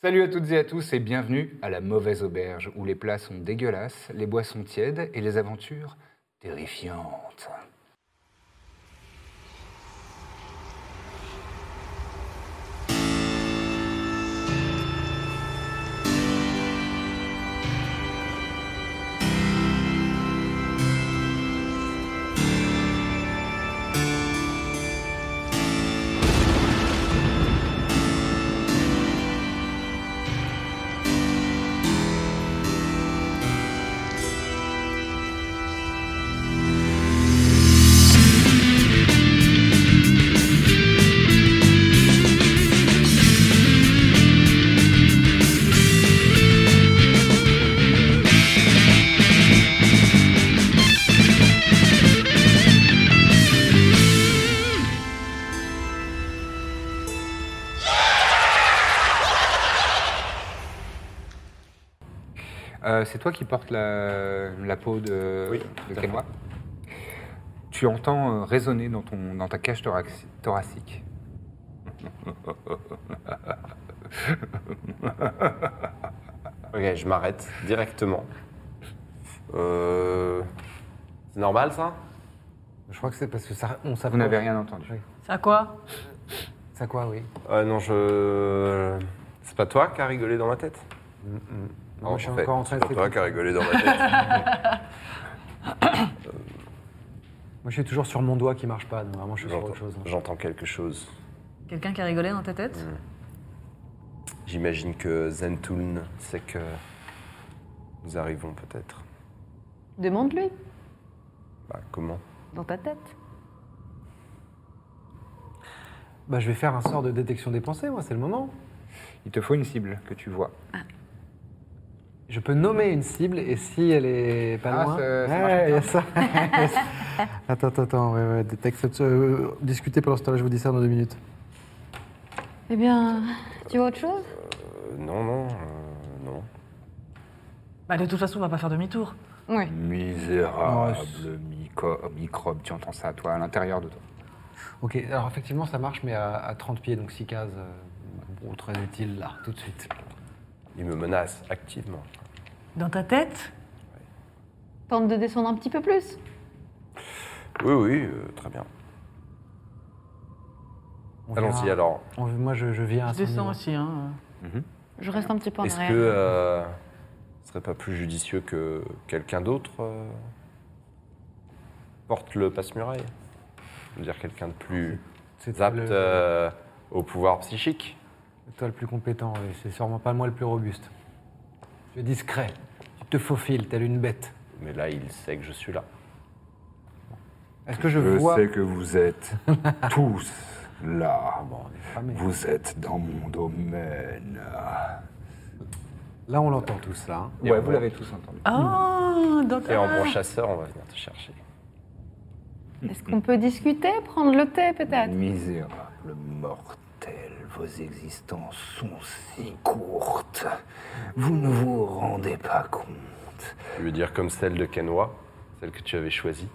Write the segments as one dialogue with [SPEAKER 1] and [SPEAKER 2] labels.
[SPEAKER 1] Salut à toutes et à tous et bienvenue à la mauvaise auberge où les plats sont dégueulasses, les boissons tièdes et les aventures terrifiantes. Euh, c'est toi qui portes la, la peau de,
[SPEAKER 2] Oui,
[SPEAKER 1] de
[SPEAKER 2] tout à
[SPEAKER 1] Kenwa. Tu entends euh, résonner dans, ton, dans ta cage thorax- thoracique.
[SPEAKER 2] Ok, je m'arrête directement. Euh... C'est normal ça
[SPEAKER 3] Je crois que c'est parce que ça, on
[SPEAKER 1] Vous
[SPEAKER 3] savait.
[SPEAKER 1] n'avez rien entendu.
[SPEAKER 3] Oui.
[SPEAKER 4] Ça quoi
[SPEAKER 3] Ça quoi, oui.
[SPEAKER 2] euh, Non, je. C'est pas toi qui as rigolé dans ma tête
[SPEAKER 3] Moi,
[SPEAKER 2] Non,
[SPEAKER 3] je suis
[SPEAKER 2] en fait,
[SPEAKER 3] encore en train
[SPEAKER 2] C'est
[SPEAKER 3] de
[SPEAKER 2] pas toi qui
[SPEAKER 3] t'écouter.
[SPEAKER 2] as rigolé dans ma tête.
[SPEAKER 3] Moi, je suis toujours sur mon doigt qui marche pas. Donc vraiment, je suis sur
[SPEAKER 2] J'entends-
[SPEAKER 3] autre chose. hein.
[SPEAKER 2] J'entends quelque chose.
[SPEAKER 4] Quelqu'un qui a rigolé dans ta tête
[SPEAKER 2] J'imagine que Zentoun sait que nous arrivons peut-être.
[SPEAKER 5] Demande-lui,
[SPEAKER 2] Bah, comment
[SPEAKER 5] dans ta tête.
[SPEAKER 3] Bah, je vais faire un sort de détection des pensées, moi, c'est le moment.
[SPEAKER 1] Il te faut une cible que tu vois.
[SPEAKER 3] Je peux nommer une cible et si elle est pas
[SPEAKER 1] Ah,
[SPEAKER 3] loin.
[SPEAKER 1] ça- ça
[SPEAKER 3] Ouais,
[SPEAKER 1] marche
[SPEAKER 3] il y a ça. Yes. attends, attends, attends. Ouais, ouais, détecte. euh, discutez pendant ce temps-là, je vous dis ça dans deux minutes.
[SPEAKER 5] Eh bien, tu vois autre chose
[SPEAKER 2] Euh, Non, non, euh, non.
[SPEAKER 4] Bah de toute façon, on va pas faire demi-tour.
[SPEAKER 5] Oui.
[SPEAKER 1] Misérable
[SPEAKER 3] Oh, c'est-
[SPEAKER 1] micro- microbe, tu entends ça, toi, à l'intérieur de toi.
[SPEAKER 3] Ok, alors effectivement, ça marche, mais à, à 30 pieds, donc 6 cases. euh, bon, très utile, là, tout de suite.
[SPEAKER 2] Il me menace activement.
[SPEAKER 4] Dans ta tête
[SPEAKER 5] Tente de descendre un petit peu plus.
[SPEAKER 2] Oui, oui, euh, très bien.
[SPEAKER 3] On
[SPEAKER 2] Allons-y
[SPEAKER 3] verra.
[SPEAKER 2] alors.
[SPEAKER 3] On- moi, je, je viens à
[SPEAKER 4] Je
[SPEAKER 3] son niveau.
[SPEAKER 4] descends aussi, hein.
[SPEAKER 5] Je reste un petit peu en
[SPEAKER 2] Est-ce
[SPEAKER 5] arrière.
[SPEAKER 2] que euh, ce serait pas plus judicieux que quelqu'un d'autre euh, porte le passe-muraille Je veux dire quelqu'un de plus
[SPEAKER 3] Ah, C'est
[SPEAKER 2] apte
[SPEAKER 3] le-
[SPEAKER 2] euh, au pouvoir psychique
[SPEAKER 3] Toi le plus compétent, oui. c'est sûrement pas moi le plus robuste. Tu es discret, tu te faufiles, telle une bête.
[SPEAKER 2] Mais là, il sait que je suis là.
[SPEAKER 3] Est-ce que je, vois
[SPEAKER 1] que vous êtes tous là.
[SPEAKER 3] Ah, mais
[SPEAKER 1] Vous êtes dans mon domaine.
[SPEAKER 3] Là, on l'entend tous, là. hein.
[SPEAKER 1] Ouais, vous l'avez tous entendu.
[SPEAKER 4] Oh, dans
[SPEAKER 2] Hmm. Et en
[SPEAKER 4] ta
[SPEAKER 2] bon chasseur, on va venir te chercher.
[SPEAKER 5] Est-ce qu'on peut discuter, prendre le thé peut-être
[SPEAKER 1] Misérable mortel, vos existences sont si courtes. Vous ne vous rendez pas compte.
[SPEAKER 2] Je veux dire comme celle de Kenwa, celle que tu avais choisie.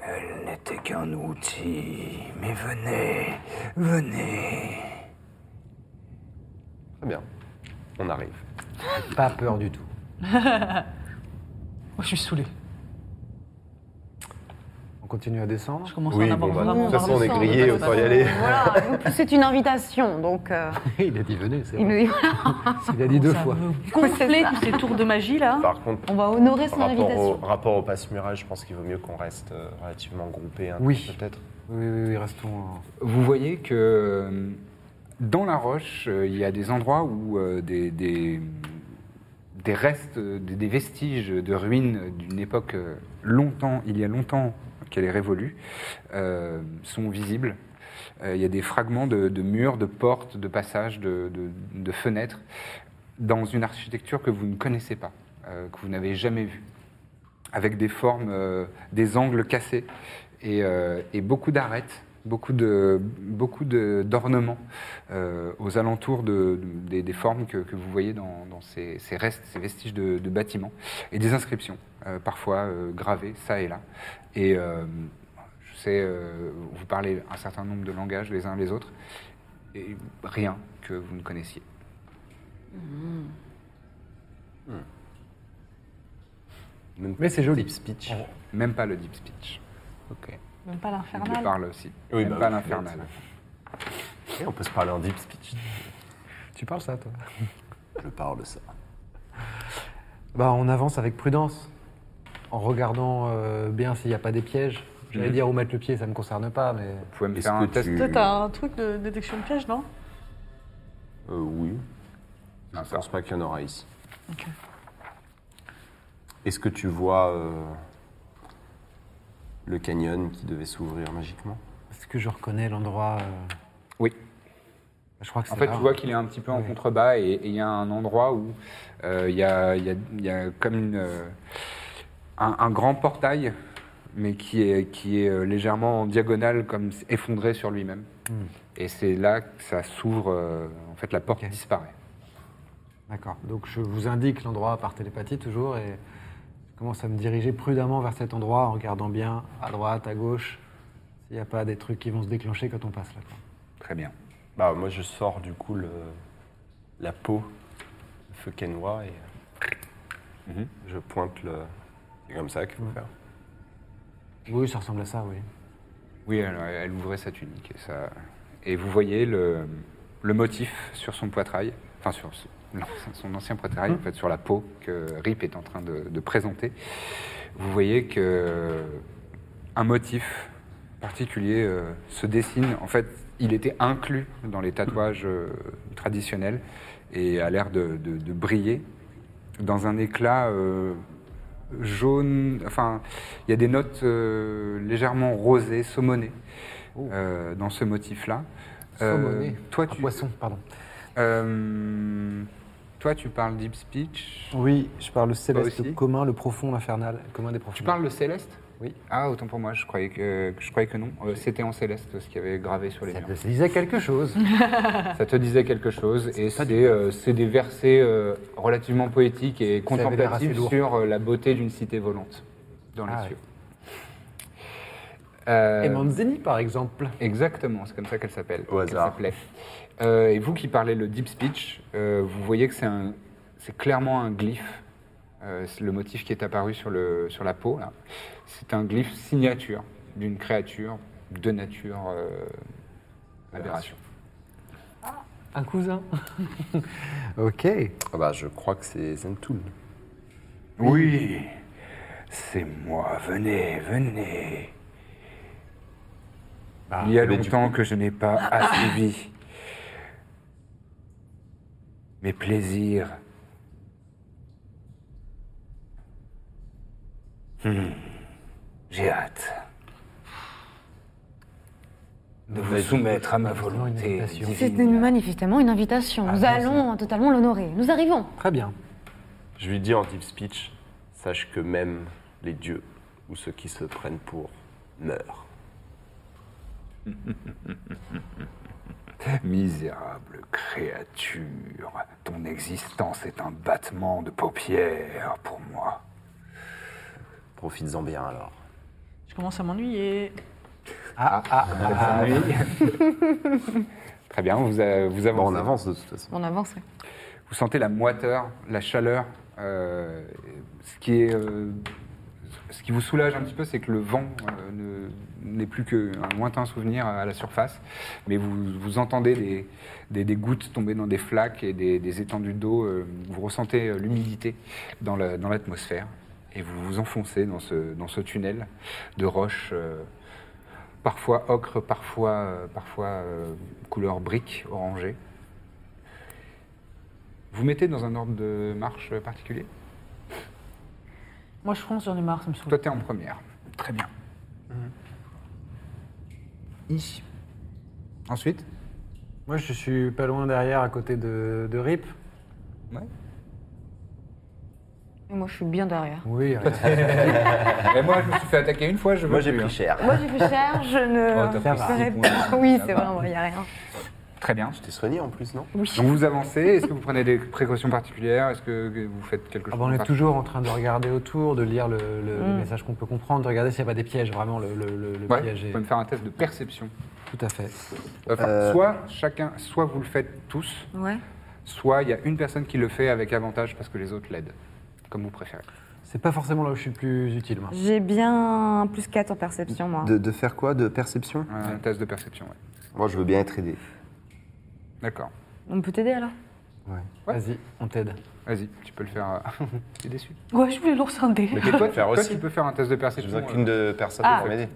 [SPEAKER 1] Elle n'était qu'un outil. Mais venez, venez.
[SPEAKER 2] Très bien, on arrive.
[SPEAKER 3] Pas peur du tout.
[SPEAKER 4] Moi, je suis saoulé.
[SPEAKER 3] On continue à descendre.
[SPEAKER 4] Je commence
[SPEAKER 2] Oui,
[SPEAKER 4] à en avoir
[SPEAKER 2] bon, bah,
[SPEAKER 4] vraiment
[SPEAKER 2] de toute
[SPEAKER 4] marre
[SPEAKER 2] façon, on est
[SPEAKER 4] sang,
[SPEAKER 2] grillé,
[SPEAKER 4] de toute
[SPEAKER 2] autant y
[SPEAKER 4] façon.
[SPEAKER 2] aller.
[SPEAKER 5] Voilà, donc c'est une invitation, donc euh,
[SPEAKER 3] Il a dit venez, c'est
[SPEAKER 5] il
[SPEAKER 3] vrai.
[SPEAKER 5] nous
[SPEAKER 3] Il a dit deux
[SPEAKER 4] Oh, Ça
[SPEAKER 3] fois.
[SPEAKER 4] me gonfler tous ces tours de magie, là.
[SPEAKER 2] Par contre,
[SPEAKER 5] on va honorer son
[SPEAKER 2] rapport au,
[SPEAKER 5] invitation.
[SPEAKER 2] rapport au passe-muraille, je pense qu'il vaut mieux qu'on reste euh, relativement groupé. hein,
[SPEAKER 3] Oui.
[SPEAKER 2] Peut-être.
[SPEAKER 3] Oui, oui, oui, restons. euh,
[SPEAKER 1] Vous voyez que euh, dans la roche, euh, il y a des endroits où euh, des, des, des restes, euh, des, des vestiges de ruines d'une époque euh, longtemps, il y a longtemps qu'elle est révolue, euh, sont visibles. Euh, il y a des fragments de, de murs, de portes, de passages, de, de- de fenêtres, dans une architecture que vous ne connaissez pas, euh, que vous n'avez jamais vue, avec des formes, euh, des angles cassés et, euh, et beaucoup d'arêtes, beaucoup de beaucoup de- d'ornements euh, aux alentours de, de- des, des formes que, que vous voyez dans, dans ces, ces restes, ces vestiges de, de bâtiments, et des inscriptions, euh, parfois euh, gravées, ça et là. Et euh, je sais, euh, vous parlez un certain nombre de langages les uns les autres, et rien que vous ne connaissiez.
[SPEAKER 2] Même
[SPEAKER 3] Mais c'est joli.
[SPEAKER 2] deep speech.
[SPEAKER 1] Même pas le deep speech.
[SPEAKER 2] Ok.
[SPEAKER 4] Même pas
[SPEAKER 1] Il le
[SPEAKER 4] l'infernal.
[SPEAKER 1] parle aussi.
[SPEAKER 2] Oui,
[SPEAKER 1] Même
[SPEAKER 2] bah
[SPEAKER 1] pas
[SPEAKER 2] oui,
[SPEAKER 1] l'infernal.
[SPEAKER 2] Et on peut se parler en deep speech.
[SPEAKER 3] Tu parles ça, toi
[SPEAKER 2] Je parle de ça.
[SPEAKER 3] Bah, on avance avec prudence, en regardant euh, bien s'il n'y a pas des pièges.
[SPEAKER 1] Mm.
[SPEAKER 3] J'allais dire où mettre le pied, ça ne me concerne pas, mais
[SPEAKER 1] Vous pouvez me
[SPEAKER 2] Est-ce
[SPEAKER 1] faire un
[SPEAKER 2] que
[SPEAKER 1] test.
[SPEAKER 2] tu-
[SPEAKER 4] Toi, t'as un truc de détection de piège, non
[SPEAKER 2] Euh, oui. Je
[SPEAKER 1] Ah,
[SPEAKER 2] ne pense pas qu'il y en aura ici.
[SPEAKER 4] Ok.
[SPEAKER 2] Est-ce que tu vois euh, le canyon qui devait s'ouvrir magiquement
[SPEAKER 3] est-ce que je reconnais l'endroit euh,
[SPEAKER 1] Oui.
[SPEAKER 3] Je crois que c'est
[SPEAKER 1] En fait,
[SPEAKER 3] là.
[SPEAKER 1] tu vois qu'il est un petit peu en
[SPEAKER 3] Oui.
[SPEAKER 1] contrebas et et il y a un endroit où euh, il y, a, il y a- il y a comme une, euh, un, un grand portail, mais qui est, qui est euh, légèrement en diagonale, comme s- effondré sur lui-même. Et c'est là que ça s'ouvre, euh, en fait, la porte
[SPEAKER 3] Ok.
[SPEAKER 1] disparaît.
[SPEAKER 3] D'accord. Donc je vous indique l'endroit par télépathie toujours et je commence à me diriger prudemment vers cet endroit en regardant bien à droite, à gauche, s'il n'y a pas des trucs qui vont se déclencher quand on passe là. quoi.
[SPEAKER 1] Très bien.
[SPEAKER 2] Bah moi je sors du coup le, la peau, le feu quenois et
[SPEAKER 1] Mhm.
[SPEAKER 2] je pointe le. C'est comme ça qu'il faut faire.
[SPEAKER 3] Oui, ça ressemble à ça, oui.
[SPEAKER 1] Oui, elle, euh, elle ouvrait sa tunique. Et, ça... et vous voyez le, le motif sur son poitrail, enfin sur ce- non, son ancien poitrail, en fait, sur la peau que Rip est en train de, de présenter. Vous voyez que un motif particulier euh, se dessine. En fait, il était inclus dans les tatouages euh, traditionnels et a l'air de, de- de briller dans un éclat euh, jaune. Enfin, il y a des notes euh, légèrement rosées, saumonées euh, dans ce motif-là. Euh,
[SPEAKER 3] Saumonné.
[SPEAKER 1] toi,
[SPEAKER 3] Oh. Un
[SPEAKER 1] tu,
[SPEAKER 3] poisson, pardon.
[SPEAKER 1] euh, toi, tu parles deep speech.
[SPEAKER 3] Oui, je parle le céleste,
[SPEAKER 1] aussi
[SPEAKER 3] le commun, le profond, l'infernal, le commun des profonds.
[SPEAKER 1] Tu parles le céleste
[SPEAKER 3] Oui.
[SPEAKER 1] Ah, autant pour moi, je croyais que, je croyais que non. Euh, C'était en céleste ce qu'il y avait gravé sur les
[SPEAKER 3] Ça
[SPEAKER 1] murs.
[SPEAKER 3] te disait quelque chose.
[SPEAKER 1] Ça te disait quelque chose et c'est euh, c'est des versets euh, relativement poétiques et
[SPEAKER 3] avait l'air assez
[SPEAKER 1] contemplatifs
[SPEAKER 3] lourd.
[SPEAKER 1] sur euh, la beauté d'une cité volante dans les
[SPEAKER 3] Ah
[SPEAKER 1] cieux.
[SPEAKER 3] ouais.
[SPEAKER 1] Euh,
[SPEAKER 3] Et Manzini, par exemple.
[SPEAKER 1] Exactement, c'est comme ça qu'elle s'appelle.
[SPEAKER 2] Au
[SPEAKER 1] qu'elle
[SPEAKER 2] hasard.
[SPEAKER 1] s'appelait. Euh, et vous qui parlez le deep speech, euh, vous voyez que c'est un- c'est clairement un glyphe. Euh, c'est le motif qui est apparu sur, le, sur la peau, là. c'est un glyphe signature d'une créature de nature euh, aberration.
[SPEAKER 3] Un cousin. ok.
[SPEAKER 2] Ah bah je crois que c'est Zentoul.
[SPEAKER 1] Oui, c'est moi, venez, venez. Il y a longtemps que je n'ai pas assouvi mes plaisirs. Hmm, J'ai hâte de vous soumettre à ma
[SPEAKER 3] Manifestement une
[SPEAKER 1] volonté.
[SPEAKER 3] invitation.
[SPEAKER 1] divine.
[SPEAKER 5] C'est une- manifestement une invitation. Nous
[SPEAKER 2] Ah,
[SPEAKER 5] allons totalement l'honorer. Nous arrivons.
[SPEAKER 3] Très bien.
[SPEAKER 2] Je lui dis en deep speech, sache que même les dieux ou ceux qui se prennent pour meurent.
[SPEAKER 1] Misérable créature, ton existence est un battement de paupières pour moi.
[SPEAKER 2] Profites-en bien alors.
[SPEAKER 4] Je commence à m'ennuyer.
[SPEAKER 1] Très bien, vous, euh, vous
[SPEAKER 2] Bon,
[SPEAKER 1] avancez.
[SPEAKER 2] on avance de toute façon.
[SPEAKER 5] On avance. ouais.
[SPEAKER 1] Vous sentez la moiteur, la chaleur. euh, ce, qui est, euh, ce qui vous soulage un petit peu, c'est que le vent euh, ne- n'est plus qu'un lointain souvenir à la surface. Mais vous, vous entendez des, des- des gouttes tomber dans des flaques et des, des étendues d'eau. euh, vous ressentez euh, l'humidité dans la- dans l'atmosphère. et vous vous enfoncez dans ce, dans ce tunnel de roches. euh, Parfois ocre, parfois, euh, parfois euh, couleur brique orangée. Vous mettez dans un ordre de marche particulier
[SPEAKER 4] Moi, je fonce, j'en ai marre, ça me saoule.
[SPEAKER 1] Toi,
[SPEAKER 3] Mhm.
[SPEAKER 1] t'es en première. Très bien. Ensuite
[SPEAKER 3] Moi, je suis pas loin derrière, à côté de, de Rip.
[SPEAKER 1] Ouais.
[SPEAKER 5] Et moi, je suis bien derrière.
[SPEAKER 3] Oui,
[SPEAKER 1] Et Eh, moi, je me suis fait attaquer une fois, je veux
[SPEAKER 2] Ah. Moi, j'ai
[SPEAKER 1] plus,
[SPEAKER 2] pris
[SPEAKER 1] hein.
[SPEAKER 2] cher.
[SPEAKER 5] Moi, j'ai fait cher, je ne.
[SPEAKER 1] Oh, t'as pris
[SPEAKER 3] Ça va.
[SPEAKER 1] six
[SPEAKER 5] ferai-
[SPEAKER 1] points.
[SPEAKER 5] oui,
[SPEAKER 1] Ça
[SPEAKER 5] c'est
[SPEAKER 1] va.
[SPEAKER 5] vrai, il n'y a rien.
[SPEAKER 1] hein. Très bien.
[SPEAKER 2] T'es soigné en plus, non
[SPEAKER 5] hein. Oui.
[SPEAKER 1] Donc vous avancez, est-ce que vous prenez des précautions particulières Est-ce que vous faites quelque chose
[SPEAKER 3] Ah bah, on
[SPEAKER 1] en
[SPEAKER 3] est toujours en train de regarder autour, de lire le, le- les messages qu'on peut comprendre, de regarder s'il n'y a pas des pièges, vraiment, le, le- le- le
[SPEAKER 1] Ouais,
[SPEAKER 3] piège
[SPEAKER 1] vous
[SPEAKER 3] est...
[SPEAKER 1] pouvez me faire un test de perception.
[SPEAKER 3] Tout à fait.
[SPEAKER 1] Enfin,
[SPEAKER 2] Euh.
[SPEAKER 1] Soit chacun, soit vous le faites tous,
[SPEAKER 5] Ouais.
[SPEAKER 1] soit il y a une personne qui le fait avec avantage parce que les autres l'aident, comme vous préférez.
[SPEAKER 3] C'est pas forcément là où je suis le plus utile, moi.
[SPEAKER 5] J'ai bien plus 4 en perception,
[SPEAKER 4] Ah.
[SPEAKER 5] moi.
[SPEAKER 2] de, de faire quoi De perception
[SPEAKER 1] Un test de perception, ouais.
[SPEAKER 2] Moi, je veux bien être aidé.
[SPEAKER 1] D'accord.
[SPEAKER 5] On peut t'aider alors
[SPEAKER 1] Ouais.
[SPEAKER 3] Vas-y, on t'aide.
[SPEAKER 1] Vas-y, tu peux le faire. euh, T'es déçu.
[SPEAKER 4] Ouais, je voulais lancer un dé.
[SPEAKER 1] Mais toi, tu,
[SPEAKER 2] Faire
[SPEAKER 1] toi,
[SPEAKER 2] aussi.
[SPEAKER 1] tu peux faire un test de perception. euh,
[SPEAKER 2] besoin qu'une de personne
[SPEAKER 5] Ah.
[SPEAKER 2] pour m'aider.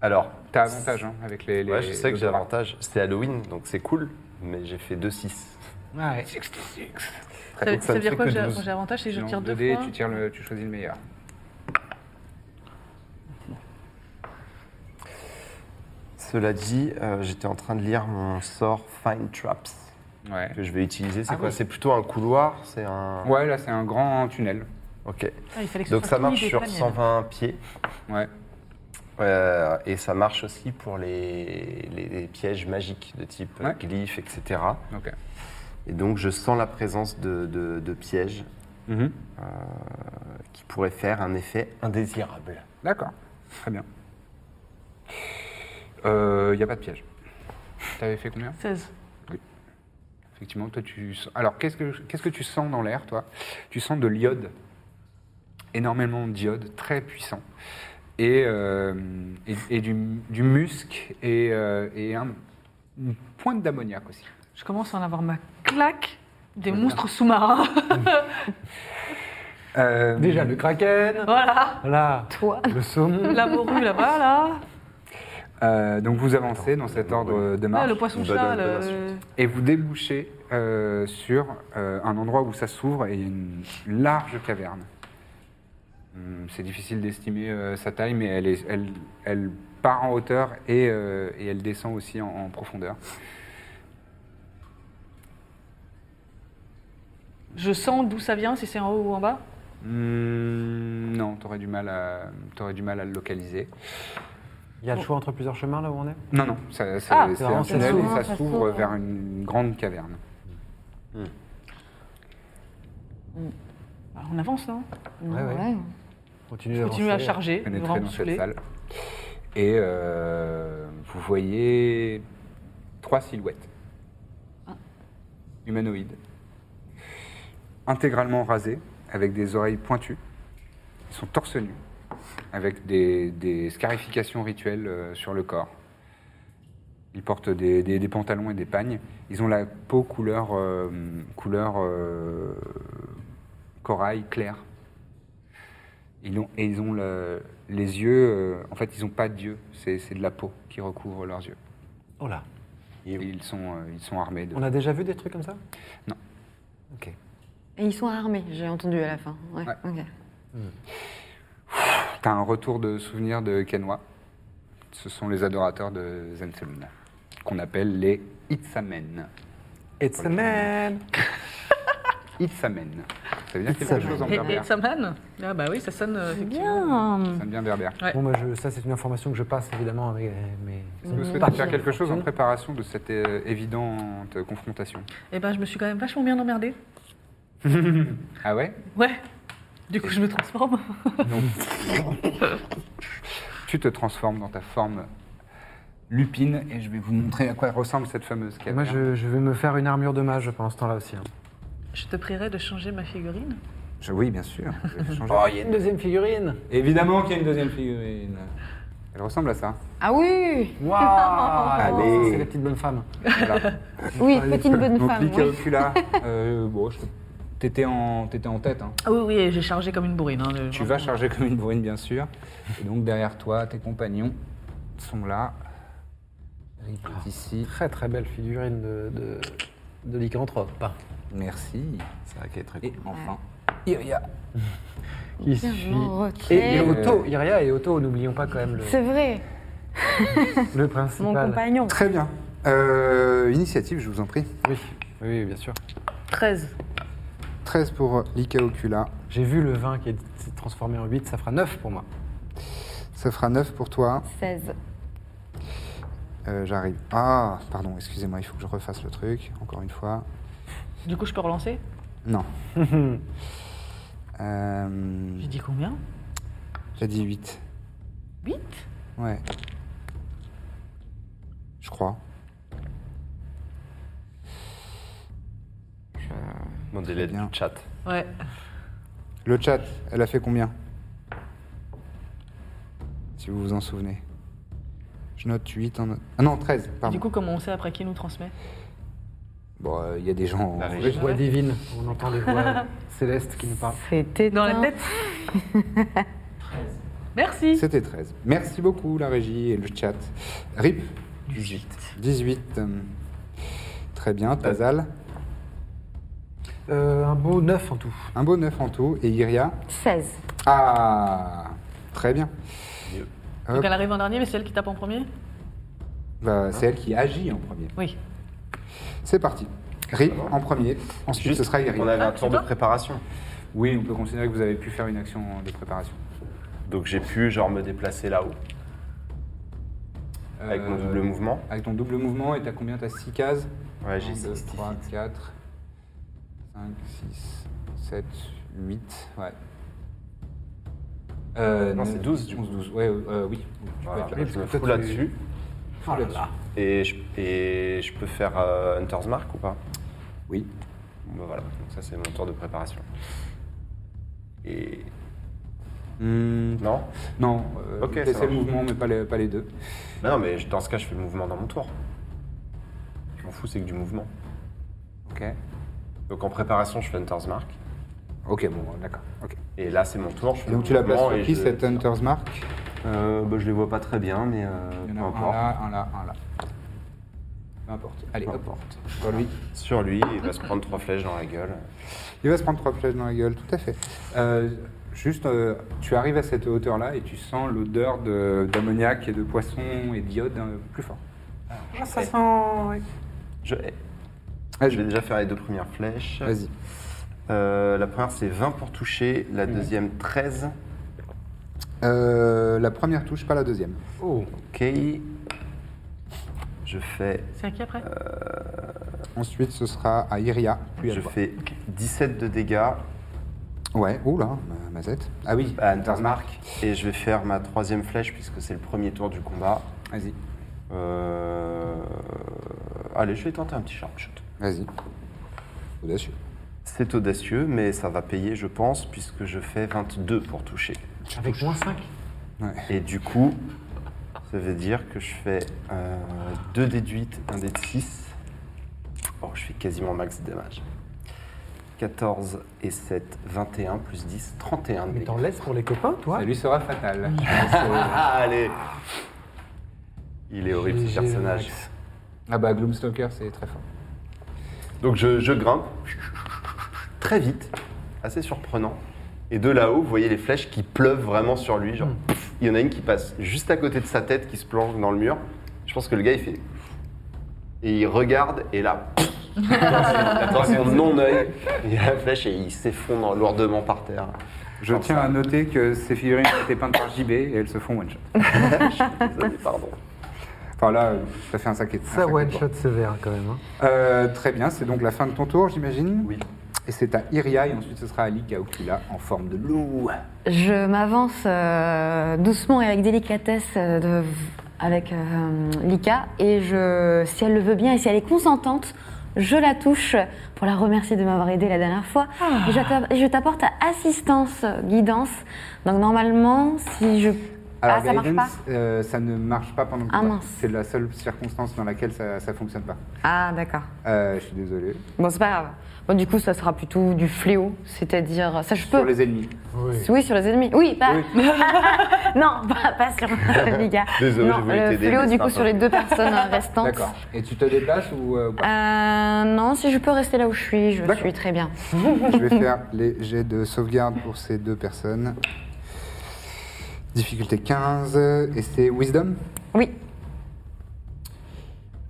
[SPEAKER 2] Alors,
[SPEAKER 1] euh, T'as avantage hein, avec les. les
[SPEAKER 2] ouais, je sais que
[SPEAKER 1] les
[SPEAKER 2] j'ai
[SPEAKER 1] autres.
[SPEAKER 2] l'avantage. C'était Halloween, donc c'est cool, mais j'ai fait 2-6.
[SPEAKER 3] Ouais.
[SPEAKER 4] Ça, veut-
[SPEAKER 2] Donc,
[SPEAKER 4] ça veut
[SPEAKER 2] ne
[SPEAKER 4] dire
[SPEAKER 2] fait
[SPEAKER 4] quoi
[SPEAKER 2] que
[SPEAKER 4] que j'ai
[SPEAKER 2] 12.
[SPEAKER 4] j'ai avantage c'est que je
[SPEAKER 1] Tu
[SPEAKER 4] tire
[SPEAKER 1] lances
[SPEAKER 4] deux
[SPEAKER 1] deux dés,
[SPEAKER 4] fois
[SPEAKER 1] tu, tires le, tu choisis le meilleur.
[SPEAKER 2] Cela dit, euh, j'étais en train de lire mon sort Find Traps
[SPEAKER 1] Ouais.
[SPEAKER 2] que je vais utiliser. C'est
[SPEAKER 1] Ah
[SPEAKER 2] quoi
[SPEAKER 1] oui.
[SPEAKER 2] C'est plutôt un couloir C'est un.
[SPEAKER 1] Ouais, là, c'est un grand tunnel.
[SPEAKER 2] Ok.
[SPEAKER 4] Ah, il fallait que ce
[SPEAKER 2] Donc
[SPEAKER 4] soit
[SPEAKER 2] ça
[SPEAKER 4] tous
[SPEAKER 2] marche
[SPEAKER 4] des
[SPEAKER 2] sur
[SPEAKER 4] panels.
[SPEAKER 2] 120 pieds.
[SPEAKER 1] Ouais.
[SPEAKER 2] Euh, et ça marche aussi pour les, les- les pièges magiques de type euh,
[SPEAKER 1] Ouais.
[SPEAKER 2] glyphes, etc.
[SPEAKER 1] Ok.
[SPEAKER 2] Et donc je sens la présence de, de- de pièges Mm-hmm.
[SPEAKER 1] Mhm.
[SPEAKER 2] qui pourraient faire un effet indésirable.
[SPEAKER 1] D'accord, très bien. Il n'y a pas de piège. T'avais fait combien
[SPEAKER 4] 16.
[SPEAKER 1] Effectivement, toi tu. sens- Alors qu'est-ce que qu'est-ce que tu sens dans l'air, toi Tu sens de l'iode, énormément d'iode, très puissant, et euh, et, et du, du musc et, euh, et un- une pointe d'ammoniac aussi.
[SPEAKER 4] Je commence à en avoir ma claque des monstres sous-marins.
[SPEAKER 1] Euh,
[SPEAKER 3] Déjà, le kraken,
[SPEAKER 4] voilà.
[SPEAKER 3] là,
[SPEAKER 5] Toi
[SPEAKER 3] le saumon,
[SPEAKER 4] La morue là-bas, là.
[SPEAKER 1] euh, donc vous avancez dans cet ordre de
[SPEAKER 4] Ah,
[SPEAKER 1] marche
[SPEAKER 4] le poisson-chat.
[SPEAKER 2] Bonne- bonne
[SPEAKER 4] Le...
[SPEAKER 2] insulte.
[SPEAKER 1] et vous débouchez euh, sur euh, un endroit où ça s'ouvre et il y a une large caverne. Hum, C'est difficile d'estimer euh, sa taille, mais elle, est- elle, elle part en hauteur et, euh, et elle descend aussi en, en profondeur.
[SPEAKER 4] Je sens d'où ça vient, si c'est en haut ou en bas.
[SPEAKER 1] Hum, non, t'aurais du mal à t'aurais du mal à le localiser.
[SPEAKER 3] il y a le choix entre plusieurs chemins, là où on est
[SPEAKER 1] Non, non, ça- ça-
[SPEAKER 4] Ah,
[SPEAKER 1] c'est
[SPEAKER 3] vraiment,
[SPEAKER 1] un
[SPEAKER 3] ça
[SPEAKER 1] tunnel
[SPEAKER 5] s'ouvre,
[SPEAKER 1] et ça
[SPEAKER 5] ça
[SPEAKER 1] s'ouvre
[SPEAKER 5] s'ouvre.
[SPEAKER 1] vers une grande caverne.
[SPEAKER 4] Bah, on avance, non
[SPEAKER 3] Ouais, ouais. Continue
[SPEAKER 4] Je hein. continue à
[SPEAKER 3] d'avancer.
[SPEAKER 4] charger, me
[SPEAKER 1] pénétrer
[SPEAKER 4] vraiment
[SPEAKER 1] dans
[SPEAKER 4] saouler.
[SPEAKER 1] cette salle. Et euh, vous voyez trois silhouettes. Ah. Humanoïdes. Intégralement rasés, avec des oreilles pointues. Ils sont torse nus, avec des, des scarifications rituelles euh, sur le corps. Ils portent des, des- des pantalons et des pagnes. Ils ont la peau couleur, euh, couleur euh, corail clair. Ils ont, et ils ont le- les yeux. euh, en fait, ils n'ont pas d'yeux. C'est c'est de la peau qui recouvre leurs yeux.
[SPEAKER 3] Oh là,
[SPEAKER 1] Et ils sont, euh, ils sont armés de.
[SPEAKER 3] on a déjà vu des trucs comme ça
[SPEAKER 1] Non.
[SPEAKER 3] Ok.
[SPEAKER 5] Et ils sont armés, j'ai entendu à la fin. Ouais,
[SPEAKER 1] Ouais.
[SPEAKER 5] ok.
[SPEAKER 1] T'as un retour de souvenir de Kenwa. Ce sont les adorateurs de Zenselun, qu'on appelle les Itsamen.
[SPEAKER 3] It's a man
[SPEAKER 1] Itsamen. Ça veut dire quelque
[SPEAKER 3] Itsamen.
[SPEAKER 1] chose en
[SPEAKER 4] Et,
[SPEAKER 1] berbère.
[SPEAKER 4] et ça sonne Ah bah oui, ça sonne euh, effectivement.
[SPEAKER 5] Bien
[SPEAKER 1] Ça devient berbère.
[SPEAKER 3] Bon, bah, je- ça, c'est une information que je passe, évidemment, mais... mais...
[SPEAKER 1] Est-ce que vous souhaitez faire quelque chose en préparation de cette euh, évidente confrontation
[SPEAKER 4] Et ben je me suis quand même vachement bien emmerdée.
[SPEAKER 1] Ah ouais
[SPEAKER 4] Ouais. Du coup, je me transforme.
[SPEAKER 1] Tu te transformes dans ta forme lupine et je vais vous montrer à quoi ressemble cette fameuse
[SPEAKER 3] Et
[SPEAKER 1] caverne.
[SPEAKER 3] moi, je, je vais me faire une armure de mage pendant ce temps-là aussi. hein.
[SPEAKER 4] Je te prierai de changer ma figurine.
[SPEAKER 1] Je- Oui, bien sûr. je vais changer.
[SPEAKER 3] Il y a une deuxième figurine
[SPEAKER 1] Oh, Évidemment qu'il y a une deuxième figurine. Elle ressemble à ça.
[SPEAKER 5] Ah oui
[SPEAKER 3] Waouh
[SPEAKER 2] Allez.
[SPEAKER 3] C'est la petite bonne femme.
[SPEAKER 1] Voilà.
[SPEAKER 5] Oui, petite bonne
[SPEAKER 1] Donc,
[SPEAKER 5] femme.
[SPEAKER 1] Lika
[SPEAKER 5] oui.
[SPEAKER 1] Ocula, euh, bon, je- t'étais en, t'étais en tête. hein.
[SPEAKER 4] Ah oui, oui, j'ai chargé comme une bourrine. hein, le-
[SPEAKER 1] Tu vas charger comme une bourrine, bien sûr. Et donc, derrière toi, tes compagnons sont là. Rip est ici.
[SPEAKER 3] Ah, Très très belle figurine de, de, de lycanthrope.
[SPEAKER 1] Merci.
[SPEAKER 2] Ça va être
[SPEAKER 1] Et enfin, Iria.
[SPEAKER 3] Qui
[SPEAKER 5] Bien,
[SPEAKER 3] suit.
[SPEAKER 5] j'en
[SPEAKER 3] Et, et
[SPEAKER 5] retire.
[SPEAKER 3] Otto, Iria et Otto, n'oublions pas quand même le.
[SPEAKER 5] C'est vrai
[SPEAKER 3] Le
[SPEAKER 5] Mon
[SPEAKER 3] principal.
[SPEAKER 5] compagnon.
[SPEAKER 1] Très bien. Euh, initiative, je vous en prie.
[SPEAKER 3] Oui, oui, oui, bien sûr.
[SPEAKER 4] 13.
[SPEAKER 1] 13 pour Lika Ocula.
[SPEAKER 3] J'ai vu le vin qui est transformé en 8, ça fera 9 pour moi.
[SPEAKER 1] Ça fera 9 pour toi.
[SPEAKER 5] 16.
[SPEAKER 1] Euh, J'arrive. Ah, pardon, excusez-moi, il faut que je refasse le truc, encore une fois.
[SPEAKER 4] Du coup, je peux relancer
[SPEAKER 1] Non. Euh,
[SPEAKER 4] J'ai dit combien
[SPEAKER 1] J'ai dit 8.
[SPEAKER 4] 8
[SPEAKER 1] Ouais. Je crois.
[SPEAKER 2] Demandez l'aide
[SPEAKER 1] bien.
[SPEAKER 2] du chat.
[SPEAKER 4] Ouais.
[SPEAKER 1] Le chat, elle a fait combien Si vous vous en souvenez. Je note 8 en... Ah non, 13, pardon.
[SPEAKER 4] Du coup, comment on sait après qui nous transmet
[SPEAKER 1] Bon, euh, il y a des gens...
[SPEAKER 2] La
[SPEAKER 1] en-
[SPEAKER 3] Les voix divines, on entend des voix célestes qui nous parlent.
[SPEAKER 5] C'était
[SPEAKER 4] Dans la
[SPEAKER 5] un-
[SPEAKER 4] tête Merci
[SPEAKER 1] C'était 13. Merci beaucoup, la régie et le chat. RIP. 18. 18. euh, Très bien, Tazal.
[SPEAKER 3] Euh, un beau 9 en tout.
[SPEAKER 1] Un beau 9 en tout. Et Iria
[SPEAKER 5] 16.
[SPEAKER 1] Ah Très bien.
[SPEAKER 2] Mieux.
[SPEAKER 1] Hop.
[SPEAKER 4] Donc elle arrive en dernier, mais c'est elle qui tape en premier
[SPEAKER 1] Bah, c'est elle qui agit en premier.
[SPEAKER 4] Oui.
[SPEAKER 1] C'est parti. RIP en premier. Ensuite, ce sera Iria.
[SPEAKER 2] on avait
[SPEAKER 4] Ah,
[SPEAKER 2] un tour
[SPEAKER 4] c'est
[SPEAKER 2] de
[SPEAKER 4] toi
[SPEAKER 2] préparation.
[SPEAKER 1] Oui, on peut considérer que vous avez pu faire une action de préparation.
[SPEAKER 2] Donc j'ai pu genre me déplacer là-haut avec mon
[SPEAKER 1] Euh,
[SPEAKER 2] double mouvement.
[SPEAKER 1] Avec ton double mouvement, et t'as combien T'as 6 cases
[SPEAKER 2] Ouais, j'ai
[SPEAKER 1] 1, 2,
[SPEAKER 2] 60
[SPEAKER 1] 3,
[SPEAKER 2] feet.
[SPEAKER 1] 4, 5, 6, 7, 8, ouais. Euh,
[SPEAKER 2] Non, c'est 12, du
[SPEAKER 1] 11, 12, ouais, euh, oui. oui, tu peux
[SPEAKER 2] Voilà,
[SPEAKER 1] être là.
[SPEAKER 2] je me
[SPEAKER 3] que
[SPEAKER 2] fous
[SPEAKER 3] toi,
[SPEAKER 2] là-dessus.
[SPEAKER 3] Oh là là.
[SPEAKER 2] Et je, et je peux faire euh, Hunter's Mark ou pas
[SPEAKER 1] Oui.
[SPEAKER 2] Bon, bah Voilà, donc ça c'est mon tour de préparation. Et.
[SPEAKER 1] Hmm,
[SPEAKER 2] Oh Non
[SPEAKER 1] non, euh,
[SPEAKER 2] Ok, ça
[SPEAKER 1] laissez le
[SPEAKER 2] marche.
[SPEAKER 1] mouvement, mais pas les, pas les deux.
[SPEAKER 2] Bah non, mais je- dans ce cas, je fais le mouvement dans mon tour. Je m'en fous, c'est que du mouvement.
[SPEAKER 1] Ok.
[SPEAKER 2] Donc en préparation, je fais Hunter's Mark.
[SPEAKER 1] Ok, bon, d'accord. ok.
[SPEAKER 2] Et là, c'est mon tour. Je fais
[SPEAKER 1] Et Donc
[SPEAKER 2] le
[SPEAKER 1] tu la places
[SPEAKER 2] mouvement
[SPEAKER 1] sur
[SPEAKER 2] et
[SPEAKER 1] qui,
[SPEAKER 2] je-
[SPEAKER 1] cette Hunter's Mark
[SPEAKER 2] Euh, bah, Je les vois pas très bien, mais euh,
[SPEAKER 1] Il y
[SPEAKER 2] peu
[SPEAKER 1] en a un
[SPEAKER 2] importe.
[SPEAKER 1] là, un là, un là. Peu importe. Allez,
[SPEAKER 2] Peu
[SPEAKER 1] hop.
[SPEAKER 2] importe.
[SPEAKER 1] Sur lui.
[SPEAKER 2] Sur lui, il va se prendre trois flèches dans la gueule.
[SPEAKER 1] Il va se prendre trois flèches dans la gueule, tout à fait. Euh, juste, euh, tu arrives à cette hauteur-là et tu sens l'odeur de- d'ammoniac et de poisson et d'iode euh, plus fort.
[SPEAKER 2] ça sent. Je, hais. je vais
[SPEAKER 1] Vas-y.
[SPEAKER 2] déjà faire les deux premières flèches.
[SPEAKER 1] eh, Vas-y.
[SPEAKER 2] Euh, la première, c'est 20 pour toucher. La deuxième, 13.
[SPEAKER 1] Euh, la première touche, pas la deuxième.
[SPEAKER 3] Oh,
[SPEAKER 2] Ok. Je fais,
[SPEAKER 4] C'est à qui après
[SPEAKER 1] Ensuite, ce sera à Iria, puis à
[SPEAKER 2] je
[SPEAKER 1] toi.
[SPEAKER 2] fais 17 de dégâts
[SPEAKER 1] Ouais, oula, ma, ma zette. Ah oui,
[SPEAKER 2] à
[SPEAKER 1] Hunter's Mark.
[SPEAKER 2] Huntersmark. Et je vais faire ma troisième flèche puisque c'est le premier tour du combat.
[SPEAKER 1] Vas-y,
[SPEAKER 2] Euh, Allez, je vais tenter un petit sharpshot.
[SPEAKER 1] vas-y. Audacieux.
[SPEAKER 2] C'est audacieux, mais ça va payer, je pense, puisque je fais 22 pour toucher.
[SPEAKER 3] avec moins 5
[SPEAKER 2] Et du coup, ça veut dire que je fais 2 dés de 8, 1 dé de 6. Oh, je fais quasiment max damage. 14 et 7, 21 plus 10, 31
[SPEAKER 3] Mais
[SPEAKER 2] dégâts.
[SPEAKER 3] t'en laisses pour les copains, toi
[SPEAKER 1] Ça lui sera fatal.
[SPEAKER 2] Ah, allez Il est horrible ce
[SPEAKER 3] GG,
[SPEAKER 2] personnage.
[SPEAKER 3] Max.
[SPEAKER 1] ah bah, Gloomstalker, c'est très fort.
[SPEAKER 2] Donc je, je grimpe très vite, assez surprenant. Et de là-haut, vous voyez les flèches qui pleuvent vraiment sur lui.
[SPEAKER 3] Hmm.
[SPEAKER 2] Genre, pff, il y en a une qui passe juste à côté de sa tête, qui se plonge dans le mur. Je pense que le gars, il fait. Et il regarde, et là, pff, dans son non-œil, il y a la flèche et il s'effondre lourdement par terre.
[SPEAKER 1] Je tiens à noter que ces figurines ont été peintes par JB et elles se font one-shot.
[SPEAKER 2] Désolé, pardon.
[SPEAKER 1] Enfin là, Ah, ça fait un sac et un
[SPEAKER 3] Ça
[SPEAKER 1] sac et
[SPEAKER 3] one
[SPEAKER 1] de bois.
[SPEAKER 3] shot sévère quand même. hein.
[SPEAKER 1] Euh, très bien, c'est donc la fin de ton tour, j'imagine
[SPEAKER 2] Oui.
[SPEAKER 1] Et c'est à Iria, et ensuite ce sera à Lika Ocula en forme de loup.
[SPEAKER 5] Je m'avance euh, doucement et avec délicatesse euh, de- avec euh, Lika et je, si elle le veut bien et si elle est consentante, je la touche pour la remercier de m'avoir aidée la dernière fois.
[SPEAKER 4] Ah.
[SPEAKER 5] Et je t'app- et je t'apporte assistance, guidance. Donc normalement, si je... ah, ça marche pas
[SPEAKER 1] Guidance, euh, ça ne marche pas pendant le
[SPEAKER 5] Ah,
[SPEAKER 1] combat.
[SPEAKER 5] mince.
[SPEAKER 1] C'est la seule circonstance dans laquelle ça ne fonctionne pas.
[SPEAKER 5] Ah d'accord.
[SPEAKER 1] Euh, je suis désolé.
[SPEAKER 5] Bon, c'est pas grave. Bon, du coup, ça sera plutôt du fléau, c'est-à-dire... Ça, je peux...
[SPEAKER 1] Sur les ennemis.
[SPEAKER 3] Oui.
[SPEAKER 5] Oui, sur les ennemis. Oui, pas...
[SPEAKER 1] Oui.
[SPEAKER 5] non, pas, pas sur les gars.
[SPEAKER 2] Désolé,
[SPEAKER 5] non,
[SPEAKER 2] j'ai voulu
[SPEAKER 5] le
[SPEAKER 2] t'aider,
[SPEAKER 5] fléau,
[SPEAKER 2] mais
[SPEAKER 5] du
[SPEAKER 2] c'est
[SPEAKER 5] coup,
[SPEAKER 2] pas
[SPEAKER 5] sur les deux personnes restantes.
[SPEAKER 1] D'accord. Et tu te déplaces ou euh, ou pas
[SPEAKER 5] Euh, non, si je peux rester là où je suis, je
[SPEAKER 1] D'accord.
[SPEAKER 5] suis très bien.
[SPEAKER 1] Je vais faire les jets de sauvegarde pour ces deux personnes. Difficulté 15, et c'est Wisdom
[SPEAKER 5] Oui.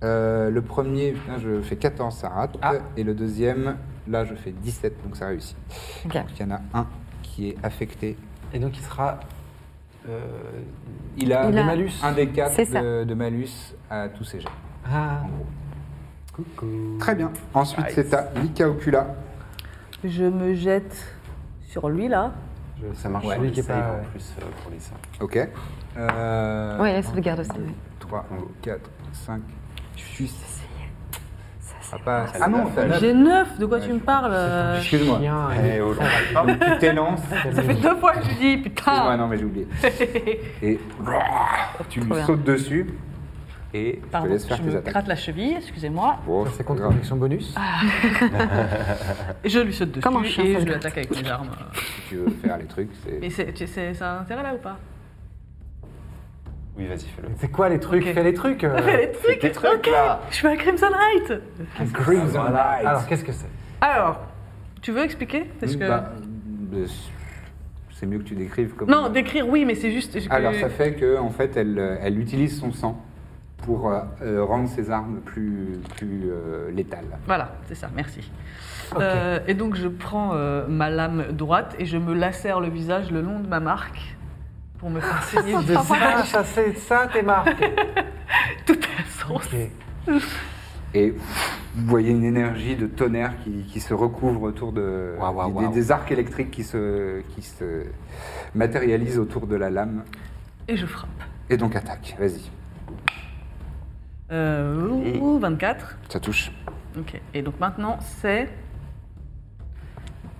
[SPEAKER 1] Euh, le premier, putain, je fais 14, ça rate.
[SPEAKER 3] Ah.
[SPEAKER 1] Et le deuxième, là, je fais 17, donc ça réussit.
[SPEAKER 5] Ok. Ah,
[SPEAKER 1] Donc, il y en a un qui est affecté.
[SPEAKER 3] Et donc il sera. euh,
[SPEAKER 1] Il a,
[SPEAKER 5] Il a-
[SPEAKER 3] malus.
[SPEAKER 1] un des quatre
[SPEAKER 5] C'est ça.
[SPEAKER 1] de, de malus à tous ses jets.
[SPEAKER 3] Ah. Coucou.
[SPEAKER 1] Très bien. Ensuite, c'est à Lika Ocula.
[SPEAKER 6] Je me jette sur lui là.
[SPEAKER 2] Ça marche
[SPEAKER 1] Ouais,
[SPEAKER 2] sur
[SPEAKER 3] lui
[SPEAKER 2] les
[SPEAKER 3] qui est pas-
[SPEAKER 2] saves en
[SPEAKER 3] ouais.
[SPEAKER 2] plus euh, pour les saves.
[SPEAKER 1] Ok. Euh,
[SPEAKER 5] Ouais, la sauvegarde aussi, ouais.
[SPEAKER 1] 3, 4, 5, 6. Ah, pas- ah non, t'as neuf.
[SPEAKER 6] J'ai 9, de quoi
[SPEAKER 1] Ouais,
[SPEAKER 6] tu me
[SPEAKER 1] je-
[SPEAKER 6] parles euh,
[SPEAKER 1] Excuse-moi.
[SPEAKER 3] Chien,
[SPEAKER 2] Eh,
[SPEAKER 3] et-
[SPEAKER 2] oh là.
[SPEAKER 1] Donc, tu t'élances.
[SPEAKER 4] Ça fait deux fois que je dis,
[SPEAKER 1] Excuse-moi,
[SPEAKER 4] putain
[SPEAKER 1] non, mais j'ai oublié. Et tu lui sautes dessus et je te
[SPEAKER 6] Pardon,
[SPEAKER 1] laisse faire
[SPEAKER 6] je
[SPEAKER 1] tes
[SPEAKER 6] me
[SPEAKER 1] attaques.
[SPEAKER 6] gratte la cheville, excusez-moi.
[SPEAKER 1] Bon,
[SPEAKER 3] Ça, c'est contre
[SPEAKER 1] grave.
[SPEAKER 3] conviction bonus.
[SPEAKER 6] Et Je lui saute dessus
[SPEAKER 5] Comme un chien, ça
[SPEAKER 6] et
[SPEAKER 5] se
[SPEAKER 6] je
[SPEAKER 5] gratte.
[SPEAKER 6] l'attaque avec mes armes.
[SPEAKER 1] Si tu veux faire les trucs,
[SPEAKER 4] Mais
[SPEAKER 1] c'est.
[SPEAKER 4] c'est tu sais, ça a un intérêt là ou pas
[SPEAKER 2] Oui, vas-y, fais-le.
[SPEAKER 3] C'est quoi les trucs
[SPEAKER 4] Ok.
[SPEAKER 3] Fais les trucs. euh.
[SPEAKER 4] Les
[SPEAKER 2] Fais
[SPEAKER 4] trucs
[SPEAKER 2] tes trucs là
[SPEAKER 4] Je fais un Crimson Light
[SPEAKER 1] Crimson Light.
[SPEAKER 3] Alors qu'est-ce que c'est
[SPEAKER 4] Alors, tu veux expliquer Parce que...
[SPEAKER 1] Bah, euh, c'est mieux que tu décrives comment.
[SPEAKER 4] Non, décrire oui, mais c'est juste... que-
[SPEAKER 1] Alors ça fait que en fait elle, euh, elle utilise son sang pour euh, euh, rendre ses armes plus, plus euh, létales.
[SPEAKER 4] Voilà, c'est ça, merci. Euh, et donc je prends euh, ma lame droite et je me lacère le visage le long de ma marque pour me faire saigner du
[SPEAKER 3] De ça,
[SPEAKER 4] visage.
[SPEAKER 3] ça c'est ça tes marques.
[SPEAKER 4] Tout à sens.
[SPEAKER 3] Ok.
[SPEAKER 1] Et pff, vous voyez une énergie de tonnerre qui, qui se recouvre autour de
[SPEAKER 3] Waouh, waouh,
[SPEAKER 1] des,
[SPEAKER 3] waouh.
[SPEAKER 1] des arcs électriques qui se, qui se matérialisent autour de la lame.
[SPEAKER 4] Et je frappe.
[SPEAKER 1] Et donc attaque, vas-y,
[SPEAKER 4] Euh, ouh, ouh, 24.
[SPEAKER 1] ça touche.
[SPEAKER 4] Ok. Et donc maintenant c'est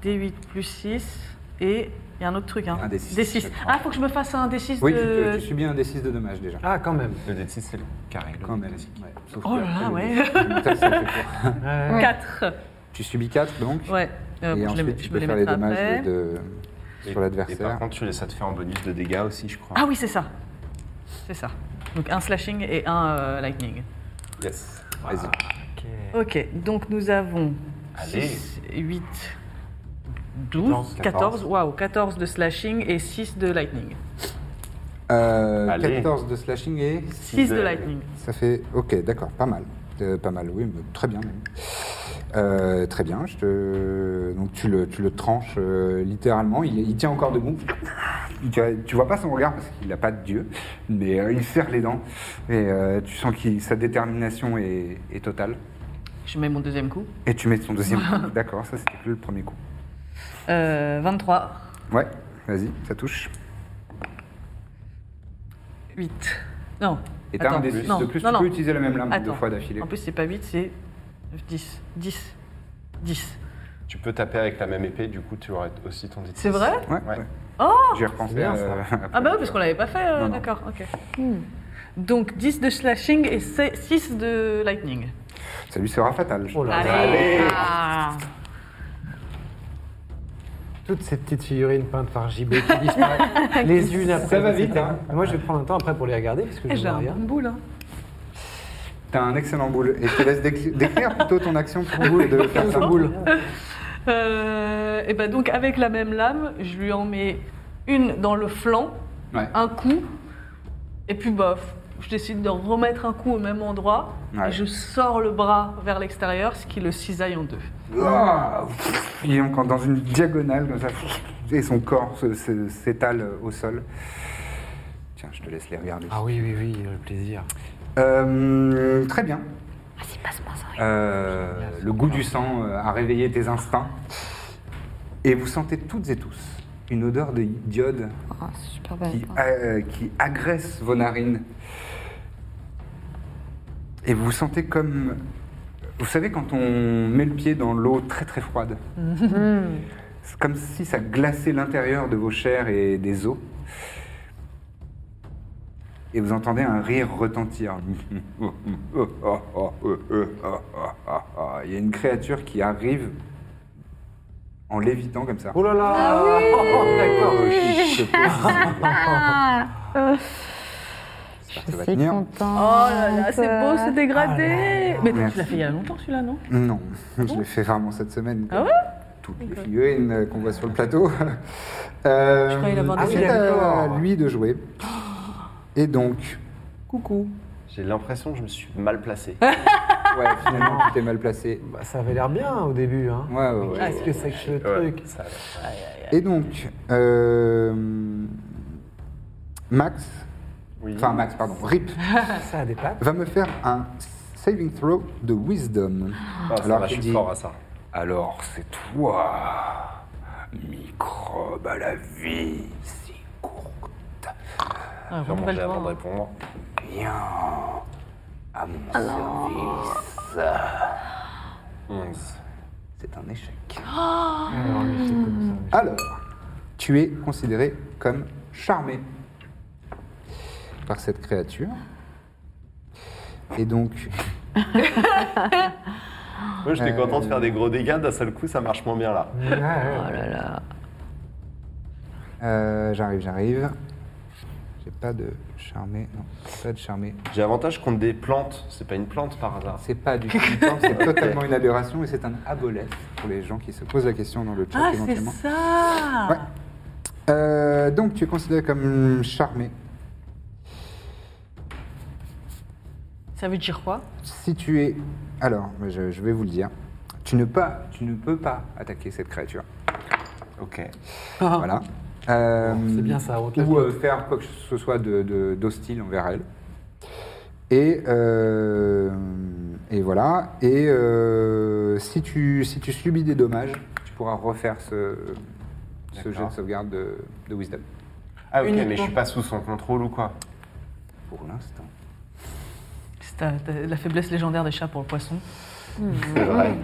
[SPEAKER 4] D8 plus 6 et il y a un autre truc. Hein.
[SPEAKER 1] Un D6, je crois.
[SPEAKER 4] Ah, faut que je me fasse un D6
[SPEAKER 1] Oui, tu,
[SPEAKER 4] de...
[SPEAKER 1] tu subis un des 6 de dommages déjà.
[SPEAKER 3] Ah quand même.
[SPEAKER 2] Le D6, c'est le carré. le
[SPEAKER 1] Quand
[SPEAKER 2] dé
[SPEAKER 1] même.
[SPEAKER 2] classique.
[SPEAKER 1] Ouais. Sauf
[SPEAKER 4] Oh
[SPEAKER 1] que euh,
[SPEAKER 4] là là,
[SPEAKER 1] après,
[SPEAKER 4] ouais.
[SPEAKER 1] le dé- ça, ça fait quoi
[SPEAKER 4] 4.
[SPEAKER 1] Tu subis 4 donc
[SPEAKER 4] Ouais. Euh,
[SPEAKER 1] Et
[SPEAKER 4] bon, je les-
[SPEAKER 1] ensuite,
[SPEAKER 4] je
[SPEAKER 1] tu
[SPEAKER 4] me
[SPEAKER 1] peux
[SPEAKER 4] les
[SPEAKER 1] faire les
[SPEAKER 4] mettrai
[SPEAKER 1] dommages
[SPEAKER 4] après.
[SPEAKER 1] de-
[SPEAKER 2] Et-
[SPEAKER 1] sur
[SPEAKER 2] Et par
[SPEAKER 1] l'adversaire.
[SPEAKER 2] contre, tu, ça te fait un bonus de dégâts aussi, je crois.
[SPEAKER 4] Ah oui, c'est ça. C'est ça. Donc un slashing et un euh, lightning.
[SPEAKER 2] Yes. Ah.
[SPEAKER 1] Vas-y.
[SPEAKER 4] Ok, donc nous avons
[SPEAKER 2] Allez.
[SPEAKER 4] 6, 8, 12, 14,
[SPEAKER 1] 14.
[SPEAKER 4] waouh, 14 de slashing et 6 de lightning.
[SPEAKER 1] Euh,
[SPEAKER 2] Allez.
[SPEAKER 1] 14 de slashing et
[SPEAKER 4] 6 de
[SPEAKER 2] de-
[SPEAKER 4] lightning.
[SPEAKER 1] ça fait. Ok, d'accord, pas mal. Euh, pas mal, oui, mais très bien. même. Euh, très bien, je te... donc tu le, tu le tranches euh, littéralement, il, est- il tient encore debout. Tu, tu vois pas son regard parce qu'il n'a pas de dieu, mais euh, il serre les dents et euh, tu sens que sa détermination est, est totale.
[SPEAKER 4] Je mets mon deuxième coup.
[SPEAKER 1] Et tu mets ton deuxième coup. D'accord, ça c'était que le premier coup.
[SPEAKER 4] Euh, 23,
[SPEAKER 1] Ouais, vas-y, ça touche.
[SPEAKER 4] 8. Non.
[SPEAKER 1] Et t'as un
[SPEAKER 4] Attends,
[SPEAKER 1] des six
[SPEAKER 4] non,
[SPEAKER 1] de plus,
[SPEAKER 4] non,
[SPEAKER 1] tu
[SPEAKER 4] non.
[SPEAKER 1] peux utiliser la même lame deux
[SPEAKER 4] Attends.
[SPEAKER 1] fois d'affilée.
[SPEAKER 4] En plus, c'est pas 8, c'est 10. 10. 10.
[SPEAKER 2] Tu peux taper avec la même épée, du coup, tu aurais aussi ton D6.
[SPEAKER 4] C'est vrai
[SPEAKER 1] Ouais.
[SPEAKER 2] Ouais.
[SPEAKER 4] Oh
[SPEAKER 1] J'y ai repensé.
[SPEAKER 3] C'est bien,
[SPEAKER 1] euh,
[SPEAKER 4] Ah bah oui, parce qu'on l'avait pas fait, euh,
[SPEAKER 1] Non, non.
[SPEAKER 4] d'accord, ok. Donc 10 de slashing et 6 de lightning.
[SPEAKER 1] Ça lui sera fatal.
[SPEAKER 3] Oh là là.
[SPEAKER 4] Allez, Ah.
[SPEAKER 3] Toutes ces petites figurines peintes par JB qui disparaissent les unes après.
[SPEAKER 1] Ça va
[SPEAKER 3] les
[SPEAKER 1] vite,
[SPEAKER 3] autres.
[SPEAKER 1] hein.
[SPEAKER 3] Moi, je vais prendre un temps après pour les regarder parce que
[SPEAKER 4] Eh,
[SPEAKER 3] je
[SPEAKER 4] J'ai
[SPEAKER 3] vois
[SPEAKER 4] un
[SPEAKER 3] rien.
[SPEAKER 4] bon boule, hein.
[SPEAKER 1] T'as un excellent boule. Et je te laisse décli- décrire plutôt ton action pour boule de faire ça.
[SPEAKER 3] boule.
[SPEAKER 4] Euh, et ben donc avec la même lame, je lui en mets une dans le flanc,
[SPEAKER 1] Ouais.
[SPEAKER 4] un coup, et puis bof, je décide de remettre un coup au même endroit,
[SPEAKER 1] Ouais.
[SPEAKER 4] et je sors le bras vers l'extérieur, ce qui le cisaille en deux.
[SPEAKER 1] Ah, pff, Il est encore dans une diagonale comme ça. pff, Et son corps se- se- s'étale au sol. Tiens, je te laisse les regarder.
[SPEAKER 3] Ah oui, oui, oui, le plaisir.
[SPEAKER 1] Euh, très bien.
[SPEAKER 5] Vas-y, passe-moi ça.
[SPEAKER 1] Euh, le goût du sang euh, a réveillé tes instincts. Et vous sentez toutes et tous une odeur de diode
[SPEAKER 5] Oh, c'est super belle.
[SPEAKER 1] qui, euh, qui agresse vos narines. Et vous vous sentez comme... Vous savez, quand on met le pied dans l'eau très très froide, c'est comme si ça glaçait l'intérieur de vos chairs et des os. Et vous entendez un rire retentir. Il y a une créature qui arrive en lévitant comme ça. Oh,
[SPEAKER 3] Oh là là
[SPEAKER 4] Ah
[SPEAKER 3] D'accord.
[SPEAKER 1] Je
[SPEAKER 5] Ah,
[SPEAKER 1] J'espère que
[SPEAKER 5] je
[SPEAKER 1] ça va
[SPEAKER 5] suis
[SPEAKER 1] tenir.
[SPEAKER 5] contente.
[SPEAKER 4] Oh là là, c'est beau, c'est dégradé Mais toi,
[SPEAKER 1] Merci.
[SPEAKER 4] tu l'as fait il y a longtemps celui-là, non
[SPEAKER 1] Non, je l'ai fait vraiment cette semaine.
[SPEAKER 4] Ah ouais
[SPEAKER 1] Toutes les figurines euh, qu'on voit sur le plateau. Euh,
[SPEAKER 4] croyais l'avoir
[SPEAKER 1] ah,
[SPEAKER 4] déjà
[SPEAKER 1] c'est
[SPEAKER 3] fait.
[SPEAKER 1] à lui de jouer. Et donc,
[SPEAKER 6] Coucou.
[SPEAKER 2] J'ai l'impression que je me suis mal placé.
[SPEAKER 4] Ah.
[SPEAKER 1] Ouais, finalement, tu t'es mal placé.
[SPEAKER 3] Bah, ça avait l'air bien au début. Hein.
[SPEAKER 1] Ouais, ouais,
[SPEAKER 4] Ah,
[SPEAKER 1] ouais.
[SPEAKER 3] Qu'est-ce que c'est que ce
[SPEAKER 2] Ouais,
[SPEAKER 3] truc
[SPEAKER 2] ça a l'air.
[SPEAKER 1] Et donc, euh, Max,
[SPEAKER 2] Oui.
[SPEAKER 1] enfin Max, pardon, Rip,
[SPEAKER 3] Ça a des pattes.
[SPEAKER 1] va me faire un saving throw de wisdom.
[SPEAKER 2] Ah, ça
[SPEAKER 1] Alors,
[SPEAKER 2] va,
[SPEAKER 1] tu
[SPEAKER 2] je
[SPEAKER 1] dis-
[SPEAKER 2] suis fort à ça.
[SPEAKER 1] Alors, c'est toi, microbe à la vie, si courte.
[SPEAKER 4] Ah,
[SPEAKER 2] Je vais
[SPEAKER 4] renouvelle-toi,
[SPEAKER 2] manger avant de
[SPEAKER 4] hein.
[SPEAKER 2] répondre.
[SPEAKER 1] Viens à mon service.
[SPEAKER 2] 11.
[SPEAKER 1] C'est un échec.
[SPEAKER 3] Alors, mais c'est comme ça, mais-
[SPEAKER 1] Alors, tu es considéré comme charmé par cette créature. Et donc,
[SPEAKER 2] Moi, j'étais content de faire des gros dégâts, d'un seul coup, ça marche moins bien là.
[SPEAKER 3] Ouais, ouais.
[SPEAKER 5] Oh
[SPEAKER 1] Euh, j'arrive, j'arrive. J'ai pas de charmé. Non, j'ai pas de charmé.
[SPEAKER 2] J'ai avantage contre des plantes, c'est pas une plante par hasard.
[SPEAKER 1] C'est pas du tout une plante, c'est totalement une aberration et c'est un aboleth pour les gens qui se posent la question dans le chat
[SPEAKER 4] Ah, c'est
[SPEAKER 1] éventuellement.
[SPEAKER 4] ça
[SPEAKER 1] Ouais. Euh, donc tu es considéré comme charmé.
[SPEAKER 4] Ça veut dire quoi
[SPEAKER 1] Si tu es. Alors, je, je vais vous le dire. Tu ne, pas, tu ne peux pas attaquer cette créature.
[SPEAKER 2] Ok.
[SPEAKER 1] Voilà. Euh,
[SPEAKER 3] C'est bien ça, on te
[SPEAKER 1] Ou euh, faire quoi que ce soit de- de- d'hostile envers elle. Et, euh, et voilà. Et euh, si, tu, si tu subis des dommages, tu pourras refaire ce, ce jet de
[SPEAKER 2] D'accord.
[SPEAKER 1] sauvegarde de, de Wisdom.
[SPEAKER 2] Ah, ok,
[SPEAKER 4] Uniquement.
[SPEAKER 2] mais je suis pas sous son contrôle ou quoi
[SPEAKER 1] Pour l'instant.
[SPEAKER 4] C'est ta- ta- la faiblesse légendaire des chats pour le poisson.
[SPEAKER 2] C'est vrai.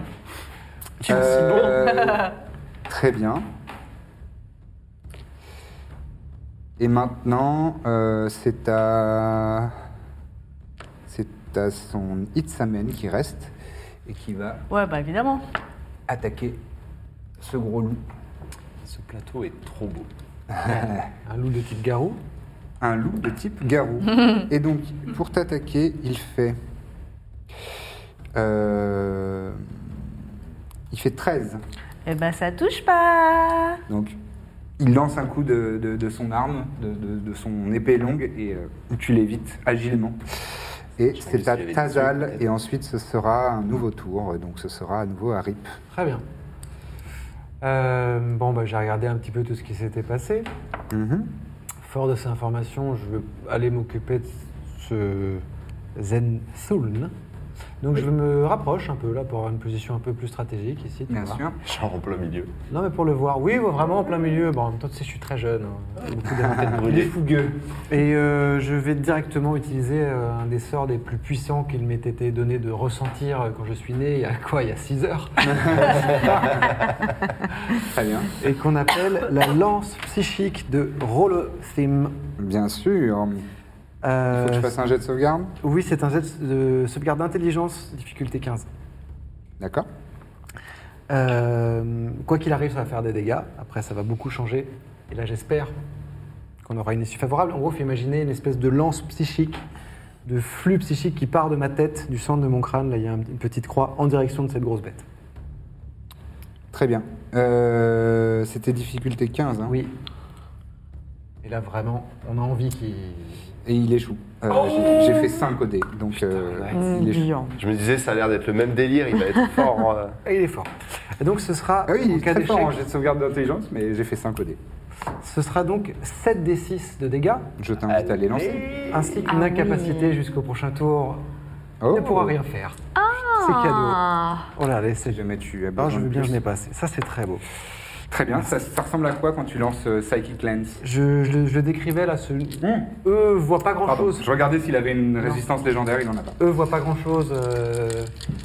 [SPEAKER 1] Euh, très bien. Et maintenant, euh, c'est à. C'est à son Hitsamen qui reste et qui va
[SPEAKER 4] Ouais, bah évidemment.
[SPEAKER 1] attaquer ce gros loup.
[SPEAKER 2] Ce plateau est trop beau.
[SPEAKER 3] Un loup de type garou.
[SPEAKER 1] Un loup de type garou. et donc, pour t'attaquer, il fait. euh, il fait 13.
[SPEAKER 4] Eh ben ça touche pas
[SPEAKER 1] Donc, il lance un coup de, de- de son arme, de, de- de son épée longue, et euh, tu l'évites agilement. Et c'est
[SPEAKER 2] qu'il
[SPEAKER 1] à
[SPEAKER 2] y avait des
[SPEAKER 1] Tazal,
[SPEAKER 2] trucs,
[SPEAKER 1] et ensuite ce sera un nouveau tour, donc ce sera à nouveau à Rip.
[SPEAKER 3] Très bien. Euh, bon, bah, j'ai regardé un petit peu tout ce qui s'était passé.
[SPEAKER 1] Mhm.
[SPEAKER 3] Fort de ces informations, je vais aller m'occuper de ce Zen Thuln. Donc je me rapproche un peu là pour avoir une position un peu plus stratégique ici. tu
[SPEAKER 1] Bien
[SPEAKER 3] vois.
[SPEAKER 1] sûr.
[SPEAKER 2] Genre en plein milieu.
[SPEAKER 3] Non mais pour le voir, oui, oh, vraiment en plein milieu. Bon, en même temps, tu sais, je suis très jeune. hein. J'ai Beaucoup d'habitudes
[SPEAKER 2] brûlée.
[SPEAKER 3] fougueux. Et euh, je vais directement utiliser euh, un des sorts des plus puissants qu'il m'ait été donné de ressentir euh, quand je suis né, il y a quoi, il y a 6 heures
[SPEAKER 1] Très bien.
[SPEAKER 3] Et qu'on appelle la lance psychique de Rollothim.
[SPEAKER 1] Bien sûr.
[SPEAKER 3] Euh,
[SPEAKER 1] Il faut que tu fasses un jet de sauvegarde.
[SPEAKER 3] Oui, c'est un jet de sauvegarde d'intelligence, difficulté 15.
[SPEAKER 1] D'accord.
[SPEAKER 3] Euh, quoi qu'il arrive, ça va faire des dégâts. Après, ça va beaucoup changer. Et là, j'espère qu'on aura une issue favorable. En gros, faut imaginer une espèce de lance psychique, de flux psychique qui part de ma tête, du centre de mon crâne. Là, il y a un- une petite croix en direction de cette grosse bête.
[SPEAKER 1] Très bien. Euh, C'était difficulté 15. hein.
[SPEAKER 3] Oui. Et là, vraiment, on a envie qu'il.
[SPEAKER 1] Et il échoue. Euh,
[SPEAKER 2] Oh
[SPEAKER 1] j'ai- J'ai fait 5 au dé, donc euh,
[SPEAKER 4] Mmh,
[SPEAKER 1] il échoue.
[SPEAKER 2] Je me disais, ça a l'air d'être le même délire, il va être fort. euh.
[SPEAKER 3] Et il est fort. Et donc, ce sera.
[SPEAKER 1] Ah oui, il
[SPEAKER 3] en
[SPEAKER 1] est
[SPEAKER 3] cas
[SPEAKER 1] très fort
[SPEAKER 3] d'échec,
[SPEAKER 1] en jet de sauvegarde d'intelligence, mais j'ai fait 5 au dé.
[SPEAKER 3] Ce sera donc 7 des 6 de dégâts,
[SPEAKER 1] Je t'invite à les lancer.
[SPEAKER 3] ainsi qu'une
[SPEAKER 5] Ah
[SPEAKER 3] incapacité
[SPEAKER 5] oui.
[SPEAKER 3] jusqu'au prochain tour.
[SPEAKER 1] Oh.
[SPEAKER 3] Il ne pourra rien faire. C'est cadeau.
[SPEAKER 5] Ah,
[SPEAKER 3] Oh là, laissez
[SPEAKER 1] Si jamais tu as
[SPEAKER 3] Non,
[SPEAKER 1] besoin
[SPEAKER 3] je
[SPEAKER 1] de
[SPEAKER 3] veux bien,
[SPEAKER 1] plus.
[SPEAKER 3] je n'ai pas assez. Ça, c'est très beau.
[SPEAKER 1] Très bien, ça, ça ressemble à quoi quand tu lances euh, Psychic Lens
[SPEAKER 3] Je, je le- je le décrivais là, ce...
[SPEAKER 1] Mmh.
[SPEAKER 3] eux voient pas grand
[SPEAKER 1] Pardon,
[SPEAKER 3] chose.
[SPEAKER 1] je regardais s'il avait une résistance légendaire, il en a pas.
[SPEAKER 3] Eux voient pas grand chose, euh,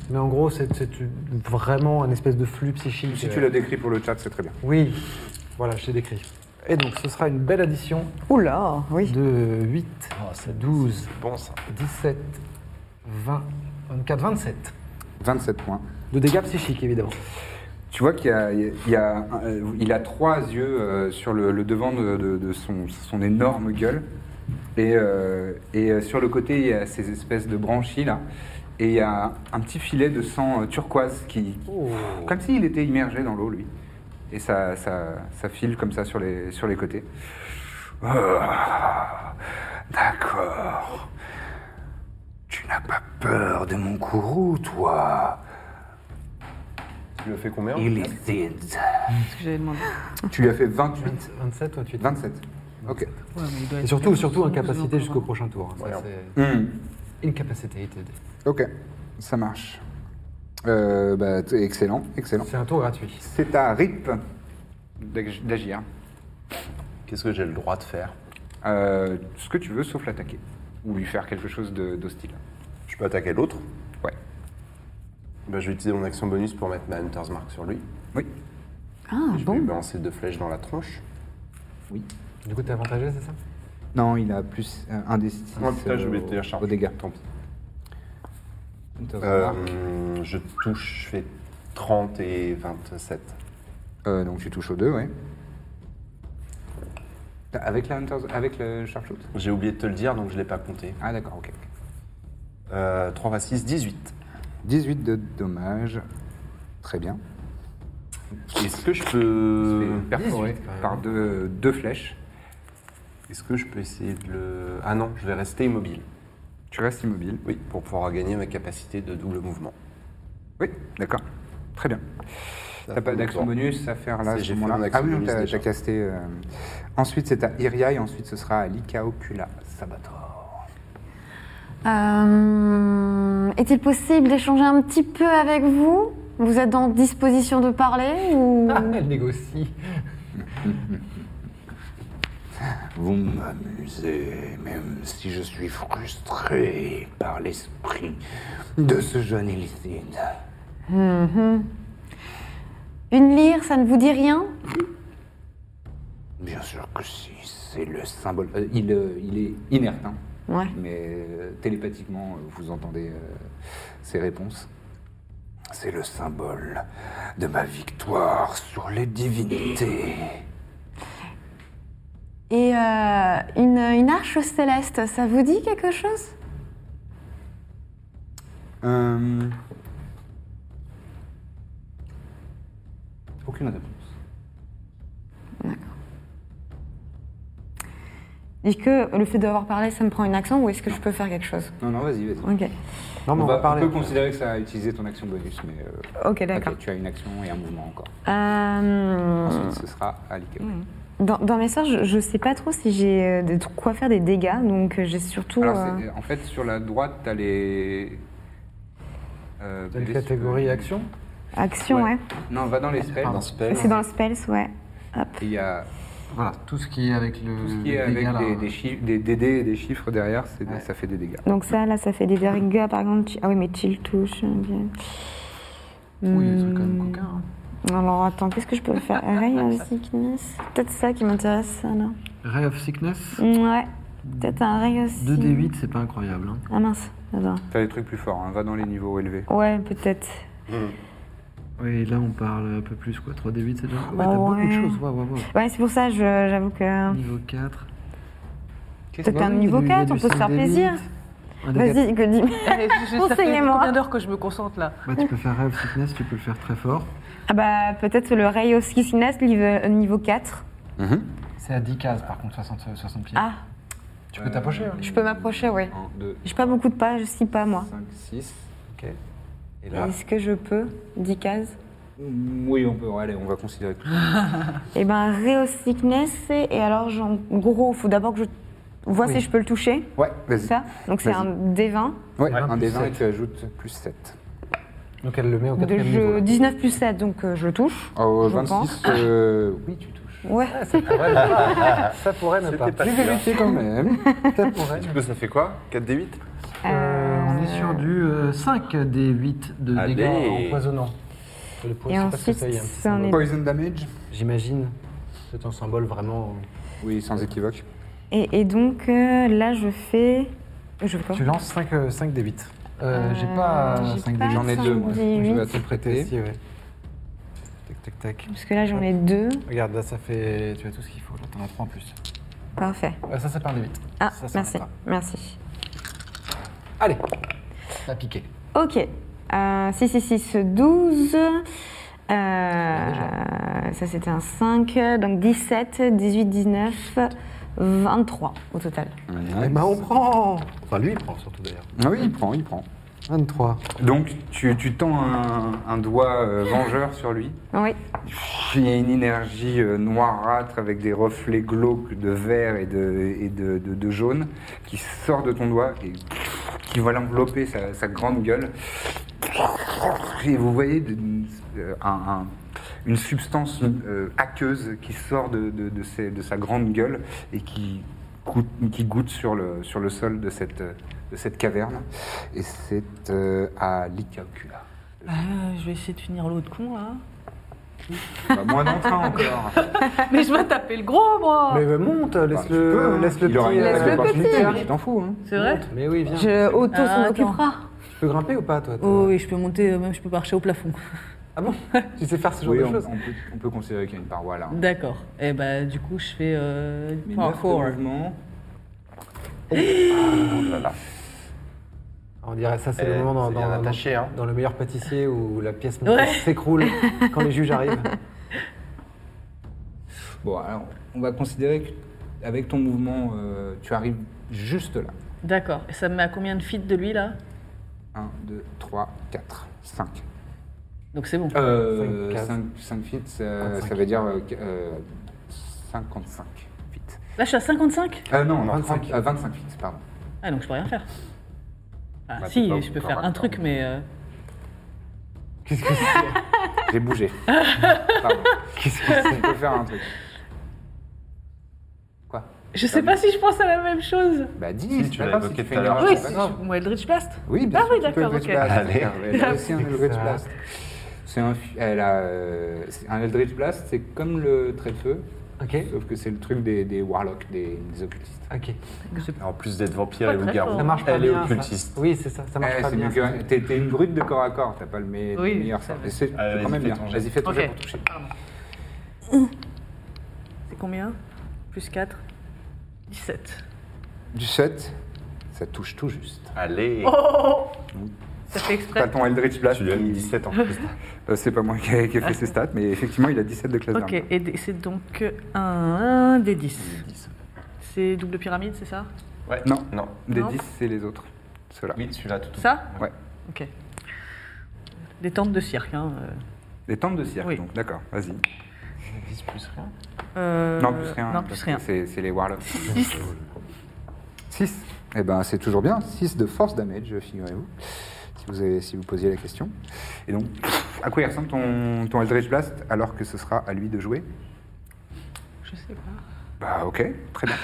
[SPEAKER 3] mais en gros, c'est c'est une- vraiment un espèce de flux psychique. euh,
[SPEAKER 1] Si tu l'as décrit pour le chat, c'est très bien.
[SPEAKER 3] Oui, voilà, je l'ai décrit. Et donc, ce sera une belle addition
[SPEAKER 6] Oula, oui.
[SPEAKER 3] de 8, 12,
[SPEAKER 2] Bon, ça.
[SPEAKER 3] 17, 20, 24, 27.
[SPEAKER 1] 27 points.
[SPEAKER 3] De dégâts psychiques, évidemment.
[SPEAKER 1] Tu vois qu'il y a, il y a un- euh, il a trois yeux euh, sur le, le devant de, de- de son, son énorme gueule. Et, euh, et euh, sur le côté, il y a ces espèces de branchies là. Et il y a un petit filet de sang euh, turquoise qui. Comme s'il était immergé dans l'eau, lui. Et ça, ça, ça file comme ça sur les, sur les côtés. Ah, D'accord. n'as pas peur de mon courroux, toi
[SPEAKER 2] Tu lui as fait combien
[SPEAKER 1] Illicite.
[SPEAKER 4] ce que j'avais demandé.
[SPEAKER 1] Tu lui as fait 28
[SPEAKER 3] 27, toi, tu
[SPEAKER 1] 27. Ok.
[SPEAKER 4] Ouais, mais il doit
[SPEAKER 3] Et
[SPEAKER 4] être
[SPEAKER 3] surtout,
[SPEAKER 4] bien
[SPEAKER 3] surtout
[SPEAKER 4] plus
[SPEAKER 3] incapacité
[SPEAKER 4] encore,
[SPEAKER 3] jusqu'au
[SPEAKER 4] hein.
[SPEAKER 3] prochain tour. hein. Ça,
[SPEAKER 2] Voyons.
[SPEAKER 3] c'est
[SPEAKER 1] Hmm.
[SPEAKER 3] incapacitated.
[SPEAKER 1] Ok, ça marche. Euh, bah, t- excellent, excellent.
[SPEAKER 3] C'est un tour gratuit.
[SPEAKER 1] C'est à RIP d'ag- d'agir.
[SPEAKER 2] Qu'est-ce que j'ai le droit de faire
[SPEAKER 1] Euh, ce que tu veux, sauf l'attaquer. Ou lui faire quelque chose de- d'hostile.
[SPEAKER 2] Je peux attaquer l'autre.
[SPEAKER 1] Ouais.
[SPEAKER 2] Bah, je vais utiliser mon action bonus pour mettre ma Hunter's Mark sur lui.
[SPEAKER 1] Oui.
[SPEAKER 5] Ah,
[SPEAKER 2] je vais
[SPEAKER 5] bon.
[SPEAKER 2] lui balancer deux flèches dans la tronche.
[SPEAKER 1] Oui.
[SPEAKER 3] Du coup, t'es avantagé, c'est ça
[SPEAKER 1] Non, il a plus euh, un des six.
[SPEAKER 2] Oh putain, je vais
[SPEAKER 1] euh,
[SPEAKER 2] te dire charge.
[SPEAKER 1] Au dégâts.
[SPEAKER 2] Tant pis.
[SPEAKER 1] Hunter's
[SPEAKER 2] Euh,
[SPEAKER 1] Mark.
[SPEAKER 2] je touche, je fais 30 et 27.
[SPEAKER 1] Euh, donc tu touches aux deux, ouais. Ah, Avec, la Hunter's- avec le sharpshoot
[SPEAKER 2] J'ai oublié de te le dire, donc je ne l'ai pas compté.
[SPEAKER 1] Ah d'accord, ok.
[SPEAKER 2] Euh, 3 x 6, 18.
[SPEAKER 1] 18 de dommages. Très bien.
[SPEAKER 2] Est-ce que je peux.
[SPEAKER 1] Perforé
[SPEAKER 3] 18, Euh, quand même.
[SPEAKER 1] par deux, deux flèches.
[SPEAKER 2] Est-ce que je peux essayer de le. Ah non, je vais rester immobile.
[SPEAKER 1] Tu restes immobile.
[SPEAKER 2] Oui, pour pouvoir gagner ma capacité de double mouvement.
[SPEAKER 1] Oui, d'accord. Très bien.
[SPEAKER 2] Ça
[SPEAKER 1] T'as
[SPEAKER 2] fait
[SPEAKER 1] pas
[SPEAKER 2] mon
[SPEAKER 1] d'action
[SPEAKER 2] tour.
[SPEAKER 1] bonus à faire là à
[SPEAKER 2] C'est-
[SPEAKER 1] ce
[SPEAKER 2] j'ai fait
[SPEAKER 1] moment-là.
[SPEAKER 2] mon action
[SPEAKER 1] Ah oui, non,
[SPEAKER 2] bonus
[SPEAKER 1] t'as
[SPEAKER 2] déjà.
[SPEAKER 1] t'as casté. euh, Ensuite, c'est à Iria et ensuite ce sera à Lika Ocula Sabator.
[SPEAKER 5] Euh, Est-il possible d'échanger un petit peu avec vous Vous êtes en disposition de parler ou...
[SPEAKER 3] Ah, elle négocie.
[SPEAKER 1] Vous m'amusez, même si je suis frustré par l'esprit de ce jeune illicite.
[SPEAKER 5] Une lyre, ça ne vous dit rien
[SPEAKER 1] Bien sûr que si, c'est le symbole. Euh, il, euh, il est inerte, hein,
[SPEAKER 5] Ouais.
[SPEAKER 1] mais euh, télépathiquement, euh, vous entendez euh, ses réponses. C'est le symbole de ma victoire sur les divinités.
[SPEAKER 5] Et euh, une, une arche céleste, ça vous dit quelque chose
[SPEAKER 1] Euh, Aucune réponse.
[SPEAKER 5] Est-ce que le fait d'avoir parlé, ça me prend une action ou est-ce que je peux faire quelque chose
[SPEAKER 1] Non, non, vas-y, vas-y.
[SPEAKER 5] Ok.
[SPEAKER 3] Non, mais on, va, parler.
[SPEAKER 1] peut considérer que ça a utilisé ton action bonus, mais euh,
[SPEAKER 5] Ok, d'accord.
[SPEAKER 1] ok, tu as une action et un mouvement encore.
[SPEAKER 5] Euh,
[SPEAKER 1] Ensuite, ce sera à Lika.
[SPEAKER 5] Mm. dans, dans mes sorts, je- je sais pas trop si j'ai euh, de de quoi faire des dégâts, donc euh, j'ai surtout.
[SPEAKER 1] Alors,
[SPEAKER 5] euh,
[SPEAKER 1] c'est- en fait, sur la droite, t'as les. Euh,
[SPEAKER 3] Dans une
[SPEAKER 1] les-
[SPEAKER 3] catégorie action
[SPEAKER 5] Action,
[SPEAKER 1] ouais.
[SPEAKER 5] ouais.
[SPEAKER 1] Non, va dans les spells.
[SPEAKER 2] Dans spell.
[SPEAKER 5] Ah, C'est dans le spells, ouais. Hop.
[SPEAKER 1] Il y a
[SPEAKER 3] Voilà, tout ce qui est avec le.
[SPEAKER 1] tout ce qui est
[SPEAKER 3] le
[SPEAKER 1] avec
[SPEAKER 3] dégât, là,
[SPEAKER 1] des,
[SPEAKER 3] hein.
[SPEAKER 1] des chiffres, des, des dés et des chiffres derrière, c'est-
[SPEAKER 3] Ouais.
[SPEAKER 1] ça fait des dégâts.
[SPEAKER 5] Donc ça, là, ça fait des dégâts, par exemple. chi- Ah oui, mais chill touche. euh, Bien. Hmm.
[SPEAKER 3] Oui, il y a des trucs quand même coquins. hein.
[SPEAKER 5] Alors attends, qu'est-ce que je peux faire Ray of Sickness Peut-être ça qui m'intéresse, ça, là.
[SPEAKER 3] Ray of Sickness
[SPEAKER 5] Ouais, peut-être un Ray aussi.
[SPEAKER 3] 2d8, c'est pas incroyable. hein.
[SPEAKER 5] Ah mince, attends.
[SPEAKER 1] T'as des trucs plus forts, hein, va dans les niveaux élevés.
[SPEAKER 5] Ouais, peut-être.
[SPEAKER 3] Oui, là on parle un peu plus quoi. 3d8, c'est déjà. Ouais,
[SPEAKER 5] Ah
[SPEAKER 3] t'as beaucoup
[SPEAKER 5] ouais.
[SPEAKER 3] de choses. Ouais, ouais, ouais.
[SPEAKER 5] Ouais, c'est pour ça, je- j'avoue que... hein.
[SPEAKER 3] Niveau 4.
[SPEAKER 5] Peut-être un niveau 4, on peut se faire plaisir. Vas-y, que dis
[SPEAKER 4] Eh, je- je- Ça fait
[SPEAKER 5] Conseillez-moi.
[SPEAKER 4] combien d'heures que je me concentre là
[SPEAKER 3] Bah, tu peux faire Ray of Sickness, tu peux le faire très fort.
[SPEAKER 5] Ah bah, peut-être le Ray of Sickness niveau, euh, niveau 4.
[SPEAKER 3] C'est à 10 cases par contre, 60, 60 pieds.
[SPEAKER 5] Ah,
[SPEAKER 3] Tu peux t'approcher. hein.
[SPEAKER 5] je peux m'approcher, oui.
[SPEAKER 1] 1, 2,
[SPEAKER 5] J'ai pas beaucoup de pas, je suis pas, moi.
[SPEAKER 1] 5, 6.
[SPEAKER 3] Ok.
[SPEAKER 1] Et là.
[SPEAKER 5] Est-ce que je peux 10 cases
[SPEAKER 1] Oui, on peut, allez, on va considérer tout.
[SPEAKER 5] Eh ben, Ray of Sickness, c'est- et alors, j'en- en gros, faut d'abord que je vois
[SPEAKER 3] Oui.
[SPEAKER 5] si je peux le toucher.
[SPEAKER 1] Ouais, vas-y.
[SPEAKER 5] C'est ça Donc c'est
[SPEAKER 1] Vas-y.
[SPEAKER 5] un D20
[SPEAKER 1] Ouais,
[SPEAKER 3] Vingt
[SPEAKER 1] un
[SPEAKER 3] plus
[SPEAKER 1] des 20 et
[SPEAKER 3] sept.
[SPEAKER 1] tu ajoutes plus 7.
[SPEAKER 3] Donc elle le met au
[SPEAKER 5] de
[SPEAKER 3] 4ème niveau.
[SPEAKER 5] jeu
[SPEAKER 3] là.
[SPEAKER 5] 19 plus 7, donc euh, je le touche.
[SPEAKER 1] Oh,
[SPEAKER 5] Je
[SPEAKER 1] 26,
[SPEAKER 5] pense.
[SPEAKER 1] euh, oui, tu touches.
[SPEAKER 5] Ouais.
[SPEAKER 3] Ah, Ça pourrait ne
[SPEAKER 2] C'était
[SPEAKER 3] pas.
[SPEAKER 2] pas
[SPEAKER 1] J'ai
[SPEAKER 2] celui-là.
[SPEAKER 1] vérifié quand même.
[SPEAKER 3] Ça pourrait.
[SPEAKER 2] Du coup, ça fait quoi 4 d 8
[SPEAKER 3] Euh, on est sur du 5 des 8 de
[SPEAKER 2] Allez.
[SPEAKER 3] dégâts empoisonnants. Le poison,
[SPEAKER 5] Et
[SPEAKER 3] je sais pas ce que
[SPEAKER 5] ensuite,
[SPEAKER 3] c'est, il y a un petit
[SPEAKER 5] ça en
[SPEAKER 3] symbole.
[SPEAKER 5] est-
[SPEAKER 1] Poison damage
[SPEAKER 3] J'imagine. C'est un symbole vraiment.
[SPEAKER 1] Oui, sans équivoque.
[SPEAKER 5] Et, et donc euh, là, je fais. Je fais quoi
[SPEAKER 3] Tu lances 5, des 8. Euh, j'ai
[SPEAKER 5] Euh,
[SPEAKER 3] pas
[SPEAKER 5] j'ai
[SPEAKER 3] 5
[SPEAKER 5] pas
[SPEAKER 3] des 8.
[SPEAKER 1] J'en ai deux, moi. Je vais
[SPEAKER 5] Cinq,
[SPEAKER 1] te prêter.
[SPEAKER 3] Si, ouais. Tac, tac, tac.
[SPEAKER 5] Parce que là, j'en ai deux.
[SPEAKER 3] Regarde, là, ça fait. Tu as tout ce qu'il faut. Là, t'en as 3 en plus.
[SPEAKER 5] Parfait.
[SPEAKER 3] Euh, ça, c'est pas un des 8.
[SPEAKER 5] Ah,
[SPEAKER 3] Ça, ça
[SPEAKER 5] merci.
[SPEAKER 3] rentre
[SPEAKER 5] Merci.
[SPEAKER 3] Allez T'as piqué.
[SPEAKER 5] Ok. Euh, 6, 6, 6, 12. Euh, ça, c'était un 5. Donc 17, 18, 19, 23 au total.
[SPEAKER 3] Eh ben, on prend Enfin, lui, il prend surtout d'ailleurs.
[SPEAKER 1] Ah oui, il prend, il prend.
[SPEAKER 3] 23.
[SPEAKER 1] Donc tu, tu tends un, un doigt euh, vengeur sur lui.
[SPEAKER 5] Oui.
[SPEAKER 1] Il y a une énergie euh, noirâtre avec des reflets glauques de vert et de, et de, de- de jaune qui sort de ton doigt et qui va l'envelopper sa, sa grande gueule. Et vous voyez de- euh, un- un- une substance euh, aqueuse qui sort de, de- de ses- de sa grande gueule et qui goûte, qui goûte sur, le, sur le sol de cette, euh, de cette caverne. Et c'est euh, à l'Icacula.
[SPEAKER 4] Euh, je vais essayer de finir l'autre con, là.
[SPEAKER 1] Bah, moins d'entrain encore.
[SPEAKER 4] Mais je vais taper le gros, moi
[SPEAKER 3] Mais bah, monte,
[SPEAKER 1] Bah, tu
[SPEAKER 3] laisse-le
[SPEAKER 1] peux, hein.
[SPEAKER 3] laisse le
[SPEAKER 1] Il aura
[SPEAKER 3] petit.
[SPEAKER 1] une
[SPEAKER 5] Laisse-le
[SPEAKER 1] attaque
[SPEAKER 5] le
[SPEAKER 1] d'opportunité,
[SPEAKER 5] petit.
[SPEAKER 1] Tu t'en fous. Hein.
[SPEAKER 4] C'est vrai
[SPEAKER 3] Mais oui, viens.
[SPEAKER 5] Je, Otto
[SPEAKER 4] Ah,
[SPEAKER 5] s'en
[SPEAKER 4] attends.
[SPEAKER 5] occupera.
[SPEAKER 3] Tu peux grimper ou pas, toi toi
[SPEAKER 4] Oh oui, je peux monter, euh, même je peux marcher au plafond.
[SPEAKER 3] Ah bon Tu sais faire ce genre
[SPEAKER 1] Oui,
[SPEAKER 3] de
[SPEAKER 1] on,
[SPEAKER 3] choses
[SPEAKER 1] on peut, on peut considérer qu'il y a une paroi là. hein.
[SPEAKER 4] D'accord. Et bah du coup, je fais euh,
[SPEAKER 1] Mais neuf de
[SPEAKER 4] parkour.
[SPEAKER 1] mouvement.
[SPEAKER 3] On dirait ça, c'est
[SPEAKER 2] Eh,
[SPEAKER 3] le moment dans,
[SPEAKER 2] c'est bien
[SPEAKER 3] dans-
[SPEAKER 2] attaché, hein.
[SPEAKER 3] dans le meilleur pâtissier où la pièce
[SPEAKER 4] Ouais.
[SPEAKER 3] s'écroule quand les juges arrivent.
[SPEAKER 1] Bon, alors, on va considérer qu'avec ton mouvement, euh, tu arrives juste là.
[SPEAKER 4] D'accord. Et ça me met à combien de feet de lui là
[SPEAKER 1] 1, 2, 3, 4, 5.
[SPEAKER 4] Donc c'est bon.
[SPEAKER 1] 5
[SPEAKER 3] cases.
[SPEAKER 1] Euh, feet, euh, ça
[SPEAKER 3] 25.
[SPEAKER 1] veut dire euh, qu- euh, 55 feet.
[SPEAKER 4] Là, je suis à 55
[SPEAKER 1] Euh, non, non,
[SPEAKER 3] 25.
[SPEAKER 1] 30, euh, 25 feet, pardon.
[SPEAKER 4] Ah, donc je peux rien faire. Ah,
[SPEAKER 1] Bah,
[SPEAKER 4] si,
[SPEAKER 1] t'es pas
[SPEAKER 4] je peux
[SPEAKER 1] encore
[SPEAKER 4] faire un
[SPEAKER 1] acteur.
[SPEAKER 4] truc, mais. euh,
[SPEAKER 3] Qu'est-ce que c'est
[SPEAKER 1] J'ai bougé. Pardon. Qu'est-ce que c'est On peut faire un truc. Quoi
[SPEAKER 4] Je
[SPEAKER 1] Ah
[SPEAKER 4] sais pas si je pense à la même chose.
[SPEAKER 1] Bah dis,
[SPEAKER 2] Si,
[SPEAKER 1] c'est
[SPEAKER 2] tu
[SPEAKER 1] pas
[SPEAKER 2] l'as
[SPEAKER 1] grave si
[SPEAKER 2] évoqué
[SPEAKER 1] tu
[SPEAKER 2] tout
[SPEAKER 1] fais
[SPEAKER 2] à
[SPEAKER 1] une
[SPEAKER 2] l'heure.
[SPEAKER 1] erreur, Bah,
[SPEAKER 4] oui,
[SPEAKER 1] c'est pas
[SPEAKER 4] si
[SPEAKER 1] grave.
[SPEAKER 4] je- ou Eldritch Blast.
[SPEAKER 1] Oui, bien
[SPEAKER 4] Ah
[SPEAKER 1] sûr,
[SPEAKER 4] oui,
[SPEAKER 1] tu peux
[SPEAKER 4] d'accord,
[SPEAKER 1] Eldritch
[SPEAKER 4] ok.
[SPEAKER 1] Blast.
[SPEAKER 2] Allez.
[SPEAKER 1] Elle a aussi un Eldritch Blast. C'est un, fu- elle a, euh, c'est- un Eldritch Blast, c'est comme le trait de feu,
[SPEAKER 3] Ok,
[SPEAKER 1] sauf que c'est le truc des, des warlocks, des, des occultistes.
[SPEAKER 3] ok.
[SPEAKER 2] En plus d'être vampire et
[SPEAKER 4] Pas très
[SPEAKER 2] loup-garou,
[SPEAKER 4] fort.
[SPEAKER 1] Oh.
[SPEAKER 3] Ça marche pas
[SPEAKER 2] elle est
[SPEAKER 3] bien. ça.
[SPEAKER 2] occultiste.
[SPEAKER 3] Oui, c'est ça, ça marche
[SPEAKER 1] Eh,
[SPEAKER 3] pas
[SPEAKER 1] c'est
[SPEAKER 3] bien.
[SPEAKER 1] mieux que- T'es t'es une brute de corps à corps, t'as pas le, me-
[SPEAKER 4] Oui,
[SPEAKER 1] le meilleur
[SPEAKER 4] ça
[SPEAKER 1] sort.
[SPEAKER 4] va.
[SPEAKER 1] Et C'est
[SPEAKER 2] Allez,
[SPEAKER 1] c'est quand
[SPEAKER 2] vas-y,
[SPEAKER 1] même
[SPEAKER 2] fais
[SPEAKER 1] bien.
[SPEAKER 2] ton jet.
[SPEAKER 1] Vas-y, fais ton
[SPEAKER 4] Ok.
[SPEAKER 1] jet pour toucher.
[SPEAKER 4] C'est combien Plus 4 17.
[SPEAKER 1] Du 7, ça touche tout juste.
[SPEAKER 2] Allez
[SPEAKER 4] Oh Ça fait
[SPEAKER 1] T'as
[SPEAKER 4] exprès.
[SPEAKER 1] ton Eldritch Blast.
[SPEAKER 2] Tu lui as mis
[SPEAKER 1] qui-
[SPEAKER 2] 17 en plus.
[SPEAKER 1] Euh, c'est pas moi qui ai qui ai fait ses stats, mais effectivement, il a 17 de classe
[SPEAKER 4] Ok,
[SPEAKER 1] d'armure.
[SPEAKER 4] et des- c'est donc un, des 10. C'est double pyramide, c'est ça
[SPEAKER 2] Ouais.
[SPEAKER 1] Non.
[SPEAKER 2] Non.
[SPEAKER 1] Des
[SPEAKER 4] Non.
[SPEAKER 1] 10, c'est les autres. Ceux-là.
[SPEAKER 2] Oui, celui-là tout
[SPEAKER 4] Ça
[SPEAKER 1] Ouais.
[SPEAKER 4] Ok. Des tentes de cirque, hein. euh.
[SPEAKER 1] Les tentes de cirque,
[SPEAKER 4] Oui.
[SPEAKER 1] donc d'accord, vas-y.
[SPEAKER 2] plus rien.
[SPEAKER 4] Euh,
[SPEAKER 1] Non, plus rien.
[SPEAKER 4] Non,
[SPEAKER 1] parce
[SPEAKER 4] plus
[SPEAKER 1] que
[SPEAKER 4] rien.
[SPEAKER 1] C'est c'est les Warlocks.
[SPEAKER 4] Six.
[SPEAKER 1] 6. Eh ben, c'est toujours bien. 6 de force damage, figurez-vous. Si vous, avez- si vous posiez la question. Et donc, à quoi il ressemble ton, ton Eldritch Blast alors que ce sera à lui de jouer
[SPEAKER 4] Je sais pas.
[SPEAKER 1] Bah, ok, très bien.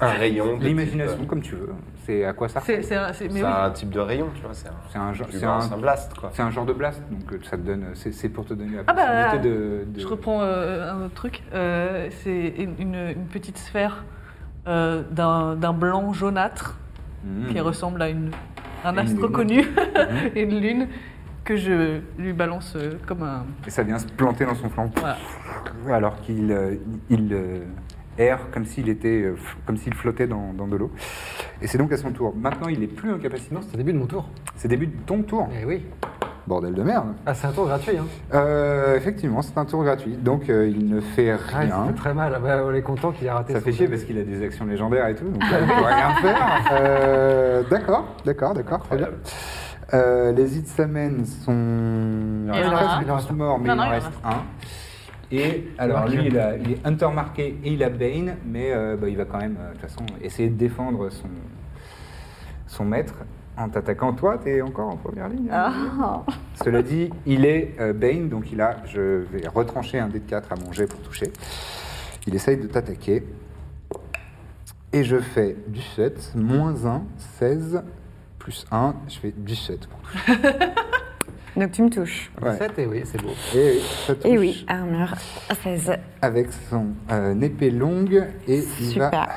[SPEAKER 2] Un rayon. de
[SPEAKER 1] L'imagination,
[SPEAKER 2] type,
[SPEAKER 1] comme tu veux. C'est à quoi ça
[SPEAKER 4] C'est,
[SPEAKER 1] ressemble
[SPEAKER 4] c'est, un- c'est-
[SPEAKER 2] euh,
[SPEAKER 4] mais
[SPEAKER 2] C'est
[SPEAKER 4] oui.
[SPEAKER 2] un type de rayon, tu vois. C'est un,
[SPEAKER 1] C'est un, genre-
[SPEAKER 2] tu
[SPEAKER 1] c'est
[SPEAKER 2] lances un
[SPEAKER 1] un-
[SPEAKER 2] blast, quoi.
[SPEAKER 1] c'est un genre de blast, donc euh, ça te donne. C'est c'est pour te donner la
[SPEAKER 4] Ah bah,
[SPEAKER 1] possibilité de, de-
[SPEAKER 4] Je reprends euh, un autre truc. Euh, c'est une, une- une petite sphère euh, d'un, d'un blanc jaunâtre
[SPEAKER 1] Mhm.
[SPEAKER 4] qui ressemble à une, un
[SPEAKER 1] Une
[SPEAKER 4] astre
[SPEAKER 1] lune. Mmh.
[SPEAKER 4] connu et une lune que je lui balance euh, comme un.
[SPEAKER 1] Et ça vient se planter dans son flanc.
[SPEAKER 4] Voilà.
[SPEAKER 1] alors qu'il euh, il, euh, erre comme s'il était euh, f- comme s'il flottait dans, dans de l'eau. Et c'est donc à son tour. Maintenant, il n'est plus incapacité.
[SPEAKER 3] Non, c'est le début de mon tour.
[SPEAKER 1] C'est début de ton tour.
[SPEAKER 3] Eh oui.
[SPEAKER 1] Bordel de merde.
[SPEAKER 3] Ah, c'est un tour gratuit, hein.
[SPEAKER 1] Euh, effectivement, c'est un tour gratuit. Donc euh, il ne fait
[SPEAKER 3] Ah, il
[SPEAKER 1] rien.
[SPEAKER 3] fait très mal. Ah bah, on est content qu'il ait raté
[SPEAKER 1] ça
[SPEAKER 3] son
[SPEAKER 1] fait chier
[SPEAKER 3] jeu.
[SPEAKER 1] parce qu'il a des actions légendaires et tout, donc là, il peut rien faire. Euh, d'accord, d'accord, d'accord, très bien. Euh, les Itsamen sont.
[SPEAKER 4] Il y en a un.
[SPEAKER 1] ils sont tous morts, mais
[SPEAKER 4] Non,
[SPEAKER 1] il
[SPEAKER 4] non,
[SPEAKER 1] en reste un. Et alors lui, il, a- il est Hunter marqué et il a Bane, mais euh, bah, il va quand même, euh, de toute façon, essayer de défendre son, son maître en t'attaquant. Toi, t'es encore en première ligne. hein.
[SPEAKER 5] Ah.
[SPEAKER 1] Cela dit, il est euh, Bane, donc il a. Je vais retrancher un dé de 4 à mon jet pour toucher. Il essaye de t'attaquer. Et je fais 17, moins 1, 16, plus 1, je fais 17 pour toucher.
[SPEAKER 5] Donc tu me touches.
[SPEAKER 1] Ouais.
[SPEAKER 3] 7 et Eh oui, c'est beau.
[SPEAKER 1] Et oui, ça touche.
[SPEAKER 5] Et oui, armure 16.
[SPEAKER 1] Avec son euh, épée longue et il
[SPEAKER 5] Super.
[SPEAKER 1] ah, va.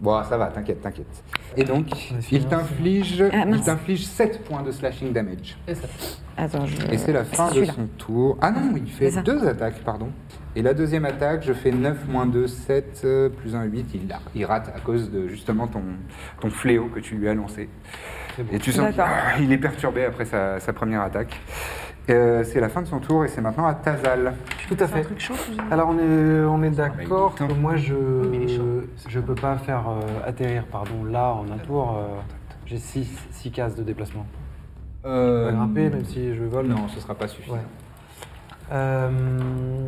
[SPEAKER 1] Bon, ça va, t'inquiète, t'inquiète. Et donc, il t'inflige
[SPEAKER 5] Ah, mince.
[SPEAKER 1] il t'inflige 7 points de slashing damage.
[SPEAKER 4] C'est ça.
[SPEAKER 5] Attends, je...
[SPEAKER 1] Et c'est la fin de
[SPEAKER 5] celui-là.
[SPEAKER 1] son tour. Ah non, il fait
[SPEAKER 5] C'est ça.
[SPEAKER 1] deux attaques, pardon. Et la deuxième attaque, je fais 9 moins 2, 7 euh, plus 1, 8. Il, la- il rate à cause de justement ton, ton fléau que tu lui as lancé. Et tu sens qu'il
[SPEAKER 6] D'accord.
[SPEAKER 1] ah, il est perturbé après sa, sa première attaque. Euh, c'est la fin de son tour et c'est maintenant à Tazal.
[SPEAKER 3] Tout à
[SPEAKER 4] C'est un
[SPEAKER 3] fait.
[SPEAKER 4] truc chaud,
[SPEAKER 3] Alors on est, on est
[SPEAKER 1] mais il
[SPEAKER 3] d'accord
[SPEAKER 1] est
[SPEAKER 3] que
[SPEAKER 1] temps.
[SPEAKER 3] moi
[SPEAKER 4] mais il est
[SPEAKER 3] je
[SPEAKER 4] chaud.
[SPEAKER 3] je peux pas faire euh, atterrir pardon là en un tour. euh, J'ai 6 cases de déplacement.
[SPEAKER 1] Euh,
[SPEAKER 4] Euh,
[SPEAKER 3] Pas grimper même si je vole.
[SPEAKER 1] Non, ce sera pas suffisant.
[SPEAKER 3] Ouais. Euh,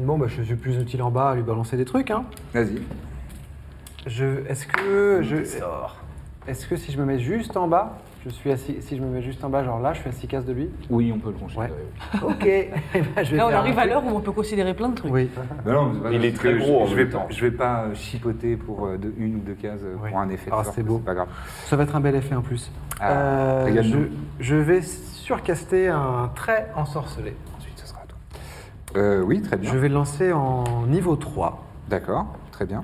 [SPEAKER 3] bon bah je suis plus utile en bas à lui balancer des trucs hein.
[SPEAKER 1] Vas-y.
[SPEAKER 3] Je est-ce que je est-ce que si je me mets juste en bas, je suis assis si je me mets juste en bas genre là, je suis à 6 cases de lui.
[SPEAKER 1] Oui, on peut le considérer.
[SPEAKER 3] Ouais. OK. Eh ben, je vais
[SPEAKER 4] Là, on
[SPEAKER 3] faire un
[SPEAKER 4] arrive à
[SPEAKER 3] truc.
[SPEAKER 4] l'heure où on peut considérer plein de trucs.
[SPEAKER 3] Oui.
[SPEAKER 1] Bah non, c'est pas-
[SPEAKER 2] Il est
[SPEAKER 1] parce
[SPEAKER 2] très
[SPEAKER 1] que
[SPEAKER 2] gros en
[SPEAKER 1] Je, je
[SPEAKER 2] même
[SPEAKER 1] vais,
[SPEAKER 2] temps.
[SPEAKER 1] pas- je vais pas euh, chipoter pour euh, de- une ou deux cases euh,
[SPEAKER 3] Ouais.
[SPEAKER 1] pour un effet. de
[SPEAKER 3] Ah,
[SPEAKER 1] sort,
[SPEAKER 3] c'est beau.
[SPEAKER 1] pas grave.
[SPEAKER 3] Ça va être un bel effet en plus.
[SPEAKER 1] Ah,
[SPEAKER 3] Euh, je,
[SPEAKER 1] régale-nous.
[SPEAKER 3] je vais surcaster un trait ensorcelé.
[SPEAKER 1] Ensuite, ce sera à toi. Euh, oui, très bien.
[SPEAKER 3] Je vais le lancer en niveau 3.
[SPEAKER 1] D'accord, très bien.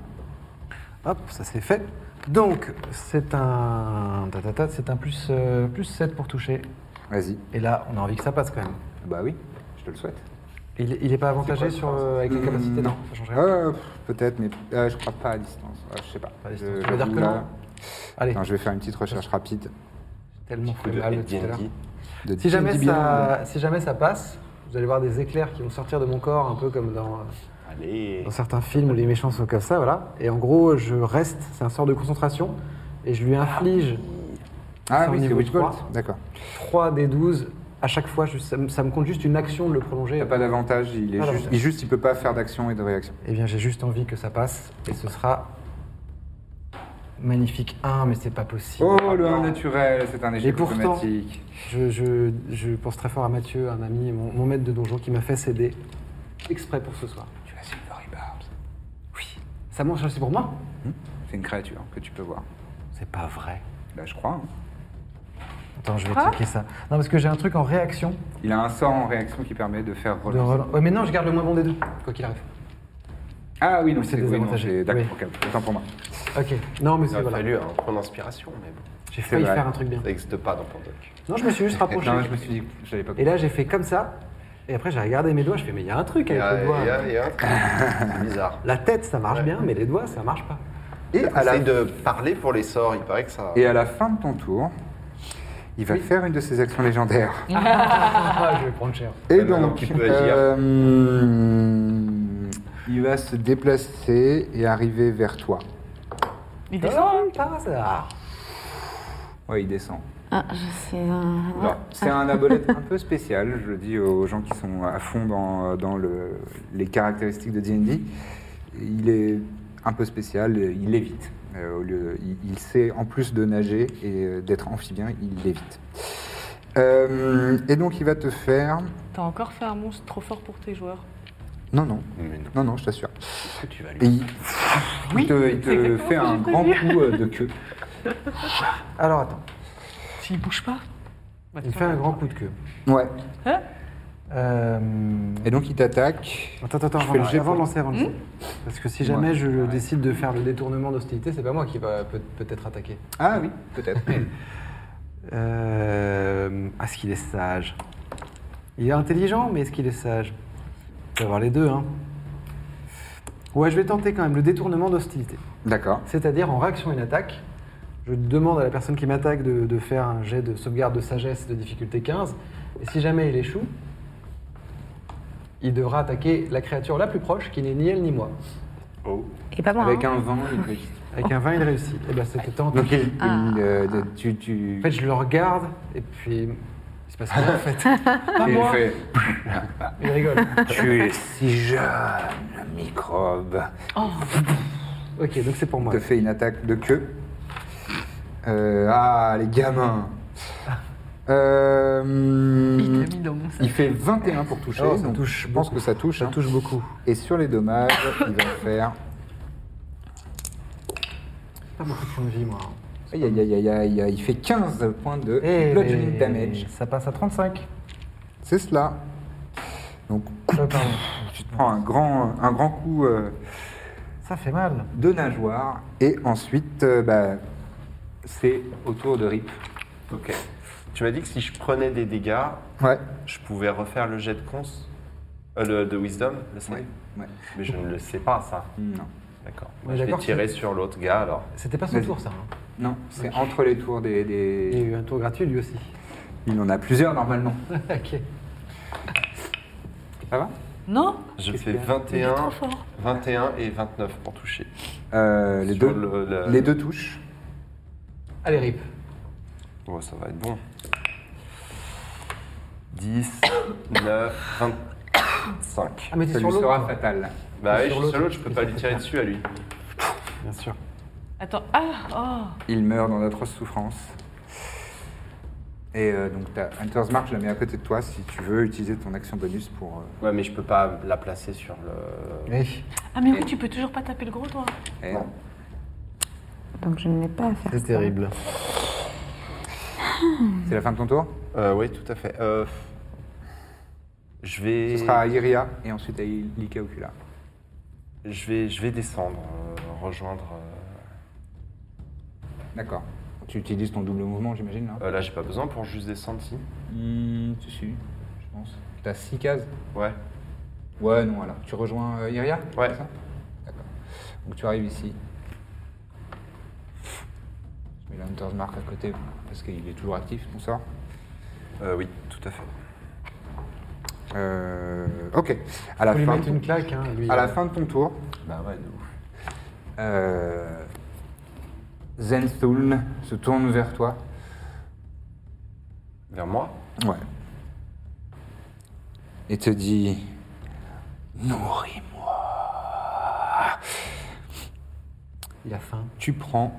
[SPEAKER 3] Hop, ça c'est fait. Donc, c'est un. tatata, C'est un plus, euh, plus 7 pour toucher.
[SPEAKER 1] Vas-y.
[SPEAKER 3] Et là, on a envie que ça passe quand même.
[SPEAKER 1] Bah oui, je te le souhaite.
[SPEAKER 3] Il, il est pas avantagé
[SPEAKER 1] quoi,
[SPEAKER 3] sur,
[SPEAKER 1] ça
[SPEAKER 3] euh, avec les
[SPEAKER 1] Hmm,
[SPEAKER 3] capacités
[SPEAKER 1] non.
[SPEAKER 3] ça change rien.
[SPEAKER 1] Euh, pff, Peut-être, mais euh, je crois pas à distance. Ah, je sais pas.
[SPEAKER 3] Pas à distance.
[SPEAKER 1] Je-
[SPEAKER 3] Tu veux dire que
[SPEAKER 1] là-
[SPEAKER 3] non Allez,
[SPEAKER 1] Attends, je vais faire une petite recherche rapide.
[SPEAKER 3] tellement fait
[SPEAKER 2] de
[SPEAKER 3] mal, tout à l'heure.
[SPEAKER 2] AD&D.
[SPEAKER 1] De
[SPEAKER 3] Si jamais,
[SPEAKER 1] 10 billions.
[SPEAKER 3] ça, si jamais ça passe, vous allez voir des éclairs qui vont sortir de mon corps, un peu comme dans,
[SPEAKER 2] Allez.
[SPEAKER 3] dans certains films où les méchants sont comme ça, voilà. Et en gros, je reste, c'est un sort de concentration, et je lui inflige
[SPEAKER 1] Ah
[SPEAKER 3] c'est au
[SPEAKER 1] oui, c'est
[SPEAKER 3] niveau
[SPEAKER 1] Witchbolt.
[SPEAKER 3] 3.
[SPEAKER 1] D'accord.
[SPEAKER 3] 3 des 12 à chaque fois. je- ça, me- ça me compte juste une action de le prolonger.
[SPEAKER 1] Il a pas d'avantage, il est
[SPEAKER 3] Pas
[SPEAKER 1] juste,
[SPEAKER 3] d'avantage.
[SPEAKER 1] Ah, il juste, il peut pas faire d'action et de réaction.
[SPEAKER 3] Eh bien, j'ai juste envie que ça passe, et ce sera magnifique 1, mais c'est pas possible.
[SPEAKER 1] Oh, le 1 naturel, c'est un échec
[SPEAKER 3] Et pourtant-
[SPEAKER 1] automatique.
[SPEAKER 3] Je, je- je pense très fort à Mathieu, un ami, mon, mon maître de donjon, qui m'a fait céder exprès pour ce soir.
[SPEAKER 1] Tu as Silvery Barbs.
[SPEAKER 3] Oui. Ça mange, c'est pour moi
[SPEAKER 1] C'est une créature que tu peux voir.
[SPEAKER 3] C'est pas vrai.
[SPEAKER 1] Là, je crois. hein.
[SPEAKER 3] Attends, je vais checker ça. Non, parce que j'ai un truc en réaction.
[SPEAKER 1] Il a un sort en réaction qui permet de faire
[SPEAKER 3] De
[SPEAKER 1] relancer.
[SPEAKER 3] Roland. Ouais, mais non, je garde le moins bon des deux, quoi qu'il arrive.
[SPEAKER 1] Ah oui, donc
[SPEAKER 3] C'est
[SPEAKER 1] c'est oui, non,
[SPEAKER 3] désavantagé.
[SPEAKER 1] c'est- D'accord,
[SPEAKER 3] Oui. Oh,
[SPEAKER 1] ok, autant pour moi.
[SPEAKER 3] Ok. Non, mais
[SPEAKER 2] Il
[SPEAKER 3] c'est
[SPEAKER 2] aurait
[SPEAKER 3] voilà.
[SPEAKER 2] fallu un point d'inspiration, mais bon,
[SPEAKER 3] J'ai failli
[SPEAKER 1] vrai.
[SPEAKER 3] faire un truc bien.
[SPEAKER 2] ça n'existe pas dans Pandoc.
[SPEAKER 3] Non, je me suis juste rapproché.
[SPEAKER 1] Non, je me suis dit, que j'avais pas
[SPEAKER 3] Et là, j'ai fait comme ça. Et après, j'ai regardé mes doigts. Je fais, mais il y a un truc
[SPEAKER 2] Il y
[SPEAKER 3] avec
[SPEAKER 2] a-
[SPEAKER 3] les doigts.
[SPEAKER 2] Ah, il y a- il y a un truc. C'est bizarre.
[SPEAKER 3] La tête, ça marche bien, mais les doigts, ça marche pas.
[SPEAKER 1] Et à, la...
[SPEAKER 2] Essaye de parler pour les sorts, il paraît que ça.
[SPEAKER 1] et à la fin de ton tour, il va faire une de ses actions légendaires.
[SPEAKER 3] Ah, je vais prendre cher.
[SPEAKER 1] Et
[SPEAKER 2] Ah, maintenant
[SPEAKER 1] donc,
[SPEAKER 2] qu'il peut agir.
[SPEAKER 1] euh, il va se déplacer et arriver vers toi.
[SPEAKER 4] Il descend.
[SPEAKER 3] Par hasard.
[SPEAKER 1] Ouais, il descend.
[SPEAKER 5] Ah, je sais... euh,
[SPEAKER 1] Non, c'est un abolette un peu spécial, je le dis aux gens qui sont à fond dans, dans le- les caractéristiques de D&D. Il est un peu spécial, il évite. Euh, au lieu, il, il sait, en plus de nager et euh, d'être amphibien, il évite. et donc il va te faire...
[SPEAKER 4] T'as encore fait un monstre trop fort pour tes joueurs.
[SPEAKER 1] Non, non,
[SPEAKER 2] Mais non,
[SPEAKER 1] non, non, je t'assure.
[SPEAKER 2] est-ce que tu vas lui.
[SPEAKER 1] Et il, il te, il te fait un grand coup euh, de queue.
[SPEAKER 3] Alors, attends.
[SPEAKER 4] S'il bouge pas. bah,
[SPEAKER 3] Il
[SPEAKER 4] tiens.
[SPEAKER 3] fait un grand coup de queue.
[SPEAKER 1] Ouais.
[SPEAKER 3] Euh...
[SPEAKER 1] Et donc il t'attaque.
[SPEAKER 3] Attends, attends,
[SPEAKER 1] Je
[SPEAKER 3] avant,
[SPEAKER 1] fais le jet
[SPEAKER 3] avant
[SPEAKER 1] pour-
[SPEAKER 3] de lancer, avant de lancer. Parce que si jamais
[SPEAKER 1] Ouais.
[SPEAKER 3] je décide de faire le détournement d'hostilité, c'est pas moi qui va peut- peut-être attaquer.
[SPEAKER 1] Ah oui, peut-être.
[SPEAKER 3] Euh... Est-ce qu'il est sage Il est intelligent, mais est-ce qu'il est sage Il peut avoir les deux, hein. Ouais, je vais tenter quand même le détournement d'hostilité.
[SPEAKER 1] D'accord.
[SPEAKER 3] C'est-à-dire, en réaction à une attaque, je demande à la personne qui m'attaque de, de faire un jet de sauvegarde de sagesse de difficulté 15. Et si jamais il échoue, il devra attaquer la créature la plus proche, qui n'est ni elle ni moi.
[SPEAKER 2] Oh.
[SPEAKER 5] Et pas moi,
[SPEAKER 1] Avec
[SPEAKER 5] hein.
[SPEAKER 1] un vent, il réussit.
[SPEAKER 3] Avec un 20, il réussit. Et ben, c'était tenté.
[SPEAKER 1] Donc, il, il, euh, de- tu, tu...
[SPEAKER 3] En fait, je le regarde, et puis... Il se passe rien, en fait. Pas
[SPEAKER 1] il
[SPEAKER 3] moi
[SPEAKER 1] fait
[SPEAKER 3] Il rigole.
[SPEAKER 1] Tu es si jeune, microbe.
[SPEAKER 3] Ok, donc c'est pour
[SPEAKER 1] Il
[SPEAKER 3] moi.
[SPEAKER 1] te fait une attaque de queue. Euh, ah, les gamins.
[SPEAKER 3] Ah.
[SPEAKER 1] Euh,
[SPEAKER 4] Il t'a mis dans mon sac.
[SPEAKER 1] il fait 21 pour toucher.
[SPEAKER 3] Oh, ça
[SPEAKER 1] donc
[SPEAKER 3] touche
[SPEAKER 1] je pense
[SPEAKER 3] beaucoup.
[SPEAKER 1] que ça touche.
[SPEAKER 3] Ça
[SPEAKER 1] hein.
[SPEAKER 3] touche beaucoup.
[SPEAKER 1] Et sur les dommages, il va faire.
[SPEAKER 3] Pas beaucoup de points de vie, moi.
[SPEAKER 1] Aïe, aïe, aïe, aïe, aïe, aïe, Il fait 15 points de
[SPEAKER 3] Et
[SPEAKER 1] bludgeoning damage.
[SPEAKER 3] Ça passe à 35.
[SPEAKER 1] C'est cela. Donc,
[SPEAKER 3] Euh, pardon.
[SPEAKER 1] tu te prends un grand, un grand coup. euh,
[SPEAKER 3] Ça fait mal.
[SPEAKER 1] de nageoire et ensuite euh, bah, C'est autour de Rip.
[SPEAKER 2] Ok. Tu m'as dit que si je prenais des dégâts,
[SPEAKER 1] Ouais.
[SPEAKER 2] je pouvais refaire le jet de cons euh, le- de wisdom, le save.
[SPEAKER 1] Ouais. ouais.
[SPEAKER 2] Mais je ne le sais pas, ça.
[SPEAKER 1] Non.
[SPEAKER 2] D'accord.
[SPEAKER 3] Mais
[SPEAKER 2] je vais
[SPEAKER 3] d'accord,
[SPEAKER 2] tirer sur l'autre gars alors.
[SPEAKER 3] C'était pas son
[SPEAKER 1] Vas-y.
[SPEAKER 3] tour, ça. hein.
[SPEAKER 1] Non, c'est entre les tours des, des-
[SPEAKER 3] Il y a eu un tour gratuit, lui aussi.
[SPEAKER 1] Il en a plusieurs normalement.
[SPEAKER 3] ok.
[SPEAKER 1] Ça va
[SPEAKER 4] Non
[SPEAKER 2] Je
[SPEAKER 1] Qu'est-ce
[SPEAKER 2] fais
[SPEAKER 1] qu'il y a
[SPEAKER 2] 21, 21 et 29 pour toucher.
[SPEAKER 1] Euh, les,
[SPEAKER 2] Sur
[SPEAKER 1] deux,
[SPEAKER 2] le- le-
[SPEAKER 1] les deux touches.
[SPEAKER 3] Allez, Rip.
[SPEAKER 2] Bon, Oh, ça va être bon. 10, 9, 25.
[SPEAKER 3] Ah, mais
[SPEAKER 1] Ça lui
[SPEAKER 3] t'es sur l'autre.
[SPEAKER 1] sera
[SPEAKER 3] toi.
[SPEAKER 1] fatal.
[SPEAKER 2] Bah oui, je suis
[SPEAKER 3] sur
[SPEAKER 2] sur
[SPEAKER 3] l'autre.
[SPEAKER 2] l'autre, je peux pas lui tirer dessus à lui.
[SPEAKER 3] Bien sûr.
[SPEAKER 4] Attends, ah
[SPEAKER 1] Il meurt dans d'atroces souffrances. Et euh, donc ta Hunter's Mark, je la mets à côté de toi si tu veux utiliser ton action bonus pour. euh,
[SPEAKER 2] Ouais, mais je peux pas la placer sur le.
[SPEAKER 3] Oui.
[SPEAKER 4] oh. Ah mais oui, tu peux toujours pas taper le gros, toi
[SPEAKER 1] et-
[SPEAKER 2] Non.
[SPEAKER 5] Donc je ne l'ai pas à faire.
[SPEAKER 3] C'est terrible.
[SPEAKER 1] C'est la fin de ton tour
[SPEAKER 2] Euh, oui, tout à fait. Euh, je vais.
[SPEAKER 1] Ce sera à Iria et ensuite à Lika Ocula.
[SPEAKER 2] Je vais, je vais descendre, euh, rejoindre. euh,
[SPEAKER 1] D'accord. Tu utilises ton double mouvement, j'imagine, là
[SPEAKER 2] euh, là, j'ai pas besoin pour juste descendre, si.
[SPEAKER 1] Hmm, Tu suis, je pense. T'as 6 cases
[SPEAKER 2] Ouais.
[SPEAKER 1] Ouais, non, alors. Tu rejoins euh, Iria
[SPEAKER 2] Ouais.
[SPEAKER 1] c'est ça D'accord. Donc tu arrives ici. Je mets la Hunter's Mark à côté parce qu'il est toujours actif, ton sort.
[SPEAKER 2] Euh, oui, tout à fait.
[SPEAKER 1] Euh, ok. À la,
[SPEAKER 3] Faut lui
[SPEAKER 1] fin,
[SPEAKER 3] mettre une claque, hein, lui.
[SPEAKER 1] à la fin de ton tour,
[SPEAKER 2] Bah ouais, de ouf.
[SPEAKER 1] euh, Zenthuln se tourne vers toi.
[SPEAKER 2] Vers moi
[SPEAKER 1] Ouais. Et te dit Nourris-moi.
[SPEAKER 3] Il a faim.
[SPEAKER 1] Tu prends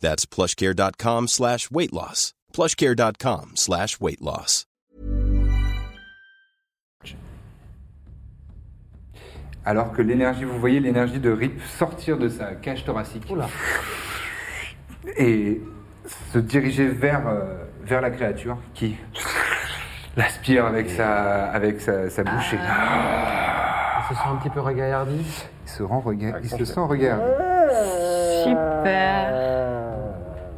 [SPEAKER 7] That's plushcare.com slash weight loss. Plushcare.com slash weight loss.
[SPEAKER 1] Alors que l'énergie, vous voyez l'énergie de Rip sortir de sa cage thoracique
[SPEAKER 3] Oula.
[SPEAKER 1] et se diriger vers, euh, vers la créature qui l'aspire avec sa, avec sa, sa bouche et
[SPEAKER 3] Il se sent un petit peu regaillardi.
[SPEAKER 1] il se rend regard, il se sent regard.
[SPEAKER 5] Super.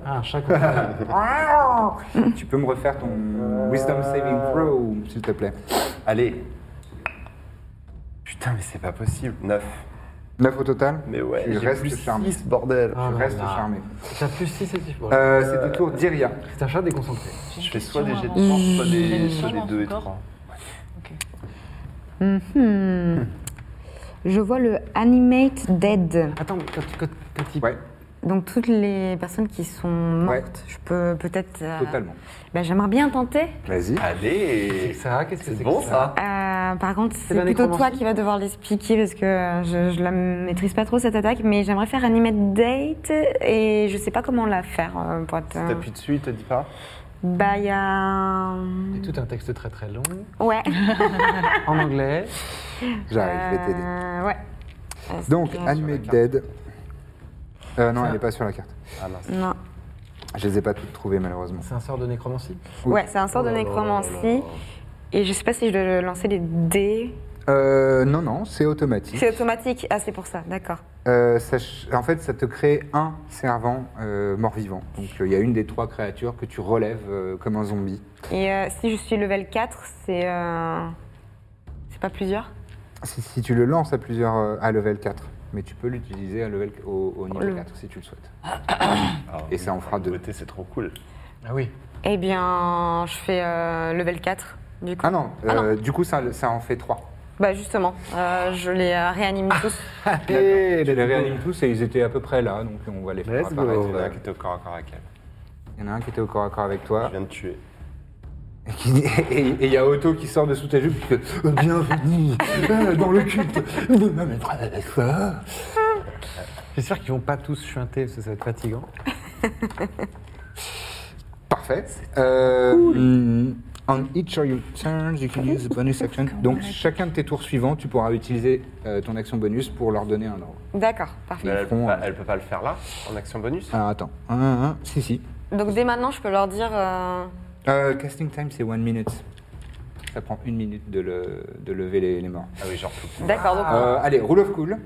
[SPEAKER 3] Ah, chaque fois.
[SPEAKER 1] Tu peux me refaire ton Wisdom Saving Throw, s'il te plaît.
[SPEAKER 2] Allez Putain, mais c'est pas possible. 9.
[SPEAKER 1] 9 au total
[SPEAKER 2] Mais ouais,
[SPEAKER 1] Tu
[SPEAKER 2] j'ai
[SPEAKER 1] restes
[SPEAKER 2] plus
[SPEAKER 1] charmé.
[SPEAKER 2] 6, bordel.
[SPEAKER 3] Ah,
[SPEAKER 1] Tu
[SPEAKER 3] là,
[SPEAKER 1] restes
[SPEAKER 3] là.
[SPEAKER 1] charmé.
[SPEAKER 3] T'as plus 6 et 6 pour
[SPEAKER 1] Euh, C'est au tour d'Iria.
[SPEAKER 3] C'est un chat déconcentré.
[SPEAKER 2] je fais soit des jets de
[SPEAKER 4] J'ai
[SPEAKER 2] force, soit
[SPEAKER 4] une
[SPEAKER 2] des,
[SPEAKER 4] question
[SPEAKER 2] soit des
[SPEAKER 4] avant
[SPEAKER 2] 2 et
[SPEAKER 4] encore.
[SPEAKER 2] 3.
[SPEAKER 5] Mhm. Je vois le animate dead.
[SPEAKER 3] Attends, quand, quand, quand il.
[SPEAKER 1] Ouais,
[SPEAKER 5] Donc toutes les personnes qui sont mortes,
[SPEAKER 1] Ouais.
[SPEAKER 5] je peux peut-être. euh,
[SPEAKER 1] totalement.
[SPEAKER 5] bah, J'aimerais bien tenter.
[SPEAKER 1] Vas-y.
[SPEAKER 3] Qu'est-ce que
[SPEAKER 2] Allez
[SPEAKER 3] c'est que ça, qu'est-ce que c'est
[SPEAKER 2] C'est
[SPEAKER 3] que
[SPEAKER 2] bon ça
[SPEAKER 5] Euh, par contre, c'est
[SPEAKER 3] la
[SPEAKER 5] plutôt toi
[SPEAKER 3] nécromancie.
[SPEAKER 5] qui vas devoir l'expliquer parce que euh, je, je la maîtrise pas trop cette attaque, mais j'aimerais faire animate date et je sais pas comment la faire euh, pour être. euh,
[SPEAKER 2] T'appuies dessus, il te dit pas
[SPEAKER 5] Bah, il y a. un-
[SPEAKER 3] C'est tout un texte très très long,
[SPEAKER 5] euh, Ouais.
[SPEAKER 3] en anglais.
[SPEAKER 1] J'arrive, je vais t'aider.
[SPEAKER 5] Euh, ouais. Est-ce
[SPEAKER 1] Donc,
[SPEAKER 5] que-
[SPEAKER 1] Animate
[SPEAKER 2] carte.
[SPEAKER 1] Dead. Euh, non, elle n'est pas sur la carte.
[SPEAKER 2] Ah mince.
[SPEAKER 5] Non.
[SPEAKER 1] Je les ai pas toutes trouvées, malheureusement.
[SPEAKER 3] C'est un sort de nécromancie.
[SPEAKER 1] Oui.
[SPEAKER 5] Ouais, c'est un sort de nécromancie. Et je sais pas si je dois lancer les dés.
[SPEAKER 1] Euh, non, non, c'est automatique.
[SPEAKER 5] C'est automatique. Ah, c'est pour ça, d'accord.
[SPEAKER 1] Euh, ça ch- en fait, ça te crée un servant euh, mort-vivant. Donc, euh, il y a une des trois créatures que tu relèves euh, comme un zombie.
[SPEAKER 5] Et euh, si je suis level 4, c'est. euh, C'est pas plusieurs
[SPEAKER 1] Si, si tu le lances à plusieurs euh, à level 4, mais tu peux l'utiliser à level au, au niveau
[SPEAKER 5] Le-
[SPEAKER 1] 4 si tu le souhaites.
[SPEAKER 2] Ah,
[SPEAKER 1] Et ça en fera deux.
[SPEAKER 2] Beauté, C'est trop cool.
[SPEAKER 3] Ah oui.
[SPEAKER 5] Eh bien, je fais euh, level 4, du coup.
[SPEAKER 1] Ah non,
[SPEAKER 5] Ah
[SPEAKER 1] euh, du coup ça, ça en fait 3.
[SPEAKER 5] Bah, justement, euh, je les euh, réanime
[SPEAKER 1] Ah.
[SPEAKER 5] tous.
[SPEAKER 1] Et les réanime tous et ils étaient à peu près là, donc on va les faire
[SPEAKER 3] Let's go.
[SPEAKER 1] apparaître.
[SPEAKER 2] Il y en a
[SPEAKER 1] euh,
[SPEAKER 2] un qui était au corps à corps avec elle.
[SPEAKER 1] Il y en a un qui était au corps à corps avec toi.
[SPEAKER 2] Je viens de tuer.
[SPEAKER 1] Et qui- Et et il y a Otto qui sort de sous ta jupe et qui fait euh, Bienvenue euh, dans le culte de ma maîtresse.
[SPEAKER 3] J'espère qu'ils vont pas tous chuinter, parce que ça va être fatigant.
[SPEAKER 1] Parfait. Euh, on each of your turns, you can use a bonus action. Donc, chacun de tes tours suivants, tu pourras utiliser euh, ton action bonus pour leur donner un ordre.
[SPEAKER 5] D'accord, parfait.
[SPEAKER 1] Ils
[SPEAKER 2] Elle,
[SPEAKER 1] font,
[SPEAKER 2] peut pas-
[SPEAKER 1] euh,
[SPEAKER 2] elle peut pas le faire là, en action bonus
[SPEAKER 1] Alors, attends. Un, un, un. Si, si.
[SPEAKER 5] Donc dès maintenant, je peux leur dire. euh,
[SPEAKER 1] Euh, casting time, c'est one minute. Ça prend une minute de, le- de lever les, les morts.
[SPEAKER 2] Ah oui, genre tout.
[SPEAKER 5] D'accord, donc.
[SPEAKER 1] Euh, allez, rule of cool.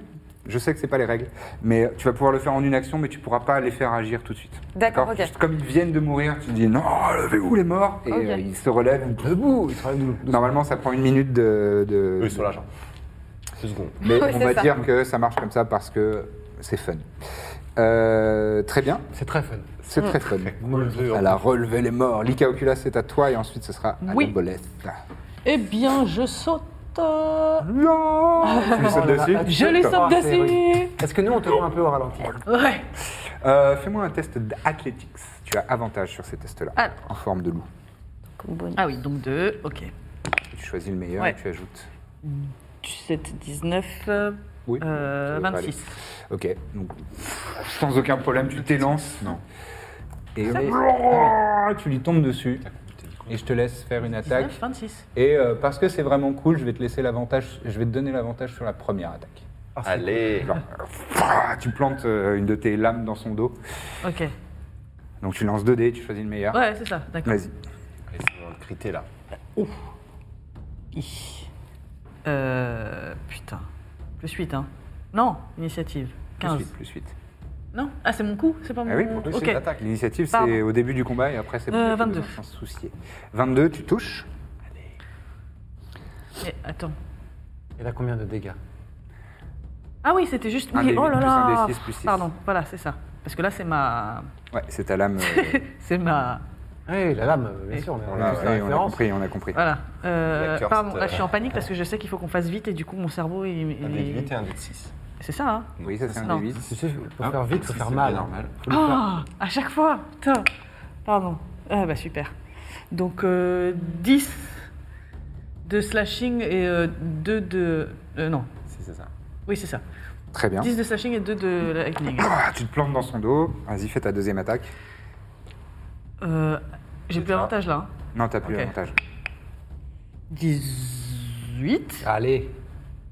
[SPEAKER 1] Je sais que c'est pas les règles, mais tu vas pouvoir le faire en une action, mais tu pourras pas les faire agir tout de suite.
[SPEAKER 5] D'accord, ok.
[SPEAKER 1] Juste comme ils viennent de mourir, tu dis non, levez-vous les morts, et
[SPEAKER 5] Ok.
[SPEAKER 1] euh, ils se relèvent debout. Ils se relèvent debout. Normalement, ça prend une minute de. de-
[SPEAKER 2] Eux, ils sont là, genre. Deux secondes.
[SPEAKER 1] Mais
[SPEAKER 5] Oui,
[SPEAKER 1] on
[SPEAKER 5] c'est
[SPEAKER 1] va
[SPEAKER 5] ça.
[SPEAKER 1] dire que ça marche comme ça parce que c'est fun. Euh, très bien,
[SPEAKER 3] C'est très fun.
[SPEAKER 5] Mm.
[SPEAKER 1] c'est très fun.
[SPEAKER 3] Moi, je vais-
[SPEAKER 1] Elle a relevé les morts. Lika Ocula, c'est à toi, et ensuite ce sera à
[SPEAKER 4] Oui.
[SPEAKER 1] Bolette.
[SPEAKER 4] Eh bien, je saute. euh,
[SPEAKER 1] Non Tu lui sautes
[SPEAKER 3] Oh là là,
[SPEAKER 1] dessus
[SPEAKER 4] Je les
[SPEAKER 3] Ah,
[SPEAKER 4] saute
[SPEAKER 3] c'est vrai.
[SPEAKER 4] dessus.
[SPEAKER 3] Est-ce que nous, on te voit un peu au ralenti
[SPEAKER 4] Ouais.
[SPEAKER 1] Euh, Fais-moi un test d'athlétiques. Tu as avantage sur ces tests-là,
[SPEAKER 4] Alors.
[SPEAKER 1] en forme de loup. Euh.
[SPEAKER 5] comme bonus.
[SPEAKER 4] Ah oui, donc deux. Ok.
[SPEAKER 1] Tu choisis le meilleur
[SPEAKER 4] Ouais.
[SPEAKER 1] et tu ajoutes.
[SPEAKER 4] 17, 19, euh,
[SPEAKER 1] Oui.
[SPEAKER 4] euh,
[SPEAKER 1] Ça va aller.
[SPEAKER 4] 26.
[SPEAKER 1] Ok, donc sans aucun problème, tu t'élances. Non. Et Ah, tu lui tombes dessus. Et je te laisse faire une attaque.
[SPEAKER 4] 19, 26.
[SPEAKER 1] Et euh, parce que c'est vraiment cool, je vais te laisser l'avantage. Je vais te donner l'avantage sur la première attaque.
[SPEAKER 2] Allez
[SPEAKER 1] Genre, euh, tu plantes euh, une de tes lames dans son dos.
[SPEAKER 4] Ok.
[SPEAKER 1] Donc tu lances 2 dés, tu choisis le meilleur.
[SPEAKER 4] Ouais, c'est ça. D'accord.
[SPEAKER 1] Vas-y.
[SPEAKER 2] Essayons de criter là.
[SPEAKER 4] Euh, putain. Plus 8, hein. Non, initiative.
[SPEAKER 1] Plus
[SPEAKER 4] 15.
[SPEAKER 1] vite, plus vite.
[SPEAKER 4] Non Ah, c'est mon coup C'est pas mon
[SPEAKER 1] Ah oui, pour toi,
[SPEAKER 4] Ok.
[SPEAKER 1] c'est l'attaque. L'initiative, c'est
[SPEAKER 4] Pardon.
[SPEAKER 1] au début du combat et après, c'est
[SPEAKER 4] Euh,
[SPEAKER 1] plus
[SPEAKER 4] 22.
[SPEAKER 1] sans se soucier. 22, tu touches.
[SPEAKER 4] Mais attends.
[SPEAKER 3] Elle a combien de dégâts
[SPEAKER 4] Ah oui, c'était juste.
[SPEAKER 1] Un
[SPEAKER 4] Oui,
[SPEAKER 1] des
[SPEAKER 4] oh
[SPEAKER 1] huit
[SPEAKER 4] là
[SPEAKER 1] plus un
[SPEAKER 4] là
[SPEAKER 1] des six plus six.
[SPEAKER 4] Pardon, voilà, c'est ça. Parce que là, c'est ma.
[SPEAKER 1] Ouais, c'est ta lame. euh,
[SPEAKER 4] c'est ma.
[SPEAKER 3] Ah Oui, la lame, bien sûr, on a,
[SPEAKER 1] on,
[SPEAKER 3] on a
[SPEAKER 1] l'a,
[SPEAKER 3] tous la
[SPEAKER 1] ouais, Ah, on a
[SPEAKER 3] référence.
[SPEAKER 1] compris, on a compris.
[SPEAKER 4] Voilà. Euh,
[SPEAKER 2] La cursed,
[SPEAKER 4] pardon, là,
[SPEAKER 2] euh,
[SPEAKER 4] je suis en panique parce que je sais qu'il faut qu'on fasse vite et du coup, mon cerveau, il.
[SPEAKER 1] Ah,
[SPEAKER 2] Un
[SPEAKER 4] il-
[SPEAKER 2] dé de 8 et un dé de 6.
[SPEAKER 4] C'est ça, hein
[SPEAKER 1] Oui, ça, c'est un
[SPEAKER 4] Non.
[SPEAKER 1] des 8.
[SPEAKER 3] Tu sais, faut
[SPEAKER 2] Ah,
[SPEAKER 3] faire vite, faut
[SPEAKER 2] si,
[SPEAKER 3] faire
[SPEAKER 2] c'est
[SPEAKER 3] mal.
[SPEAKER 2] bien normal.
[SPEAKER 3] Faut le faire.
[SPEAKER 4] Ah, à chaque fois Putain Pardon. Ah bah super. Donc euh, 10 de slashing et 2 de... euh, non,
[SPEAKER 2] Si, c'est ça.
[SPEAKER 4] oui c'est ça.
[SPEAKER 1] Très bien.
[SPEAKER 4] 10 de slashing et 2 de lightning.
[SPEAKER 1] Ah, tu te plantes dans son dos. Vas-y, fais ta deuxième attaque.
[SPEAKER 4] Euh, J'ai plus avantage là. hein.
[SPEAKER 1] Non, t'as plus
[SPEAKER 4] Ok.
[SPEAKER 1] l'avantage.
[SPEAKER 4] 18,
[SPEAKER 2] Ah.
[SPEAKER 3] Allez,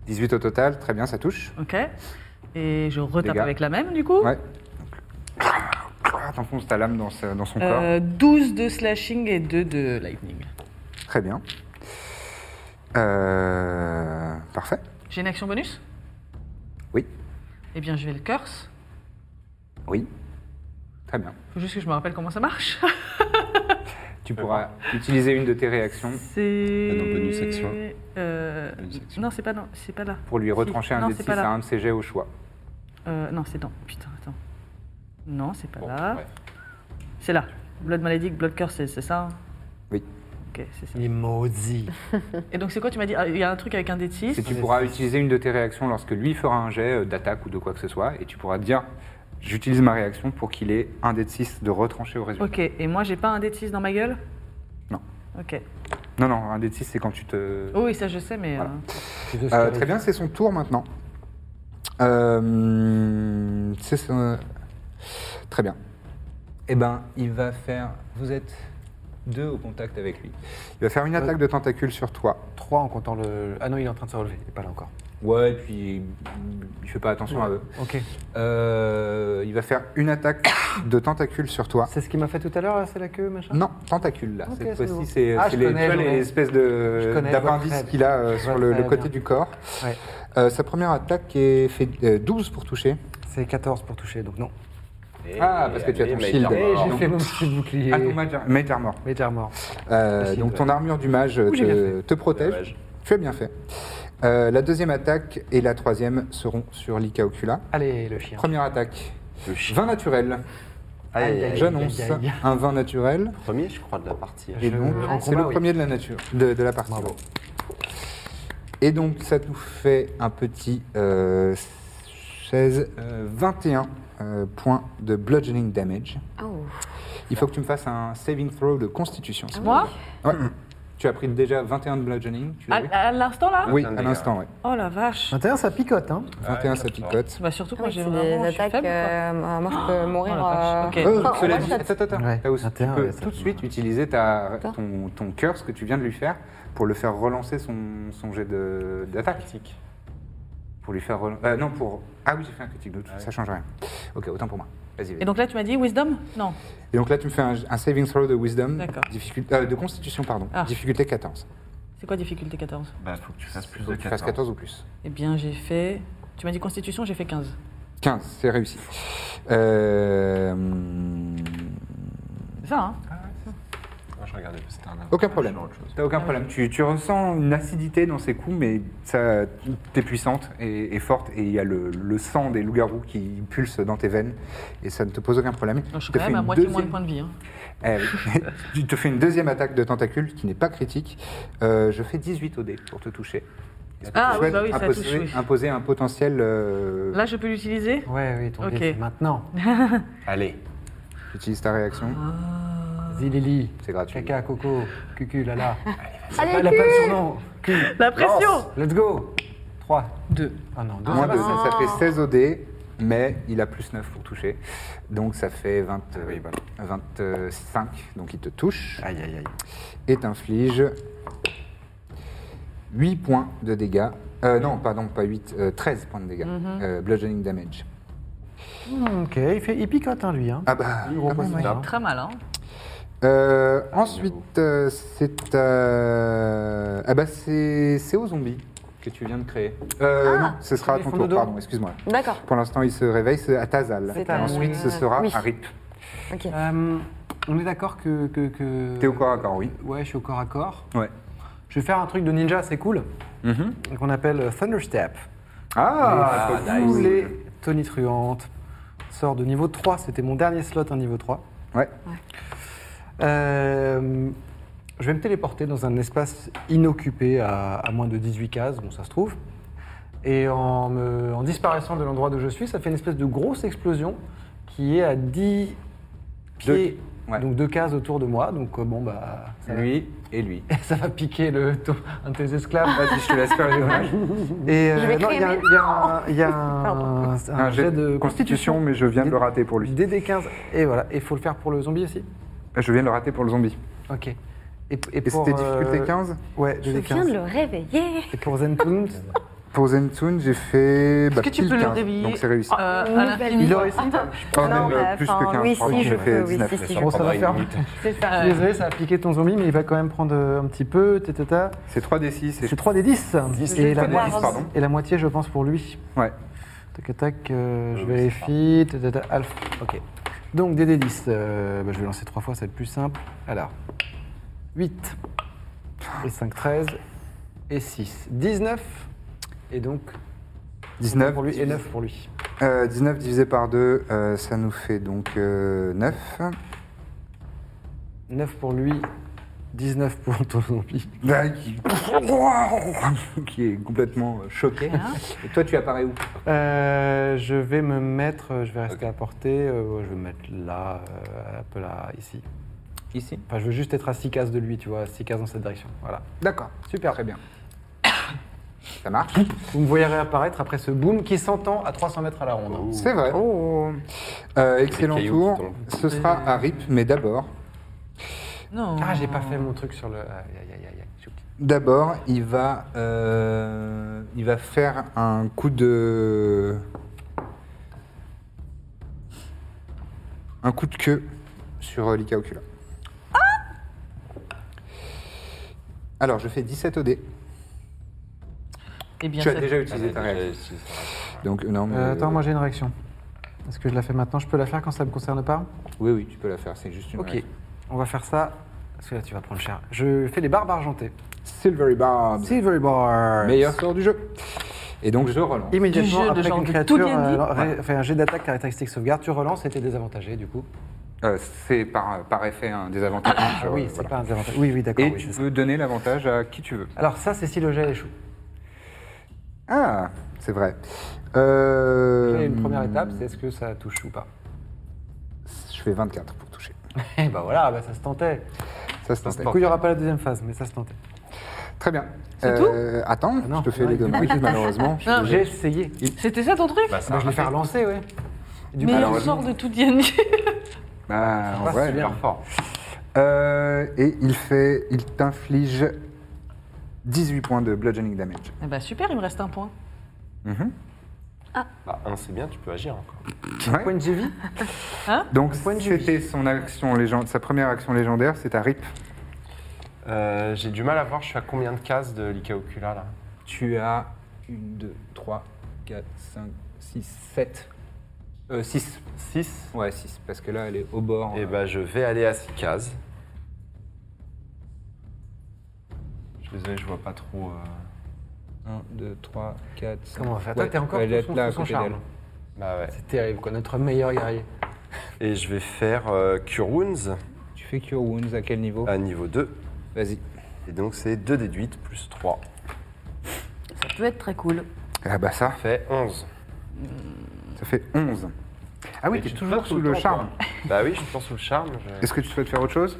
[SPEAKER 1] 18 au total, très bien, ça touche.
[SPEAKER 4] ok. Et je retape
[SPEAKER 1] Dégâts.
[SPEAKER 4] avec la même du coup.
[SPEAKER 1] Ouais. Ah, T'enfonces ta lame dans, sa- dans son corps.
[SPEAKER 4] Euh, 12 de slashing et 2 de lightning.
[SPEAKER 1] Très bien. Euh, parfait.
[SPEAKER 4] J'ai une action bonus
[SPEAKER 1] Oui.
[SPEAKER 4] Eh bien je vais le curse.
[SPEAKER 1] Oui. Très bien.
[SPEAKER 4] Faut juste que je me rappelle comment ça marche.
[SPEAKER 1] Tu pourras utiliser une de tes réactions
[SPEAKER 4] C'est.
[SPEAKER 2] Ah non, bonus action.
[SPEAKER 4] Euh,
[SPEAKER 2] Bonus action.
[SPEAKER 4] Non, c'est pas, non, c'est pas là.
[SPEAKER 1] pour lui
[SPEAKER 4] Si.
[SPEAKER 1] retrancher un
[SPEAKER 4] Non,
[SPEAKER 1] dé de
[SPEAKER 4] c'est
[SPEAKER 1] 6
[SPEAKER 4] pas là.
[SPEAKER 1] à un de ses jets au choix.
[SPEAKER 4] Euh, non, c'est dans. Putain, attends. Non, c'est pas
[SPEAKER 2] Bon,
[SPEAKER 4] là.
[SPEAKER 2] ouais.
[SPEAKER 4] C'est là. Blood Maledict, Blood Curse, c'est c'est ça hein
[SPEAKER 1] Oui.
[SPEAKER 4] Ok, c'est ça.
[SPEAKER 3] il est maudit.
[SPEAKER 4] Et donc, c'est quoi Tu m'as dit. ah, Il y a un truc avec un dé de six.
[SPEAKER 1] Si tu pourras utiliser une de tes réactions lorsque lui fera un jet euh, d'attaque ou de quoi que ce soit, et tu pourras dire j'utilise ma réaction pour qu'il ait un dé de 6 de retranché au résultat.
[SPEAKER 4] Ok, et moi, j'ai pas un dé de six dans ma gueule
[SPEAKER 1] Non.
[SPEAKER 4] Ok.
[SPEAKER 1] Non, non, un dé de 6 c'est quand tu te.
[SPEAKER 4] Oh, oui, ça, je sais, mais.
[SPEAKER 1] Voilà.
[SPEAKER 4] euh,
[SPEAKER 3] Tu veux ce
[SPEAKER 1] Euh,
[SPEAKER 3] que-
[SPEAKER 1] très bien, c'est son tour maintenant. Euh, c'est son- Très bien. Eh ben, il va faire. Vous êtes deux au contact avec lui. Il va faire une attaque de tentacule sur toi.
[SPEAKER 3] 3 en comptant le. Ah non, il est en train de se relever, il est pas là encore.
[SPEAKER 1] Ouais, et puis il fait pas attention à eux.
[SPEAKER 3] Ok.
[SPEAKER 1] Euh, il va faire une attaque de tentacule sur toi.
[SPEAKER 3] C'est ce qu'il m'a fait tout à l'heure, là, c'est la queue, machin
[SPEAKER 1] Non, tentacule là.
[SPEAKER 3] Ok,
[SPEAKER 1] Cette
[SPEAKER 3] c'est
[SPEAKER 1] fois-ci,
[SPEAKER 3] bon.
[SPEAKER 1] c'est
[SPEAKER 3] Ah,
[SPEAKER 1] c'est
[SPEAKER 3] je
[SPEAKER 1] les,
[SPEAKER 3] connais,
[SPEAKER 1] tu vois,
[SPEAKER 3] je
[SPEAKER 1] les
[SPEAKER 3] connais.
[SPEAKER 1] espèces
[SPEAKER 3] Je
[SPEAKER 1] de
[SPEAKER 3] connais, je vois
[SPEAKER 1] d'appendices
[SPEAKER 3] très
[SPEAKER 1] qu'il a euh,
[SPEAKER 3] Je
[SPEAKER 1] sur
[SPEAKER 3] vois
[SPEAKER 1] le,
[SPEAKER 3] très
[SPEAKER 1] le côté
[SPEAKER 3] bien.
[SPEAKER 1] du corps.
[SPEAKER 3] Ouais.
[SPEAKER 1] Euh, sa première attaque est fait euh, 12 pour toucher.
[SPEAKER 3] C'est 14 pour toucher, donc non.
[SPEAKER 1] Ah, parce que tu as ton shield.
[SPEAKER 3] Et
[SPEAKER 1] Alors,
[SPEAKER 3] j'ai
[SPEAKER 1] Ah, donc-
[SPEAKER 3] fait mon petit bouclier.
[SPEAKER 1] Ah, ton mage, mage armor.
[SPEAKER 3] Mais t'es mort. Ah,
[SPEAKER 1] Euh,
[SPEAKER 3] Facile,
[SPEAKER 1] donc ton
[SPEAKER 3] ouais.
[SPEAKER 1] armure du mage
[SPEAKER 3] j'ai bien
[SPEAKER 1] te,
[SPEAKER 3] fait.
[SPEAKER 1] te protège.
[SPEAKER 2] Dommage.
[SPEAKER 1] Tu as bien fait. Euh, la deuxième attaque et la troisième seront sur l'Ika Ocula.
[SPEAKER 3] Allez, le chien.
[SPEAKER 1] Première attaque,
[SPEAKER 2] Le chien.
[SPEAKER 1] 20 naturel.
[SPEAKER 2] Aïe, aïe, aïe.
[SPEAKER 1] J'annonce
[SPEAKER 3] aïe, aïe.
[SPEAKER 1] un 20 naturel.
[SPEAKER 2] Premier, je crois, de la partie.
[SPEAKER 1] Et donc,
[SPEAKER 3] en
[SPEAKER 1] c'est
[SPEAKER 3] combat,
[SPEAKER 1] le
[SPEAKER 3] oui.
[SPEAKER 1] premier de la nature, de, de la partie.
[SPEAKER 3] Bravo.
[SPEAKER 1] Et donc, ça nous fait un petit euh, 16, euh, 21 euh, points de bludgeoning damage.
[SPEAKER 4] Ah
[SPEAKER 5] Oh. Ah
[SPEAKER 1] Il faut que tu me fasses un saving throw de constitution. s'il te
[SPEAKER 4] Moi
[SPEAKER 1] plaît. Ouais. Tu as pris déjà 21 de bludgeoning. Tu
[SPEAKER 4] À,
[SPEAKER 1] l'as eu
[SPEAKER 4] à l'instant là
[SPEAKER 1] oui,
[SPEAKER 2] Un
[SPEAKER 1] à
[SPEAKER 2] dégât.
[SPEAKER 1] l'instant, oui.
[SPEAKER 4] 21. Oh la vache
[SPEAKER 3] 21, ça picote, hein.
[SPEAKER 1] 21, ça picote. Euh,
[SPEAKER 4] Bah surtout quand
[SPEAKER 5] Ouais,
[SPEAKER 4] j'ai
[SPEAKER 5] Ah c'est
[SPEAKER 4] vraiment
[SPEAKER 5] des
[SPEAKER 4] je suis
[SPEAKER 5] attaques.
[SPEAKER 4] faible, quoi.
[SPEAKER 5] euh, moi, je peux mourir.
[SPEAKER 4] Oh, la vache,
[SPEAKER 5] euh,
[SPEAKER 4] ok.
[SPEAKER 1] Euh,
[SPEAKER 5] enfin,
[SPEAKER 1] cela
[SPEAKER 5] moi,
[SPEAKER 1] dit,
[SPEAKER 5] je-
[SPEAKER 1] attends, attends,
[SPEAKER 3] Ouais,
[SPEAKER 1] Taos, tu
[SPEAKER 3] 21,
[SPEAKER 1] peux
[SPEAKER 3] ouais, ça
[SPEAKER 1] tout de
[SPEAKER 3] peut-
[SPEAKER 1] suite utiliser ta,
[SPEAKER 5] D'accord.
[SPEAKER 1] ton, ton cœur, ce que tu viens de lui faire, pour le faire relancer son, son jet de- d'attaque. Pour lui faire relancer. non, pour. Ah oui, j'ai fait un critique, donc ça change rien. Ok, autant pour moi. Vas-y, vas-y.
[SPEAKER 4] Et donc là, tu m'as dit wisdom Non.
[SPEAKER 1] Et donc là, tu me fais un, un saving throw de wisdom,
[SPEAKER 4] D'accord.
[SPEAKER 1] difficulté, euh, de constitution, pardon,
[SPEAKER 4] Ah.
[SPEAKER 1] difficulté 14.
[SPEAKER 4] C'est quoi difficulté 14
[SPEAKER 8] Bah, faut que tu fasses plus
[SPEAKER 1] Faut
[SPEAKER 8] de
[SPEAKER 1] que tu fasses 14 ou plus.
[SPEAKER 4] Eh bien, j'ai fait. Tu m'as dit constitution, j'ai fait 15.
[SPEAKER 1] 15, c'est réussi. Euh,
[SPEAKER 4] C'est ça, hein
[SPEAKER 2] Ah,
[SPEAKER 8] Moi, je regardais, c'était un
[SPEAKER 1] Aucun problème.
[SPEAKER 8] Autre chose.
[SPEAKER 1] T'as
[SPEAKER 4] Ah
[SPEAKER 1] aucun problème. Tu, tu ressens une acidité dans ses coups, mais ça, t'es puissante et, et forte, et il y a le, le sang des loups-garous qui pulse dans tes veines, et ça ne te pose aucun problème.
[SPEAKER 4] Non, Je suis
[SPEAKER 1] Te
[SPEAKER 4] quand
[SPEAKER 1] fais
[SPEAKER 4] même à
[SPEAKER 1] une
[SPEAKER 4] moitié moins de
[SPEAKER 1] deuxième-
[SPEAKER 4] points de vie. hein.
[SPEAKER 1] Eh oui. tu te fais une deuxième attaque de tentacule qui n'est pas critique. Euh, je fais 18 au dé pour te toucher. Est-ce que
[SPEAKER 4] Ah,
[SPEAKER 1] tu
[SPEAKER 4] oui,
[SPEAKER 1] souhaites
[SPEAKER 4] bah oui, ça touche,
[SPEAKER 1] imposer,
[SPEAKER 4] oui.
[SPEAKER 1] imposer un potentiel euh,
[SPEAKER 4] Là, je peux l'utiliser
[SPEAKER 3] Ouais, oui, ton
[SPEAKER 4] Ok.
[SPEAKER 3] dé, c'est maintenant.
[SPEAKER 2] Allez.
[SPEAKER 1] J'utilise ta réaction.
[SPEAKER 4] Ah.
[SPEAKER 3] Zilili,
[SPEAKER 1] C'est gratuit.
[SPEAKER 3] caca, coco, cucu, lala.
[SPEAKER 5] Allez,
[SPEAKER 3] Elle a pas de surnom. Cul.
[SPEAKER 4] La pression
[SPEAKER 3] Let's go. 3.
[SPEAKER 4] Deux.
[SPEAKER 3] Ah non, 2.
[SPEAKER 1] Moins de- ça fait 16 au dé, mais il a plus 9 pour toucher. Donc ça fait 20, euh, 25. Donc il te touche
[SPEAKER 8] Aïe, aïe, aïe.
[SPEAKER 1] et t'inflige 8 points de dégâts. Euh, non, pardon, pas 8, 13 points de dégâts. Euh, bludgeoning damage.
[SPEAKER 3] Ok, il, fait, il picote, hein, lui. Hein.
[SPEAKER 1] Ah bah,
[SPEAKER 3] Il
[SPEAKER 1] quand
[SPEAKER 3] repose
[SPEAKER 1] même, ouais.
[SPEAKER 3] là.
[SPEAKER 4] Très mal, hein
[SPEAKER 1] Euh, ensuite, euh, c'est euh, ah bah c'est c'est aux zombies que tu viens de créer. Euh, non, ce sera à
[SPEAKER 3] ils
[SPEAKER 1] ton
[SPEAKER 3] font
[SPEAKER 1] tour.
[SPEAKER 3] dodo.
[SPEAKER 1] Pardon, excuse-moi.
[SPEAKER 5] D'accord.
[SPEAKER 1] Pour l'instant, il se réveille, c'est à Tazal.
[SPEAKER 5] C'est à-
[SPEAKER 1] Ensuite, ce sera
[SPEAKER 5] Oui.
[SPEAKER 1] à Rip.
[SPEAKER 5] Ok.
[SPEAKER 3] Euh, on est d'accord que. que, que...
[SPEAKER 1] T'es au corps à corps, oui.
[SPEAKER 3] Ouais, je suis au corps à corps.
[SPEAKER 1] Ouais.
[SPEAKER 3] Je vais faire un truc de ninja, c'est cool, qu'on appelle euh, Thunderstep.
[SPEAKER 1] Mm-hmm. Ah,
[SPEAKER 3] les foulées tonitruantes. Sort de niveau 3, c'était mon dernier slot, un niveau 3.
[SPEAKER 1] Ouais.
[SPEAKER 3] Euh, je vais me téléporter dans un espace inoccupé à, à moins de 18 cases, bon ça se trouve. Et en, me- en disparaissant de l'endroit d'où je suis, ça fait une espèce de grosse explosion qui est à 10
[SPEAKER 1] Deux-
[SPEAKER 3] pieds,
[SPEAKER 1] ouais.
[SPEAKER 3] donc deux cases autour de moi. Donc euh, bon, bah, ça, va-
[SPEAKER 1] Lui et lui.
[SPEAKER 3] ça va piquer le, ton- un de tes esclaves.
[SPEAKER 1] Vas-y, je te laisse faire les dommages.
[SPEAKER 3] Et euh,
[SPEAKER 5] Je vais Oh.
[SPEAKER 3] non, il y a,
[SPEAKER 5] crier,
[SPEAKER 3] il y a un, il y a un-
[SPEAKER 1] Un jet de constitution, mais je viens de le rater pour lui.
[SPEAKER 3] DD15. Et voilà, il faut le faire pour le zombie aussi
[SPEAKER 1] Je viens de le rater pour le zombie.
[SPEAKER 3] Ok. Et,
[SPEAKER 1] Et
[SPEAKER 3] pour,
[SPEAKER 1] c'était
[SPEAKER 3] euh,
[SPEAKER 1] difficulté 15
[SPEAKER 3] Ouais,
[SPEAKER 5] Je viens de
[SPEAKER 3] DD15.
[SPEAKER 5] le réveiller.
[SPEAKER 3] Et pour Zentoon,
[SPEAKER 1] Pour Zentun, j'ai fait. bah,
[SPEAKER 4] Est-ce que tu
[SPEAKER 1] pile
[SPEAKER 4] peux le
[SPEAKER 1] 15,
[SPEAKER 4] réveiller
[SPEAKER 1] Donc c'est réussi.
[SPEAKER 4] euh,
[SPEAKER 5] Oui,
[SPEAKER 4] à la-
[SPEAKER 5] bah,
[SPEAKER 3] il
[SPEAKER 5] oui.
[SPEAKER 3] aurait
[SPEAKER 1] Oh,
[SPEAKER 5] non,
[SPEAKER 1] même, euh,
[SPEAKER 5] bah,
[SPEAKER 1] plus
[SPEAKER 5] enfin,
[SPEAKER 1] que 15.
[SPEAKER 5] oui,
[SPEAKER 1] je crois
[SPEAKER 5] si,
[SPEAKER 1] que
[SPEAKER 5] je
[SPEAKER 1] j'ai fait
[SPEAKER 5] peux, oui,
[SPEAKER 1] 19.
[SPEAKER 5] si, si, je
[SPEAKER 3] Bon, ça va faire.
[SPEAKER 5] C'est
[SPEAKER 4] euh,
[SPEAKER 5] ça.
[SPEAKER 3] Désolé, ça a piqué ton zombie, mais il va quand même prendre euh, un petit peu. tatata.
[SPEAKER 1] C'est 3d6 et
[SPEAKER 3] C'est 3D10. et, la
[SPEAKER 1] 3D10,
[SPEAKER 3] moitié-
[SPEAKER 1] pardon.
[SPEAKER 3] et la moitié, je pense, pour lui.
[SPEAKER 1] Ouais.
[SPEAKER 3] Tac, tac, euh, je vérifie. tatata, alpha. Ok. Donc, DD10. euh, bah, je vais lancer trois fois, ça va être plus simple. Alors, 8. Et 5, 13. Et 6. 19. Et donc,
[SPEAKER 1] 19
[SPEAKER 3] pour lui et 9 pour lui.
[SPEAKER 1] Euh, 19 divisé par 2, ça nous fait donc euh, 9.
[SPEAKER 3] 9 pour lui, 19 pour ton zombie.
[SPEAKER 1] Là, Bah, qui... qui est complètement euh, choqué. Et toi, tu apparais où
[SPEAKER 3] Euh, je vais me mettre, euh, je vais rester à portée, euh, je vais me mettre là, euh, un peu là, ici.
[SPEAKER 1] Ici.
[SPEAKER 3] Enfin, je veux juste être à 6 cases de lui, tu vois, 6 cases dans cette direction. Voilà.
[SPEAKER 1] D'accord.
[SPEAKER 3] Super.
[SPEAKER 1] Très bien. Ça marche
[SPEAKER 3] Vous me voyez réapparaître après ce boom qui s'entend à 300 mètres à la ronde. hein.
[SPEAKER 1] C'est vrai. Euh,
[SPEAKER 8] Oh.
[SPEAKER 1] excellent
[SPEAKER 8] Les cailloux qui
[SPEAKER 1] tour.
[SPEAKER 8] tombent.
[SPEAKER 1] Ce sera à RIP, mais d'abord.
[SPEAKER 4] Non.
[SPEAKER 3] Ah, j'ai pas fait mon truc sur le. Aïe, aïe, aïe, aïe, aïe. j'ai oublié.
[SPEAKER 1] D'abord, il va, euh, il va faire un coup de, un coup de queue sur euh, Lika Ocula.
[SPEAKER 8] Ah
[SPEAKER 1] Alors, je fais 17 au dé.
[SPEAKER 4] Eh bien,
[SPEAKER 1] Tu as
[SPEAKER 4] ça-
[SPEAKER 1] déjà
[SPEAKER 8] Ah,
[SPEAKER 1] utilisé ta réaction. Donc, non, mais-
[SPEAKER 3] Euh, attends, moi j'ai une réaction. Est-ce que je la fais maintenant Je peux la faire quand ça me concerne pas
[SPEAKER 1] Oui, oui, tu peux la faire, c'est juste une
[SPEAKER 3] Ok,
[SPEAKER 1] réaction.
[SPEAKER 3] on va faire ça. Parce que là, tu vas prendre cher. Je fais les barbes argentées.
[SPEAKER 1] Silvery Barb,
[SPEAKER 3] Silvery Bar.
[SPEAKER 1] meilleur sort du jeu. Et donc, je relance.
[SPEAKER 4] Du
[SPEAKER 3] Immédiatement
[SPEAKER 4] jeu de
[SPEAKER 3] après
[SPEAKER 4] genre
[SPEAKER 3] qu'une
[SPEAKER 4] de
[SPEAKER 3] créature
[SPEAKER 4] tout D&D.
[SPEAKER 3] euh, ré- fait un jet d'attaque caractéristique sauvegarde, tu relances et t'es désavantagé du coup.
[SPEAKER 1] Euh, c'est par, par effet un désavantage.
[SPEAKER 3] Ah oui, c'est
[SPEAKER 1] Voilà.
[SPEAKER 3] pas un désavantage. Oui, oui, d'accord.
[SPEAKER 1] Et
[SPEAKER 3] oui,
[SPEAKER 1] tu
[SPEAKER 3] c'est ça.
[SPEAKER 1] peux donner l'avantage à qui tu veux.
[SPEAKER 3] Alors ça, c'est si le jet échoue.
[SPEAKER 1] Ah, c'est vrai. Euh,
[SPEAKER 3] Et une première étape, c'est est-ce que ça touche ou pas
[SPEAKER 1] Je fais 24 pour toucher.
[SPEAKER 3] Eh ben voilà, bah, ça se tentait.
[SPEAKER 1] Ça se
[SPEAKER 3] Du
[SPEAKER 1] tentait.
[SPEAKER 3] coup, il n'y aura pas la deuxième phase, mais ça se tentait.
[SPEAKER 1] Très bien.
[SPEAKER 4] C'est
[SPEAKER 1] Euh, attends,
[SPEAKER 3] Ah non,
[SPEAKER 1] je te
[SPEAKER 3] c'est
[SPEAKER 1] fais
[SPEAKER 3] vrai.
[SPEAKER 1] les deux briques, malheureusement.
[SPEAKER 4] Non,
[SPEAKER 3] J'ai essayé.
[SPEAKER 4] C'était ça ton truc
[SPEAKER 8] Bah, ça
[SPEAKER 3] Bah, je l'ai fait
[SPEAKER 8] rate.
[SPEAKER 3] relancer, ouais. Et Du
[SPEAKER 4] Mais
[SPEAKER 3] coup,
[SPEAKER 4] on sort de tout
[SPEAKER 3] Ah
[SPEAKER 4] DNG.
[SPEAKER 1] Bah, en
[SPEAKER 3] passe
[SPEAKER 1] vrai,
[SPEAKER 3] bien.
[SPEAKER 1] bien fort. Euh, et il fait, il t'inflige 18 points de bludgeoning damage.
[SPEAKER 4] Eh bah super, il me reste un point.
[SPEAKER 3] Mhm.
[SPEAKER 8] Bah, un, c'est bien, tu peux agir encore.
[SPEAKER 1] Ouais.
[SPEAKER 3] point de GV,
[SPEAKER 1] Donc
[SPEAKER 3] Point de
[SPEAKER 1] c'était son action légende, sa première action légendaire, c'est un rip.
[SPEAKER 8] Euh, J'ai du mal à voir, je suis à combien de cases de l'Ika Ocula là
[SPEAKER 1] Tu as 1, 2, 3, 4, 5, 6, 7. Euh, 6.
[SPEAKER 8] 6.
[SPEAKER 1] Ouais, 6, parce que là, elle est au bord.
[SPEAKER 8] Et bah, je vais aller à 6 cases. Je suis désolé, je vois pas trop. euh,
[SPEAKER 1] 1, 2, 3, 4, 5.
[SPEAKER 3] Comment on fait Toi, t'es encore sous son- sous son charme.
[SPEAKER 8] Bah ouais.
[SPEAKER 3] c'est terrible, quoi. Notre meilleur guerrier.
[SPEAKER 8] Et je vais faire euh, Cure Wounds
[SPEAKER 1] Tu fais Cure Wounds à quel niveau
[SPEAKER 8] à niveau 2.
[SPEAKER 1] Vas-y.
[SPEAKER 8] Et donc, c'est 2 déduites plus 3.
[SPEAKER 6] Ça peut être très cool.
[SPEAKER 1] Ah bah
[SPEAKER 8] Ça
[SPEAKER 1] ça,
[SPEAKER 8] fait 11.
[SPEAKER 1] ça fait 11. Ah oui,
[SPEAKER 8] Mais
[SPEAKER 1] t'es
[SPEAKER 8] tu te
[SPEAKER 1] toujours
[SPEAKER 8] tapes tout
[SPEAKER 1] sous le
[SPEAKER 8] temps,
[SPEAKER 1] charme.
[SPEAKER 8] quoi. Bah oui, je suis toujours sous le charme. je-
[SPEAKER 1] Est-ce que tu souhaites faire autre chose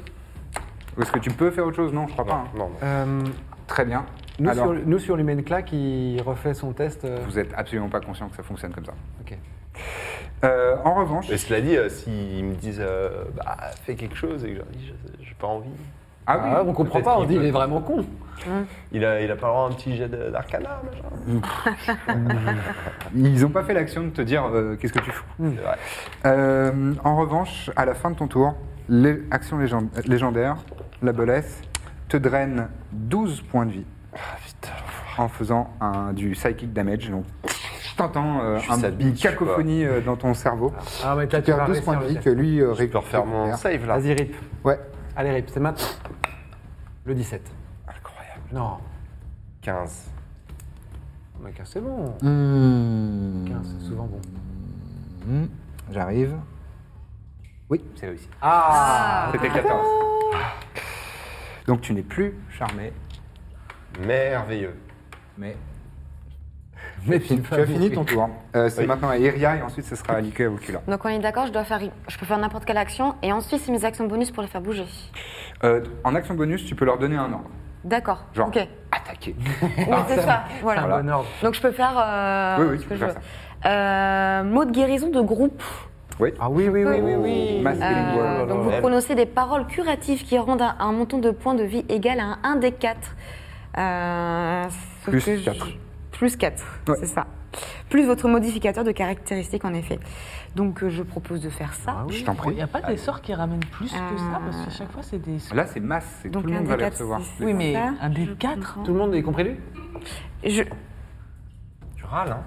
[SPEAKER 1] Ou est-ce que tu peux faire autre chose Non, je crois pas.
[SPEAKER 8] Non, non,
[SPEAKER 1] hein.
[SPEAKER 8] non.
[SPEAKER 3] Euh,
[SPEAKER 1] Très bien.
[SPEAKER 3] nous,
[SPEAKER 1] Alors,
[SPEAKER 3] sur, nous, sur l'humaine claque, il refait son test. euh,
[SPEAKER 1] vous êtes absolument pas conscient que ça fonctionne comme ça.
[SPEAKER 3] Ok.
[SPEAKER 1] Euh, en revanche,
[SPEAKER 8] Et cela dit, euh, s'ils me disent euh, bah, fais quelque chose et que je leur dis je- j'ai pas envie,
[SPEAKER 1] ah oui,
[SPEAKER 3] Ah, on comprend pas, on
[SPEAKER 8] qu'il
[SPEAKER 3] dit il
[SPEAKER 8] peut-
[SPEAKER 3] est vraiment con.
[SPEAKER 8] il a, il a pas le droit à un petit jet de- d'arcana, machin.
[SPEAKER 1] ils ont pas fait l'action de te dire euh, qu'est-ce que tu fous.
[SPEAKER 8] C'est vrai.
[SPEAKER 1] Euh, en revanche, à la fin de ton tour, l'action légendaire, la belesse, te draine 12 points de vie
[SPEAKER 8] Ah, putain,
[SPEAKER 1] en faisant un, du psychic damage. Donc, je t'entends euh,
[SPEAKER 8] suis
[SPEAKER 1] un,
[SPEAKER 8] sa
[SPEAKER 1] une
[SPEAKER 8] bitch,
[SPEAKER 1] cacophonie euh, dans ton cerveau.
[SPEAKER 3] Ah, mais
[SPEAKER 1] Tu perds 12 points de vie que lui euh,
[SPEAKER 8] je peux refaire mon
[SPEAKER 1] récupère.
[SPEAKER 8] save là.
[SPEAKER 3] Vas-y, rip.
[SPEAKER 1] Ouais.
[SPEAKER 3] Allez, rip, c'est maintenant. Le 17.
[SPEAKER 8] Incroyable.
[SPEAKER 3] Non.
[SPEAKER 8] 15.
[SPEAKER 3] Mais quinze, c'est bon.
[SPEAKER 4] Hmm.
[SPEAKER 3] 15, c'est souvent bon.
[SPEAKER 1] J'arrive. Oui, c'est réussi.
[SPEAKER 3] Ah,
[SPEAKER 1] C'était 14. Donc tu n'es plus charmé,
[SPEAKER 8] Merveilleux.
[SPEAKER 1] mais
[SPEAKER 3] Mais
[SPEAKER 1] tu as fini ton tour. Euh, c'est maintenant à Iria et ensuite ce sera à Lika et Vocula.
[SPEAKER 5] Donc on est d'accord, je dois faire, je peux faire n'importe quelle action et ensuite c'est mes actions bonus pour les faire bouger.
[SPEAKER 1] Euh, en action bonus, tu peux leur donner un ordre.
[SPEAKER 5] D'accord.
[SPEAKER 1] Genre
[SPEAKER 5] Ok.
[SPEAKER 1] attaquer.
[SPEAKER 5] Oui, c'est ça. Voilà.
[SPEAKER 3] Bon ordre.
[SPEAKER 5] Donc je peux faire. euh,
[SPEAKER 1] Oui, oui,
[SPEAKER 5] ce
[SPEAKER 1] tu
[SPEAKER 5] que
[SPEAKER 1] peux
[SPEAKER 5] je
[SPEAKER 1] faire
[SPEAKER 5] veux. Euh, mot de guérison de groupe.
[SPEAKER 3] Ah oui, oui, oui, oui, oui.
[SPEAKER 1] Mass healing
[SPEAKER 5] Euh,
[SPEAKER 1] word.
[SPEAKER 5] donc vous
[SPEAKER 8] ouais.
[SPEAKER 5] prononcez des paroles curatives qui rendent un, un montant de points de vie égal à un 1 des Euh, 4.
[SPEAKER 1] Plus quatre.
[SPEAKER 5] Plus 4,
[SPEAKER 1] Ouais.
[SPEAKER 5] c'est ça. Plus votre modificateur de caractéristiques, en effet. Donc euh, je propose de faire
[SPEAKER 3] Ah
[SPEAKER 5] ça.
[SPEAKER 1] Je t'en
[SPEAKER 4] Il
[SPEAKER 1] prie.
[SPEAKER 4] n'y a pas des sorts qui ramènent plus que ça Parce
[SPEAKER 5] Euh,
[SPEAKER 4] que chaque fois, c'est des.
[SPEAKER 3] Ah,
[SPEAKER 4] sorts.
[SPEAKER 1] Là, c'est masse, c'est que
[SPEAKER 5] Donc
[SPEAKER 1] tout le
[SPEAKER 5] un
[SPEAKER 1] monde
[SPEAKER 5] des
[SPEAKER 1] va les
[SPEAKER 5] 4.
[SPEAKER 1] recevoir.
[SPEAKER 4] Oui, mais
[SPEAKER 5] ça,
[SPEAKER 4] un des
[SPEAKER 5] je
[SPEAKER 4] quatre.
[SPEAKER 5] comprends.
[SPEAKER 3] Tout le monde, y compris lui
[SPEAKER 5] Je-
[SPEAKER 8] Tu râles, hein